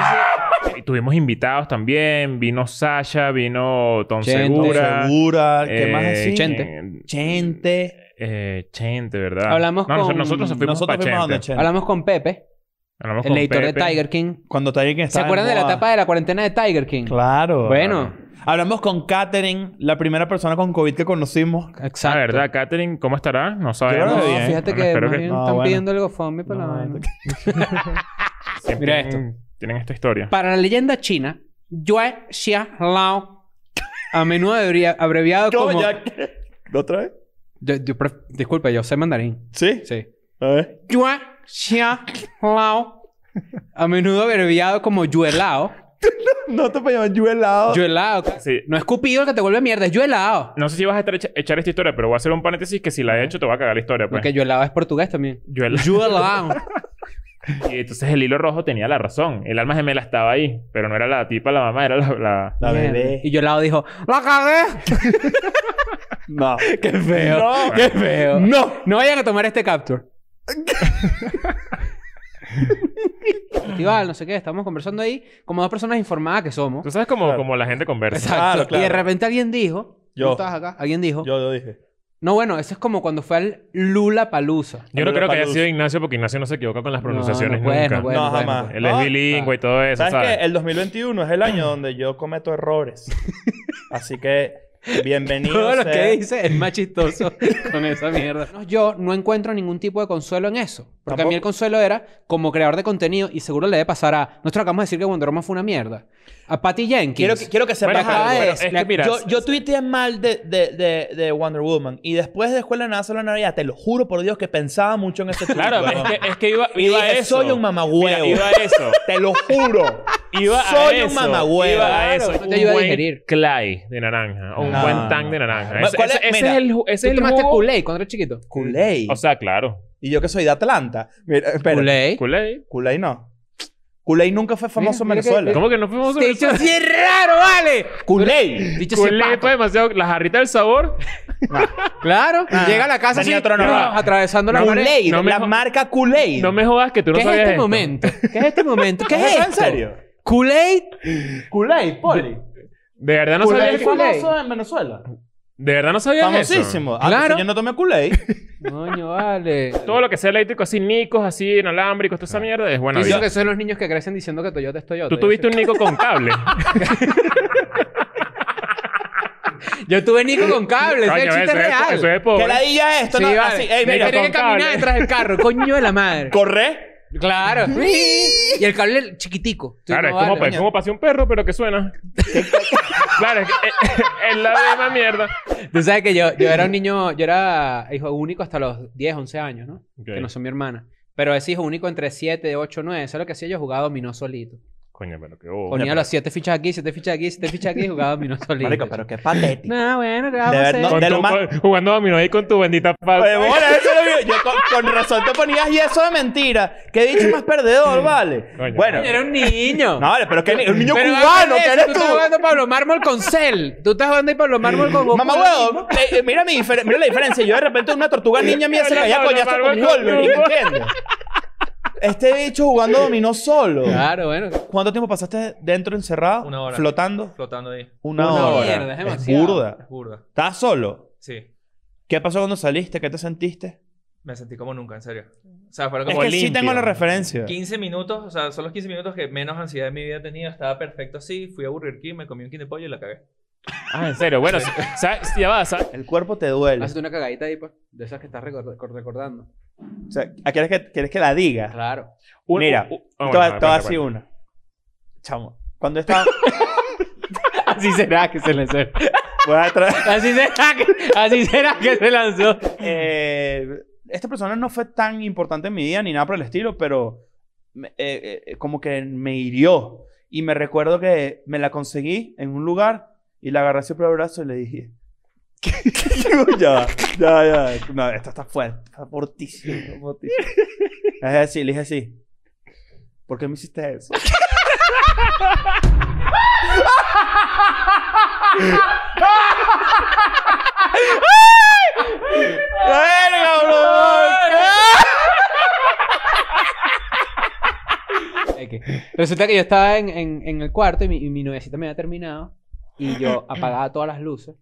S3: sí-
S2: Y tuvimos invitados también. Vino Sasha, vino Tom
S4: Chente.
S2: Segura. eh,
S4: Tom Segura, ¿qué más así?
S2: Chente.
S4: Chente.
S2: Eh, Chente, ¿verdad?
S3: Hablamos
S2: No,
S3: con...
S2: nosotros- Nosotros fuimos pa' Chente.
S3: Hablamos con Pepe,
S2: Hablamos
S3: el
S2: con
S3: editor
S2: Pepe.
S3: de Tiger King.
S4: Cuando Tiger King
S3: ¿Se
S4: estaba en
S3: acuerdan de la
S4: moda.
S3: etapa de la cuarentena de Tiger King?
S4: Claro.
S3: Bueno.
S4: Hablamos con Katherine, la primera persona con COVID que conocimos.
S3: Exacto.
S2: La Ah, verdad, Katherine, ¿cómo estará? No
S4: Yo
S2: sabemos.
S4: creo que bien.
S3: Fíjate que,
S2: Espero
S3: más bien están
S2: bueno.
S3: pidiendo algo fome para la vaina.
S2: Siempre
S3: Mira
S2: tienen- Tienen esta historia.
S3: Para la leyenda china, Yue Xia Lao, a menudo abrevi- abreviado
S4: ¿Cómo
S3: como...
S4: ya? ¿Otra vez?
S3: Yo- yo pref- disculpa, yo sé mandarín.
S4: ¿Sí?
S3: Sí.
S4: A ver.
S3: Yue Xia Lao, a menudo abreviado como Yue Lao,
S4: No te llamas yo helado.
S3: Yo helado. No es Cupido el que te vuelve mierda, es yo helado.
S2: No sé si vas a echar, echar esta historia, pero voy a hacer un paréntesis que si la he hecho te va a cagar la historia. Pues.
S3: Porque yo helado es portugués también.
S2: Yo helado.
S3: Yo helado.
S2: Y entonces el hilo rojo tenía la razón. El alma gemela estaba ahí, pero no era la tipa, la mamá, era la... La,
S3: Y yo helado dijo, ¡la cagué!
S4: No.
S3: ¡Qué feo!
S4: No.
S3: ¡Qué feo!
S4: No.
S3: No vayan a tomar este capture. Festival, no sé qué, estamos conversando ahí como dos personas informadas que somos.
S2: Tú sabes como, como la gente conversa.
S3: Exacto. Y de repente alguien dijo,
S2: Yo.
S3: tú estabas acá, alguien dijo,
S2: Yo lo dije.
S3: no bueno, eso es como cuando fue al Lula Palusa.
S2: Yo no creo que haya sido Ignacio porque Ignacio no se equivoca con las pronunciaciones
S3: no puede,
S2: nunca.
S3: no pues, puede, no puede, no
S4: puede.
S2: Él es
S4: No,
S2: bilingüe y todo eso, ah. ¿sabes?
S4: ¿Sabes qué? El 2021 es el año donde yo cometo errores. Así que, bienvenido.
S3: Todo lo
S4: sea-
S3: que dice es más chistoso con esa mierda. No, Yo no encuentro ningún tipo de consuelo en eso. Porque a mí el consuelo era como creador de contenido y seguro le debe pasar a... Nosotros acabamos de decir que Wonder Woman fue una mierda. A Patty Jenkins.
S4: Quiero que, quiero que sepas
S3: Bueno,
S4: algo.
S3: cada vez- la- yo-
S4: yo, yo tuiteé mal de, de, de, de Wonder Woman. Y después de Escuela de Nada Solo Navidad, te lo juro por Dios que pensaba mucho en ese tuit.
S2: Claro,
S4: weón.
S2: es que, es que iba,
S4: Y
S2: iba a
S4: dije,
S2: eso.
S4: soy un mamagüevo.
S2: Mira, iba a eso.
S4: Te lo juro.
S2: Iba
S4: soy
S2: a eso.
S4: un mamagüevo.
S2: Iba a eso.
S4: Claro, no te
S2: un
S4: ayuda a
S2: buen
S4: digerir.
S2: Clay de naranja. O un
S4: No.
S2: buen tang de naranja.
S4: Ah. Ma-
S2: Ese,
S4: ¿cuál es?
S2: ese- ese
S4: Mira,
S2: es el, ju-
S4: ¿tú
S2: ese es el
S4: tomaste
S2: jugo.
S3: Kool-Aid cuando eras chiquito?
S4: Kool-Aid.
S2: O sea, claro.
S4: Y yo que soy de Atlanta. Mira, espera.
S3: Kool-Aid.
S2: Kool-Aid.
S4: Kool-Aid no. Kool-Aid nunca fue famoso
S2: mira
S4: en
S2: que-
S4: Venezuela.
S2: ¿Cómo que no fue famoso en
S4: Te he dicho
S2: Venezuela?
S4: así raro, vale. Kool-Aid.
S2: Dicho fue demasiado. La jarrita del sabor.
S3: Claro.
S4: Ah,
S3: llega a la casa
S4: tenía
S3: así,
S4: otro nombre.
S3: ¡ah! atravesando la
S4: No,
S3: pared.
S4: Kool-Aid, la marca Kool-Aid.
S2: No me jodas que tú no
S3: ¿Qué es
S2: sabías
S3: este
S2: esto.
S3: momento? ¿Qué es este momento? ¿Qué es
S4: ¿Es
S3: esto?
S4: en serio?
S3: ¿Kool-Aid?
S4: Kool-Aid, Poli.
S2: De verdad no
S4: Kool-Aid
S2: sabías
S4: es
S2: que-
S4: famoso en Venezuela.
S2: De verdad no sabías eso.
S4: Famosísimo. Ah, entonces yo no tomé Kool-Aid.
S3: Coño, vale.
S2: Todo lo que sea eléctrico, así nicos, así inalámbricos, toda
S4: Ah.
S2: esa mierda es buena
S3: Yo
S2: vida.
S3: que son los niños que crecen diciendo que Toyota es Toyota.
S2: Tú tuviste un nico con cable.
S3: Yo tuve Nico con cable, ese es el
S2: Coño, eso
S3: chiste
S2: es-
S3: real.
S2: eso es pobre. Que la
S4: dilla esto,
S3: Sí,
S4: no,
S3: vale.
S4: así, ey,
S3: Me
S4: mira,
S3: tenía que
S4: con
S3: caminar
S4: cable.
S3: detrás del carro, coño de la madre.
S4: ¿Corré?
S3: Claro. y el cable chiquitico. Tú
S2: Claro,
S3: no
S2: es como,
S3: vale.
S2: es como pasé un perro, pero que suena. claro, es, que, eh, es la misma mierda.
S3: Tú sabes que yo, yo era un niño, yo era hijo único hasta los 10, 11 años, ¿no? Que no son mi hermana. Pero ese hijo único entre 7, 8, 9, eso es lo que hacía yo, jugaba dominó solito.
S2: Coño, pero qué bobo.
S3: Ponía las 7 fichas aquí, 7 fichas aquí, 7 fichas aquí y jugaba dominó solito.
S4: Marico, pero qué patético.
S3: No, bueno, ¿qué vamos a hacer?
S2: Con tu- con- jugando dominó ahí con tu bendita paz.
S4: Oye, bueno, eso lo vi. Yo con, con razón te ponías y eso de mentira. Qué dicho más perdedor, vale. bueno.
S3: Coño, era un niño.
S4: No, vale, pero que ni- un niño
S3: Pero
S4: cubano,
S3: vale,
S4: que
S3: eso,
S4: eres
S3: Tú
S4: tú.
S3: estás jugando Pablo Mármol con Cell. Tú estás jugando ahí Pablo Mármol con Goku.
S4: Mamá huevo, eh, eh, mira, mi difer- mira la diferencia. Yo de repente una tortuga niña mía se
S3: Hola,
S4: caía a
S3: Pablo
S4: coñazo con
S3: Mármol,
S4: Wolverine,
S3: con-
S4: ¿entiendes? Este bicho jugando dominó solo.
S3: Claro, bueno.
S4: ¿Cuánto tiempo pasaste dentro encerrado?
S14: Una hora.
S4: ¿Flotando?
S14: Flotando ahí.
S4: Una,
S14: Una
S4: hora.
S14: mierda, es
S4: es,
S14: demasiado.
S4: burda.
S14: Es burda.
S4: ¿Estabas solo?
S14: Sí.
S4: ¿Qué pasó cuando saliste? ¿Qué te sentiste?
S14: Me sentí como nunca, en serio. O sea, fueron
S4: Es
S14: como
S4: que sí tengo la referencia.
S14: 15 minutos, o sea, son los 15 minutos que menos ansiedad en mi vida he tenido. Estaba perfecto así. Fui a Burger King, me comí un kit de pollo y la cagué.
S2: Ah, en serio, bueno, ¿sabes? ya vas.
S4: El cuerpo te duele.
S3: Hazte una cagadita ahí, pues, de esas que estás record- recordando.
S4: O sea, ¿a- ¿quieres que, quieres que la diga?
S3: Claro.
S4: Mira,
S3: un- un-
S4: toda,
S3: ah, bueno,
S4: toda
S3: cuenta,
S4: así
S3: cuenta.
S4: una. Chamo, cuando estaba...
S3: Así será que se le hace.
S4: Voy a traer...
S3: Así será que, así será que se lanzó.
S4: Eh, esta persona no fue tan importante en mi vida ni nada por el estilo, pero me- eh, eh, como que me hirió. Y me recuerdo que me la conseguí en un lugar y la agarré así por el brazo y le dije... ya, ya, ya. No, esto está fuerte, está fortísimo, fortísimo. Le dije así, le dije así. ¿Por qué me hiciste eso? ¡Verga,
S3: Resulta que yo estaba en, en- en el cuarto y mi, y mi noviecita me había terminado. Y yo apagaba todas las luces.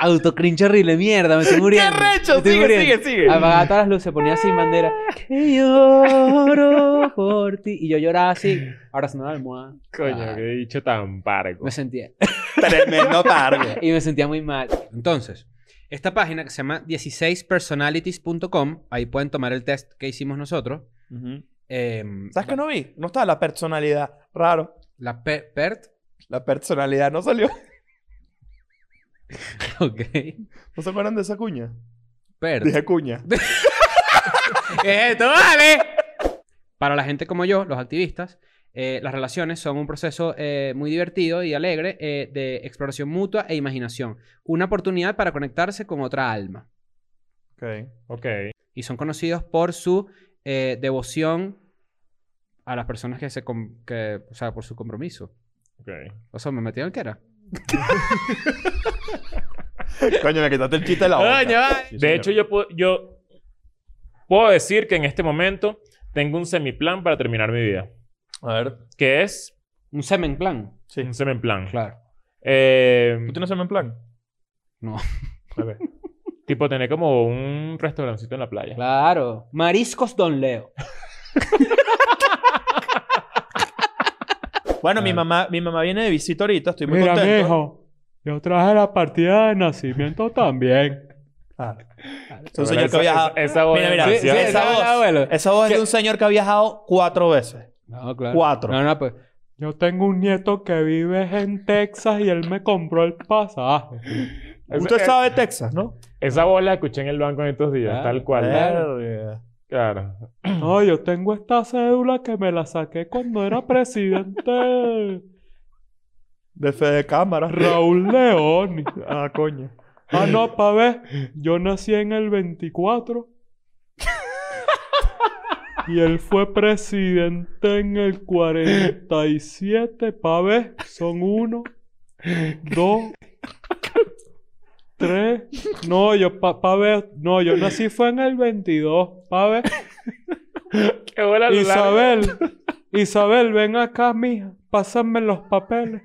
S3: Autocrincho horrible, mierda, me estoy muriendo.
S4: ¡Qué recho!
S3: Me estoy
S4: Sigue,
S3: muriendo.
S4: sigue, sigue.
S3: Apagaba todas las luces, ponía sin bandera. Que lloro por ti. Y yo lloraba así, abrazando la almohada.
S2: Coño, qué dicho tan parco.
S3: Ah. Me sentía.
S4: Tremendo targo.
S3: y me sentía muy mal. Entonces, esta página que se llama 16personalities.com, ahí pueden tomar el test que hicimos nosotros. Em,
S4: ¿Sabes qué no vi? No estaba la personalidad. Raro.
S3: ¿La PERT?
S4: La personalidad no salió.
S3: ok.
S4: ¿No se acuerdan de esa cuña?
S3: PERT.
S4: Dije cuña.
S3: ¿Qué es esto, vale? Para la gente como yo, los activistas, eh, las relaciones son un proceso eh, muy divertido y alegre eh, de exploración mutua e imaginación. Una oportunidad para conectarse con otra alma.
S2: Ok. Ok.
S3: Y son conocidos por su eh, devoción a las personas que se... com- que- o sea, por su compromiso.
S2: Ok.
S3: O sea, me metí en el que era.
S4: Coño, me quitaste el chiste de la boca.
S2: Coño, vale.
S4: Sí,
S2: de
S4: señor.
S2: hecho, yo puedo, yo puedo decir que en este momento tengo un semiplan para terminar mi vida.
S3: A ver.
S2: ¿Qué es?
S3: ¿Un semenplan?
S2: Sí. Un semenplan.
S3: Claro.
S2: ¿Tú tienes semenplan?
S3: No.
S2: tipo, tener como un restaurancito en la playa.
S3: Claro. Mariscos Don Leo.
S4: Bueno, mi mamá, mi mamá viene de visita ahorita, estoy muy
S14: Mira,
S4: contento.
S14: mijo, yo traje la partida de nacimiento también.
S4: Es un Ah. señor que ha viajado. mira, mira,
S14: Sí, sí,
S4: esa,
S14: esa es la
S4: voz,
S14: abuela.
S4: esa voz es de un señor que ha viajado cuatro veces.
S3: No, claro.
S4: Cuatro.
S3: No, no, pues.
S14: Yo tengo un nieto que vive en Texas y él me compró el pasaje.
S2: Usted sabe
S4: Texas, ¿no?
S2: Esa voz la escuché en el banco en estos días,
S14: Claro.
S2: tal cual.
S14: Verga.
S2: Claro.
S14: No, yo tengo esta cédula que me la saqué cuando era presidente
S4: De fe de cámara.
S14: Raúl León.
S4: Ah, coño.
S14: Ah, no, pa' ver, yo nací en el 24 y él fue presidente en el 47, pa' ver, son uno, dos, tres, no, yo pa, pa' ver, no, yo nací fue en el 22, pa' ver.
S2: bola lo largo.
S14: Isabel, Isabel, ven acá, mija, pásame los papeles.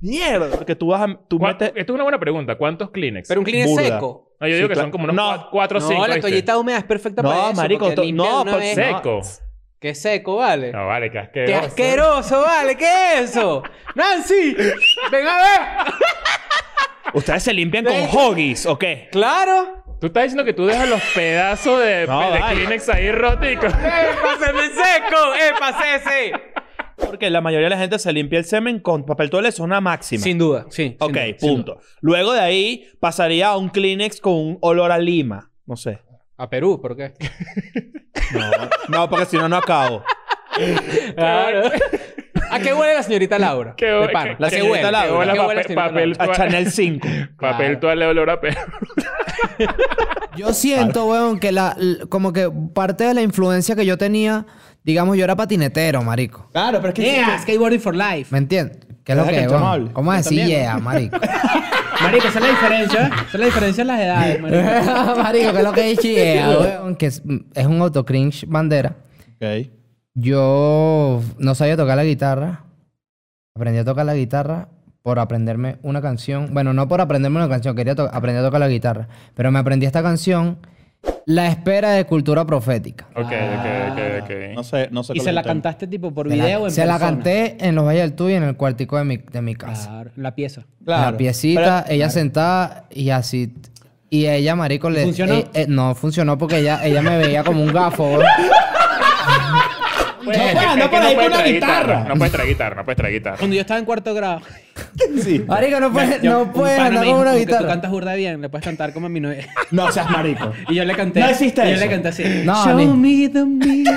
S4: Mierda. Porque tú vas a. Tú
S2: metes... Esto es una buena pregunta. ¿cuántos Kleenex?
S3: Pero un Kleenex
S2: Burda.
S3: seco.
S2: No, yo
S3: Sí,
S2: digo que
S3: claro.
S2: son como unos
S3: No.
S2: cua- cuatro o
S3: No,
S2: cinco.
S3: la
S2: ¿viste?
S3: toallita húmeda es perfecta para No, eso, marico, porque to- limpia no, de una por- vez.
S2: seco.
S3: Que es seco, vale.
S2: No, vale, qué
S3: ¡Qué
S2: asqueroso.
S3: asqueroso, vale! ¿Qué es eso? ¡Nancy! ¡Ven a ver!
S4: ¿Ustedes se limpian con hoggies o qué?
S3: ¡Claro!
S2: Tú estás diciendo que tú dejas los pedazos de,
S4: No,
S2: de
S4: vale.
S2: Kleenex ahí roticos.
S3: ¡Pásame seco! ¡Eh, pasé ese!
S4: Porque la mayoría de la gente se limpia el semen con papel toalla, eso es una máxima. Sin
S3: duda, sí.
S4: Ok, punto. Luego de ahí pasaría a un Kleenex con un olor a lima. No sé.
S3: A Perú, ¿por qué?
S4: No, no porque si no, no acabo.
S3: Claro. ¿A qué huele la señorita Laura?
S2: Qué
S3: De
S2: hue-
S3: pana.
S2: qué-
S3: ¿A qué
S2: qué
S3: huele?
S2: huele
S3: ¿A qué
S2: papel-
S3: huele la señorita
S2: papel
S3: Laura?
S2: toalla. A Chanel 5. Papel toalla olor a perro.
S6: Yo
S4: Ah.
S6: siento, weón, que la, l- como que parte de la influencia que yo tenía, digamos, yo era patinetero, marico.
S3: Claro, pero es
S6: que- Yeah,
S3: skateboarding for life.
S6: ¿Me entiendes? ¿Qué es lo Deja que, que el weón? chamo hable. ¿Cómo es Yo decir también, yeah, ¿no? marico?
S3: Marico, esa es la diferencia, ¿eh? Esa es la diferencia en las edades, marico.
S6: marico, ¿qué es lo que es yeah, weón? Que es, es un autocringe bandera. Yo no sabía tocar la guitarra. Aprendí a tocar la guitarra por aprenderme una canción. Bueno, no por aprenderme una canción, quería to- aprender a tocar la guitarra. Pero me aprendí esta canción, La Espera de Cultura Profética.
S2: Ok, ok, ok, ok.
S4: No sé, no sé.
S3: ¿Y
S4: cuál
S3: se
S4: es
S3: la
S4: el tema.
S3: cantaste tipo por
S6: Se la-
S3: video o en
S6: Se la
S3: persona?
S6: canté en los Valles del Tuy, en el cuartico de mi, de mi casa.
S3: Claro, la pieza.
S6: La piecita, ella sentada y así. Y ella, marico, le...
S3: ¿Funcionó?
S6: eh, eh, no, funcionó porque ella, ella me veía como un gafo, weón.
S2: Bueno,
S6: puedes andar por ahí
S2: puedes
S6: con una
S2: traer
S6: guitarra.
S2: No puedes traer guitarra, no puedes traer guitarra.
S3: Cuando yo estaba en cuarto grado.
S6: Marico, no puedes,
S3: Yo-
S6: no
S3: un
S6: puedes
S3: pana me
S6: andar
S3: dijo
S6: con una
S3: como que Tú
S6: guitarra.
S3: cantas burda bien, le puedes cantar como a mi novia.
S4: No seas marico.
S3: y yo le canté.
S6: No existe
S3: y Yo
S6: eso.
S3: le canté así.
S6: No,
S3: Show
S6: ni-
S3: me the meaning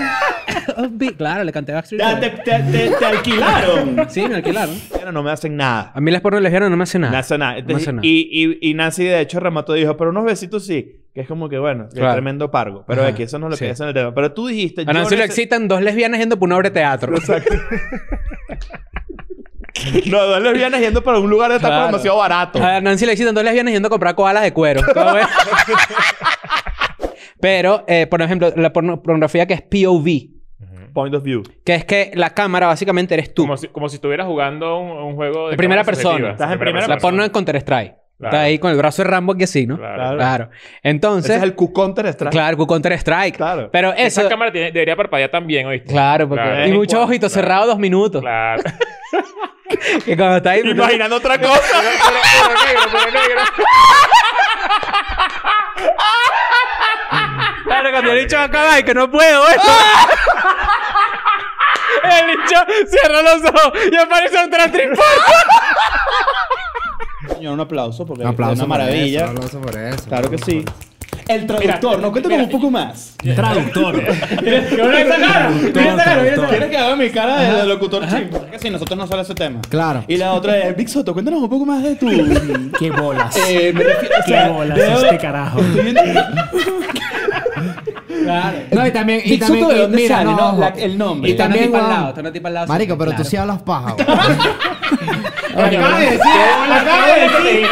S3: of being- Claro, le canté Backstreet
S4: Ya te,
S3: Boys.
S4: te, te, te alquilaron.
S3: Sí, me alquilaron.
S4: Pero no me hacen nada.
S3: A mí las porno lesbianas no me hacen nada.
S4: No hacen nada.
S3: me hacen nada.
S4: Y, y, y Nancy, de hecho, remató y dijo, pero unos besitos sí. Que es como que, bueno, que
S3: Claro.
S4: tremendo pargo. Pero
S3: Ajá,
S4: aquí eso no es lo que
S3: sí.
S4: es en el tema. Pero tú dijiste...
S3: A Nancy
S4: yo
S3: lo
S4: nece-
S3: excitan dos lesbianas yendo por una obra de teatro.
S4: Exacto. No, dos lesbianas yendo para un lugar de tacos
S3: Claro.
S4: demasiado barato.
S3: A Nancy le excitan dos lesbianas yendo a comprar koalas de cuero. ¿Cómo ves? Pero, eh, por ejemplo, la porno- pornografía que es POV.
S4: Point of view.
S3: Que es que la cámara básicamente eres tú.
S2: Como si, como si estuvieras jugando un, un juego de.
S3: En primera
S2: cámara subjetiva.
S3: persona. La porno en Counter-Strike.
S2: Claro.
S3: Está ahí con el brazo de Rambo aquí así, ¿no? Claro. Entonces...
S2: Ese es
S4: el Q-Counter-Strike.
S3: Claro, el Q-Counter-Strike. Claro. Pero eso...
S2: Esa cámara tiene- debería parpadear también, ¿oíste?
S3: Claro, porque...
S2: Claro.
S3: Y muchos ojitos cerrados dos minutos.
S2: Claro.
S3: que cuando está ahí...
S4: Imaginando otra cosa.
S3: Claro, cuando el bicho acaba y que no puedo, ¿eh? El bicho cierra los ojos y aparece otra tripa.
S4: Señor, un aplauso porque
S6: Un aplauso
S4: es una
S6: por
S4: maravilla.
S6: eso, un aplauso por eso.
S4: Claro que sí.
S26: El traductor, nos cuenta como un
S3: eh,
S26: poco más.
S28: Traductor.
S26: Mira,
S28: mira esa cara, mira esa cara, mira esa cara.
S26: Quieres que haga mi cara
S28: Ajá.
S26: de, de locutor chingo. Es que si nosotros no sale ese tema.
S29: Claro.
S26: Y la otra es, Big Soto, cuéntanos un poco más de tu.
S28: Qué bolas.
S26: Eh, me refiero- o
S28: Qué
S26: sea,
S28: bolas
S26: veo-
S28: este carajo.
S3: Claro.
S29: No, y también. Y
S3: Big
S29: también
S3: Soto, ¿de
S29: y
S3: dónde sale, no?
S29: ojo.
S3: La- el nombre.
S29: Y también.
S3: Está una tipa al
S29: weón,
S3: lado, está una tipa al lado,
S29: Marico,
S3: sí,
S29: pero tú
S3: claro.
S29: sí hablas paja,
S3: Acabas de decir, acabas de decir. No,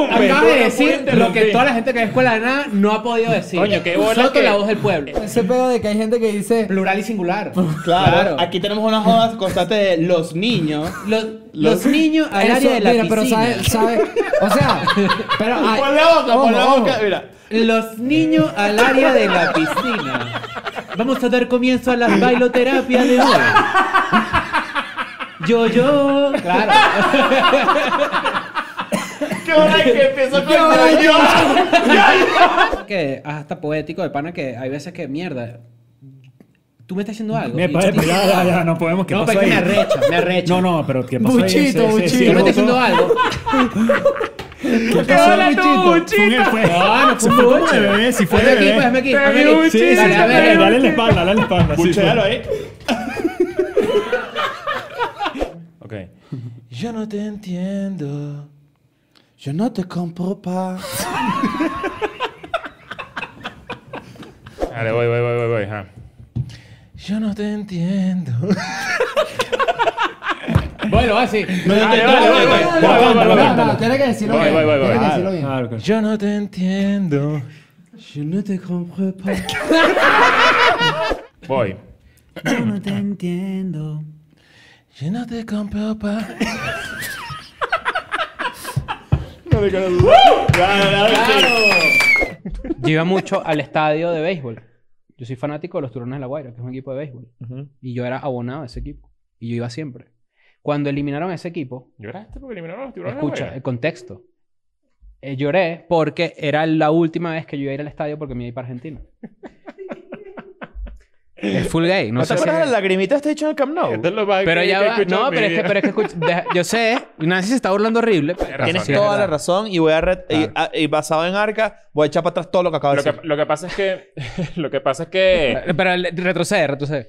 S3: no, Acabas de decir lo que toda la gente que ve escuela de nada no ha podido decir.
S26: Coño, qué bola
S3: Soto
S26: que-
S3: la voz del pueblo.
S29: Ese pedo de que hay gente que dice.
S3: Plural y singular.
S26: Claro, aquí tenemos unas jodas constante de los niños.
S3: Los, niños al
S29: Eso,
S3: área de la
S29: mira, pero
S3: piscina.
S29: sabe- sabe- o sea, pero hay-
S26: Pon la boca, pon
S29: ojo,
S26: la
S29: ojo.
S26: boca, mira.
S3: Los niños al área de la piscina. Vamos a dar comienzo a las bailoterapias de hoy. Yo, yo. Claro.
S26: Qué hora que empezó con
S3: Yo,
S26: el
S3: yo.
S26: yo.
S3: que hasta poético de pana que hay veces que mierda. Tú me estás haciendo algo.
S28: Me
S3: y-
S28: parece, pero ya, ya, ya, no podemos. ¿Qué
S3: No,
S28: pasó
S3: pero
S28: ahí?
S3: es que me arrecha, me arrecha.
S28: No, no, pero ¿qué pasó ahí?
S3: Buchito,
S28: Ese- ese-
S3: buchito.
S28: ese
S3: Yo me estoy
S28: bruto-
S3: haciendo algo.
S28: ¿Qué
S3: ¿Qué
S28: pasó
S3: habla
S28: ahí,
S3: tú,
S28: Fue un-
S3: Buchito?
S28: fue-
S3: No, no, fue un
S28: fue como
S3: buche.
S28: de bebé, si fue de
S3: Hazme aquí,
S28: bebé.
S3: pues, hazme aquí, hazme aquí.
S28: Sí, sí, sí,
S3: Dale, a ver.
S28: dale, dale la espalda, dale la espalda. sí,
S26: Buchealo
S28: fue.
S26: ahí.
S28: Ok.
S26: Yo no te entiendo. Yo no te compro paz.
S2: Dale, voy, voy, voy, voy, voy. ajá.
S26: Yo no te entiendo.
S3: Bueno, ah, así.
S26: No, no, no, no, no, no, no, no, no, no, no, no, tiene que decirlo bien, tiene que decirlo bien.
S2: Yo no te entiendo.
S3: Yo no te compro
S2: Voy.
S3: Yo no te entiendo.
S26: Yo no te compro paz.
S3: Yo iba mucho al estadio de béisbol. Yo soy fanático de los Turones de la Guaira, que es un equipo de béisbol. Y yo era abonado a ese equipo. Y yo iba siempre. Cuando eliminaron a ese equipo,
S2: ¿Lloraste porque eliminaron a los tiburones?
S3: escucha,
S2: güey?
S3: el contexto. Eh, lloré porque era la última vez que yo iba a ir al estadio porque me iba a ir para Argentina. El full gay,
S26: ¿No
S3: no,
S26: te
S3: sé si...
S26: acuerdas de la lagrimita este hecho en el Camp Nou?
S3: Pero ya va... No, pero es que, pero es que escucha... deja- Yo sé, Nancy se está burlando horrible.
S26: Tienes toda la razón y voy a, re- y-
S2: Claro.
S26: a- y basado en Arca, voy a echar para atrás todo lo que
S3: Ah,
S26: acabo de
S2: Lo que,
S26: decir.
S2: lo que pasa es que. lo que pasa es que.
S3: Pero le- retrocede, retrocede.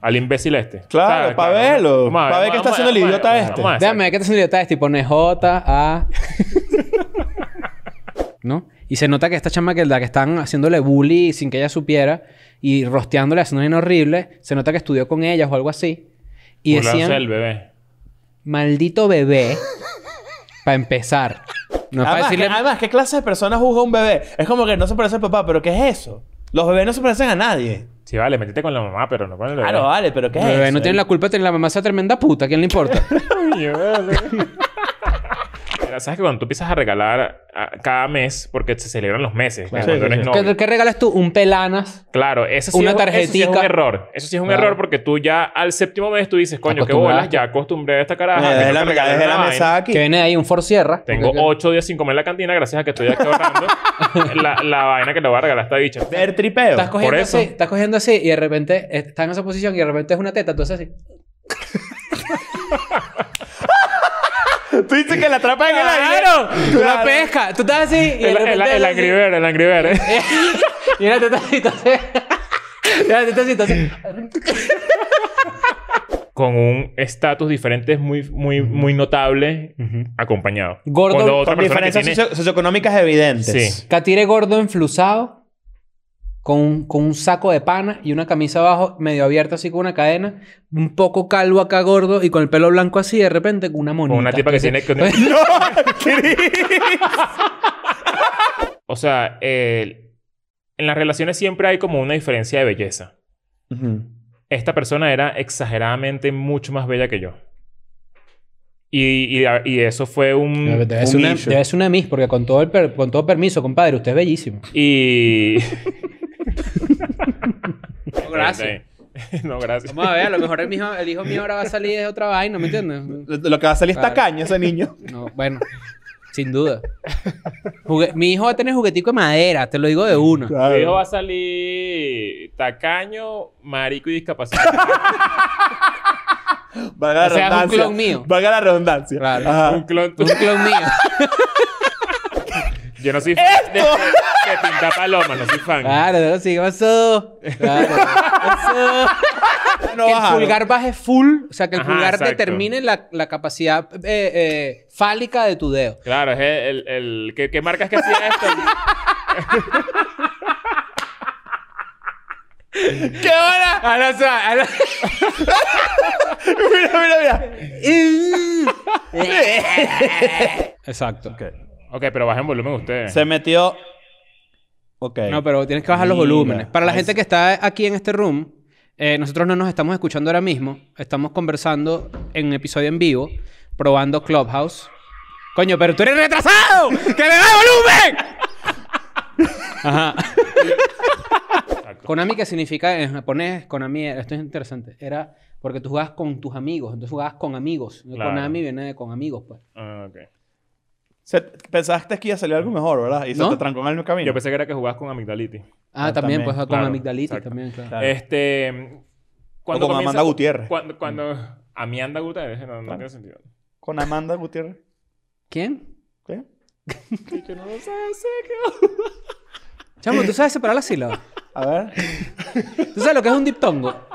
S2: al imbécil este.
S26: Claro,
S2: ¿Sabes?
S26: pa'
S2: Claro,
S26: verlo,
S2: vamos a
S26: pa' ver qué está
S2: vamos a-
S26: haciendo el
S2: vamos a-
S26: idiota este.
S2: vamos a-
S3: Déjame, ¿qué te salió? Está este y pone J, A... ¿No? Y se nota que esta chama que la que están haciéndole bully sin que ella supiera y rosteándole, haciendo bien horrible, se nota que estudió con ellas o algo así. Y
S2: Burlarse
S3: decían,
S2: del bebé.
S3: maldito bebé, para empezar. No es para
S26: además,
S3: decirle...
S26: que- además, ¿qué clase de personas juzga un bebé? Es como que no se parece al papá, pero ¿qué es eso? Los bebés no se parecen a nadie.
S2: Sí, vale, metiste con la mamá, pero no con el bebé.
S26: Claro, ah. vale, pero ¿qué es
S3: Bebé,
S26: eso?
S3: no tiene la culpa de tener la mamá esa tremenda puta, ¿a quién le importa?
S2: Mira, sabes que cuando tú empiezas a regalar a- cada mes, porque se celebran los meses,
S3: Claro.
S2: cuando eres novio.
S3: ¿Qué, qué regalas tú? Un pelanas.
S2: Claro, eso sí,
S3: Una
S2: es, un- eso sí es un
S3: tarjetica.
S2: error. Eso sí es un
S3: Claro.
S2: error porque tú ya al séptimo mes tú dices, coño, qué
S3: Acostumbrado.
S2: bolas, ya acostumbré a esta
S28: Ah,
S2: caraja.
S26: Eh,
S2: que
S26: dejé
S2: no
S26: la-
S2: me regalen
S26: dejé la
S2: una
S26: mesa
S2: vaina".
S26: aquí.
S3: Que viene de ahí un for sierra.
S2: Tengo
S3: Porque-
S2: ocho días sin comer en la cantina gracias a que estoy aquí ahorrando la, la vaina que le voy a regalar a esta bicha.
S26: Ver tripeo.
S3: Estás
S2: Por
S3: cogiendo
S2: eso.
S3: así, estás cogiendo así y de repente eh, estás en esa posición y de repente es una teta, entonces así.
S26: Tú dices que la atrapas en el aire.
S3: Tú la pescas, tú estás así y de
S2: El, el,
S3: repente
S2: el
S3: así.
S2: Angry Bird, el Angry Bird, ¿eh?
S3: Y una teta así, entonces. Y una teta así, entonces.
S2: Con un estatus diferente es muy, muy, muy notable acompañado.
S3: Gordo,
S2: Cuando otra
S26: Con
S2: persona que
S26: diferencias
S2: tiene-
S26: socio- socioeconómicas evidentes.
S2: Sí.
S3: Catire gordo enflusado con un, con un saco de pana y una camisa abajo medio abierta así con una cadena, un poco calvo acá gordo y con el pelo blanco así de repente con una monita.
S2: Con una tipa que tiene... que- o sea, el- en las relaciones siempre hay como una diferencia de belleza. esta persona era exageradamente mucho más bella que yo. Y, y- y eso fue un...
S3: Debe ser,
S2: Mm, un
S3: una,
S2: issue.
S3: debe ser una miss, porque con todo, el per- con todo permiso, compadre, usted es bellísimo.
S2: Y...
S3: gracias.
S2: no, gracias.
S3: Vamos a ver, a lo mejor el hijo, el hijo mío ahora va a salir de otra vaina, ¿me entiendes?
S5: Lo, lo que va a salir es
S3: Claro.
S5: tacaño ese niño.
S3: No, bueno, sin duda. Jugue- mi hijo va a tener juguetico de madera, te lo digo de una.
S2: Mi hijo va a salir tacaño, marico y discapacitado.
S5: Valga la
S2: O sea, es un
S5: redundancia.
S2: clon mío.
S5: Valga la redundancia. Ajá.
S2: Un clon, un
S3: clon mío.
S2: Yo no soy fan de, de pintar paloma, no soy fan.
S3: Claro, no, sí, ¿qué pasó? Claro, ¿qué pasó? que el
S2: bajaron.
S3: pulgar baje full, o sea, que el
S2: Ajá,
S3: pulgar
S2: exacto.
S3: determine la, la capacidad eh, eh, fálica de tu dedo.
S2: Claro, es el... el, el- ¿qué, qué marcas que hacía esto?
S3: ¿Qué hora? A la, a la...
S5: mira,
S3: mira,
S2: mira.
S3: Exacto.
S2: Ok, pero bajen volumen ustedes.
S5: Se metió. Ok.
S3: No, pero tienes que bajar los
S5: Mira,
S3: volúmenes. Para la
S5: ahí
S3: gente que está aquí en este room, eh, nosotros no nos estamos escuchando ahora mismo. Estamos conversando en un episodio en vivo, probando Clubhouse. Coño, pero tú eres retrasado. ¡Que le da volumen! Ajá. Konami, que significa en japonés, Konami, esto es interesante, era porque tú jugabas con tus amigos, entonces jugabas con amigos.
S5: Claro.
S3: Konami viene de con amigos, pues.
S2: Ah, ok.
S5: Se- pensaste que iba a salir algo mejor, ¿verdad? Y
S2: ¿No?
S5: se te trancó en el camino.
S2: Yo pensé que era que jugabas con amigdalitis.
S3: Ah, también, pues con
S2: Claro,
S3: amigdalitis
S2: exacto.
S3: también, claro.
S2: Este. cuando
S5: con Amanda Gutiérrez.
S2: Cuando, cuando, Amanda Gutiérrez, no, no tiene sentido.
S5: Con Amanda Gutiérrez.
S3: ¿Quién?
S5: ¿Qué?
S2: Yo no lo sé, sé
S3: Chamo, ¿tú sabes separar las sílabas?
S5: A ver.
S3: ¿Tú sabes lo que es un diptongo?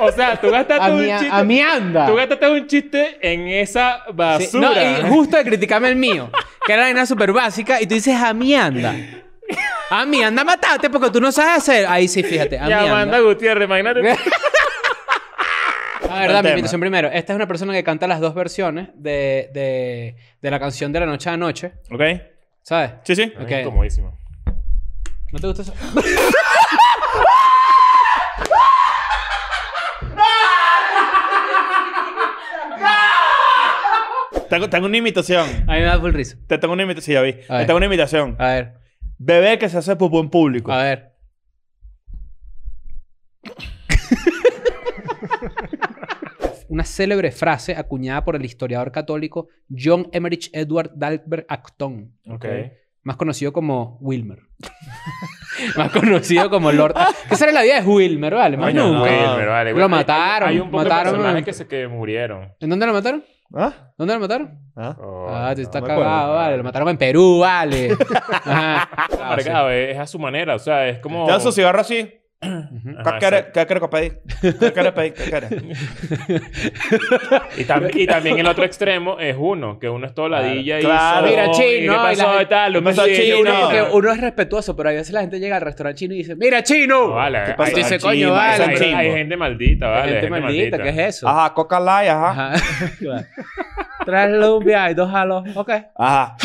S2: O sea, tú gastaste
S3: A
S2: un
S3: mi-
S2: chiste.
S3: a mi anda.
S2: Tú gastaste un chiste en esa
S3: Ah. Sí, No,
S2: basura. Ah,
S3: y justo de criticarme el mío, que era la vaina súper básica, y tú dices, a mi anda. A mi anda, matate porque tú no sabes hacer. Ahí sí, fíjate, a
S2: y
S3: mi anda.
S2: Amanda Gutiérrez, imagínate.
S3: A ver,
S2: tema.
S3: dame mi invitación primero. Esta es una persona que canta las dos versiones de, de, de la canción de la noche a noche.
S5: Ok.
S3: ¿Sabes?
S5: Sí, sí.
S3: Ok.
S2: Es incomodísimo.
S3: ¿No te gusta eso?
S5: Tengo, tengo una imitación.
S3: A mí me da full risa.
S5: Te tengo una imitación. Sí, ya vi. Te
S3: ver.
S5: tengo una imitación.
S3: A ver.
S5: Bebé que se hace pupú en público. A
S3: ver. Una célebre frase acuñada por el historiador católico John Emmerich Edward Dalbert Acton.
S2: Ok.
S3: Más conocido como Wilmer. más conocido como Lord. Que esa era la vida de Wilmer, ¿vale? Más
S2: Coño,
S3: nunca.
S2: Wilmer, vale.
S3: Ah, Lo mataron.
S2: Hay un poco de
S3: mataron
S2: personajes que, se, que murieron.
S3: ¿En dónde lo mataron?
S5: ¿Ah?
S3: ¿Dónde lo mataron?
S5: Ah,
S3: te está
S2: Oh, me
S3: cagado,
S2: acuerdo.
S3: vale. Lo mataron en Perú, vale. Ajá. Ah, sí.
S2: Marcado, es, es a su manera, o sea, es como.
S5: Te da su cigarro así.
S2: Ajá,
S5: ¿Qué quieres- ¿Qué quieres que pedí? ¿Qué quieres pedir? ¿Qué quieres?
S2: Y, tam- y también el otro extremo es uno, que uno es todo ladilla
S5: Claro.
S2: y.
S3: Mira,
S2: "Oh,
S3: chino.
S2: ¿Qué
S3: y la
S2: pasó
S3: gente-
S2: y tal? Lo
S3: Pasó
S2: pasó
S3: chino. Que uno es respetuoso, pero a veces la gente llega al restaurante chino y dice, ¡Mira, chino!
S2: "Uh, Vale,
S3: ¿Qué pasa?
S2: hay-
S3: Dice,
S2: hay
S3: coño,
S2: chisme,
S3: vale,
S2: hay-
S3: pero-
S2: Hay gente maldita, vale.
S3: Hay gente maldita, ¿qué es eso?
S5: Ajá, coca light,
S2: Ah.
S5: ajá.
S3: Tres lumbias y dos halos. Ok.
S5: Ajá.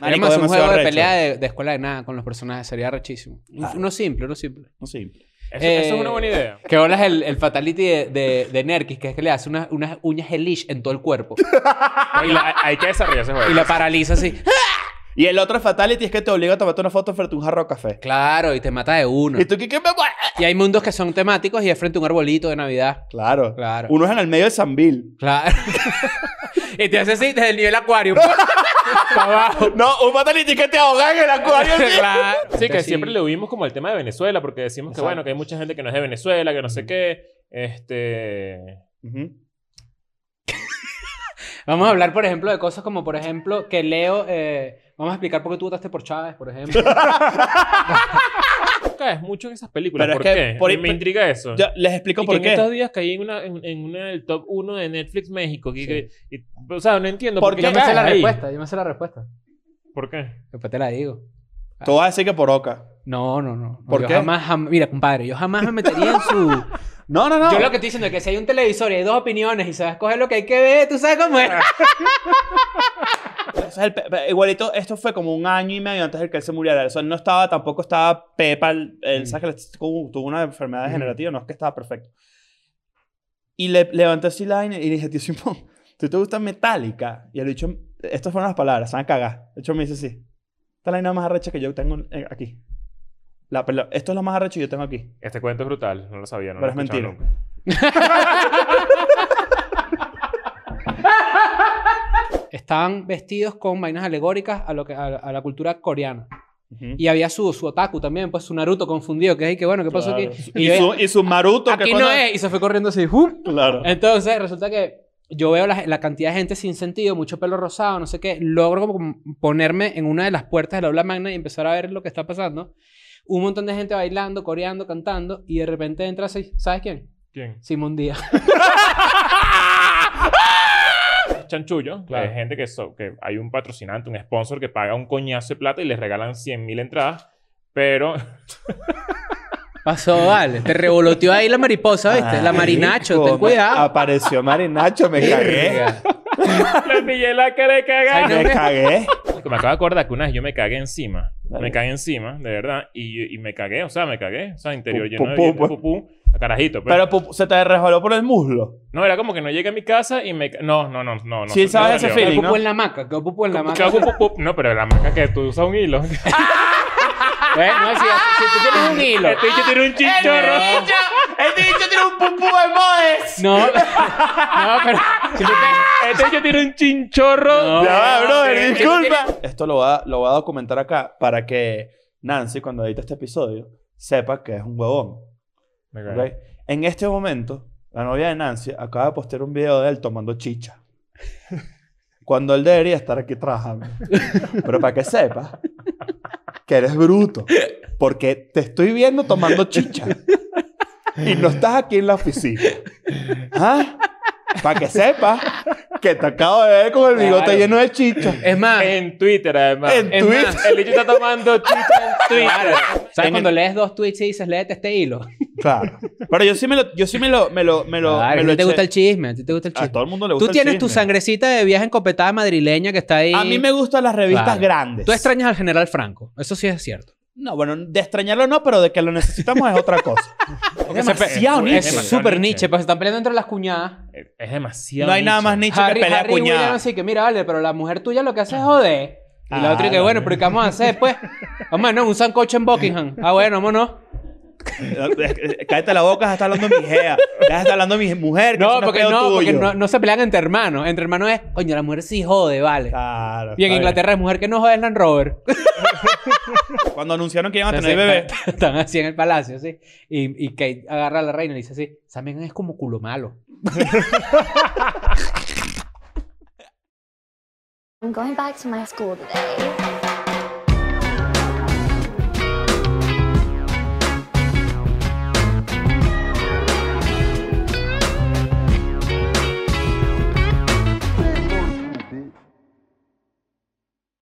S3: Haremos un
S5: demasiado
S3: juego de
S5: arrecho.
S3: pelea de, de escuela de nada con los personajes. Sería rechísimo. Uno simple, uno simple. Eh,
S5: No simple.
S2: Eso- eso es una buena idea.
S3: Que olas el, el fatality de, de, de Nerkis, que es que le hace unas, unas uñas elish en todo el cuerpo.
S2: Y la- hay que desarrollar ese juego.
S3: y la paraliza así.
S5: Y el otro fatality es que te obliga a tomarte una foto frente a un jarro de café.
S3: Claro, y te mata de uno.
S5: ¿Y tú qué, qué me mueres?
S3: Y hay mundos que son temáticos y es frente a un arbolito de Navidad.
S5: Claro.
S3: Claro.
S5: Uno es en el medio de San Bill.
S3: Claro. y te hace así desde el nivel acuario.
S5: No, un fatality que te ahoga en el acuario. ¿sí?
S2: Sí, que
S5: Sí.
S2: siempre le huimos como el tema de Venezuela, porque decimos que bueno, que hay mucha gente que no es de Venezuela, que no sé qué. Este.
S3: Vamos a hablar, por ejemplo, de cosas como, por ejemplo, que Leo. eh, vamos a explicar por qué tú votaste por Chávez, por ejemplo.
S2: caes mucho en esas películas.
S5: Pero
S2: ¿Por
S5: es que
S2: qué?
S5: por ahí-
S2: me intriga eso.
S5: Ya, les explico
S2: Y
S5: por
S2: que
S5: qué.
S2: En estos días caí en una, en, en una del top 1 de Netflix México. que- que- y- o sea, no entiendo. ¿Por,
S3: Porque
S2: qué
S3: yo me sé
S2: caes
S3: la
S5: Ah,
S2: ahí?
S3: respuesta, yo me sé la respuesta.
S2: ¿Por qué?
S3: Después te la digo.
S5: Tú vas a decir que por oca.
S3: No, no, no.
S5: ¿Por
S3: yo
S5: qué?
S3: Jamás, jam- Mira, compadre, yo jamás me metería en su.
S5: No, no, no.
S3: Yo lo que estoy diciendo es que si hay un televisor y hay dos opiniones y se va a escoger lo que hay que ver, tú sabes cómo es.
S5: O sea, el Pe- Pe- igualito, esto fue como un año y medio antes de que él se muriera. O sea, él no estaba, tampoco estaba Pepa, el, el- ¿sabes que le- tuvo tuvo una enfermedad degenerativa? No es que estaba perfecto. Y le levanté así la vaina y le dije, tío Simón, ¿tú te gusta Metallica? Y el dicho, estas fueron las palabras, se van a cagar. El hecho me dice así, esta es la vaina más arrecha que yo tengo eh, aquí. La pela- esto es lo más arrecho que yo tengo aquí.
S2: Este cuento es brutal, no lo sabía. No
S5: Pero
S2: lo
S5: es
S2: he escuchado
S5: mentira.
S2: nunca.
S3: Estaban vestidos con vainas alegóricas a, lo que, a, a la cultura coreana. Y había su, su otaku también, pues su Naruto confundido, que es que bueno, ¿qué pasó
S5: Claro.
S3: aquí?
S5: Y,
S3: yo,
S5: su, y su Maruto.
S3: Aquí no es, y se fue corriendo así. ¡fum!
S5: Claro.
S3: Entonces, resulta que yo veo la, la cantidad de gente sin sentido, mucho pelo rosado, no sé qué. Logro como ponerme en una de las puertas de la aula magna y empezar a ver lo que está pasando. Un montón de gente bailando, coreando, cantando, y de repente entra, así, ¿sabes quién?
S2: ¿Quién?
S3: Simón Díaz.
S2: Chanchullo. Hay gente que, so- que hay un patrocinante, un sponsor que paga un coñazo de plata y les regalan 100 mil entradas, pero
S3: Pasó, vale. Te revoloteó ahí la mariposa, ¿viste? Este la
S5: Ay,
S3: marinacho,
S5: hijo,
S3: ten cuidado.
S5: Apareció Marinacho, me cagué.
S2: le pillé la que le
S5: Ay, no
S2: cagué.
S5: me cagué.
S2: Me acabo de acordar que una vez yo me cagué encima. Me cagué encima, de verdad. Y, y me cagué, o sea, me cagué. O sea, interior
S5: Pu-
S2: lleno de
S5: pupú,
S2: billetes,
S5: pues.
S2: pupú. Carajito, pues.
S5: Pero pu- se te resbaló por el muslo.
S2: No, era como que no llegué a mi casa y me... ca- No, no, no, no. no
S5: Sí,
S2: no
S5: sabes
S2: salió.
S5: ese feeling, ¿no? Pupo
S3: en la maca, quedó pupo en la maca.
S2: Quedó pupo, pupo. No, pero la maca que tú usas un hilo. Este
S3: Bueno, si, si tú tienes un hilo.
S2: Este bicho tiene un chinchorro.
S3: Este ¡Ah! bicho tiene un pupú de modes. No, no, pero.
S2: Este bicho tiene un chinchorro.
S5: ya va, brother,
S2: Este-
S5: disculpa. Esto lo va, lo va a documentar acá para que Nancy, cuando edite este episodio, sepa que es un huevón.
S2: Ok.
S5: ¿Ok? En este momento, la novia de Nancy acaba de postear un video de él tomando chicha. Cuando él debería estar aquí trabajando. Pero para que sepas que eres bruto. Porque te estoy viendo tomando chicha. Y no estás aquí en la oficina. ¿Ah? Para que sepas que te acabo de ver con el bigote
S2: Claro.
S5: lleno de chicha.
S3: Es más.
S2: En Twitter, además.
S5: En
S2: Es
S5: Twitter.
S2: más, El bicho está tomando chicha en Twitter.
S3: ¿Sabes cuando lees dos tweets y dices, léete este hilo?
S5: Claro. Pero yo sí me lo, yo sí me lo, me lo, me lo,
S3: Claro,
S5: me
S3: a ti
S5: lo
S3: te
S5: eché.
S3: gusta el chisme, a ti te gusta el
S5: A
S3: chisme.
S5: todo el mundo le gusta
S3: Tú
S5: el
S3: tienes tu
S5: chisme.
S3: sangrecita de viaje encopetada madrileña que está ahí.
S5: A mí me gustan las revistas
S3: Claro.
S5: grandes.
S3: Tú extrañas al general Franco, eso sí es cierto.
S5: No, bueno, de extrañarlo no, pero de que lo necesitamos es otra cosa. es demasiado
S3: es
S5: niche.
S3: súper niche, pues se están peleando entre las cuñadas.
S2: Es demasiado.
S5: No hay nada más niche que pelea
S3: Harry Williams
S5: cuñada.
S3: así que mira, vale, pero la mujer tuya lo que hace es joder. Y Ah, la otra que, bueno, pero ¿qué vamos a hacer después? Vamos a no, un sancocho en Buckingham. Ah, bueno, vámonos.
S5: eh, Cállate la boca, estás hablando de mi jea. Ya estás hablando de mi mujer.
S3: No, porque, no, porque no, no se pelean entre hermanos. Entre hermanos es, coño, la mujer sí jode, vale.
S5: Claro.
S3: Y en
S5: está
S3: Inglaterra es mujer que no jode es Land Rover.
S5: Cuando anunciaron que iban a
S3: Entonces,
S5: tener Ah, bebé.
S3: está- Están así en el palacio, así. Y, y Kate agarra a la reina y le dice así, Samen es como culo malo.
S30: I'm going back to my school today.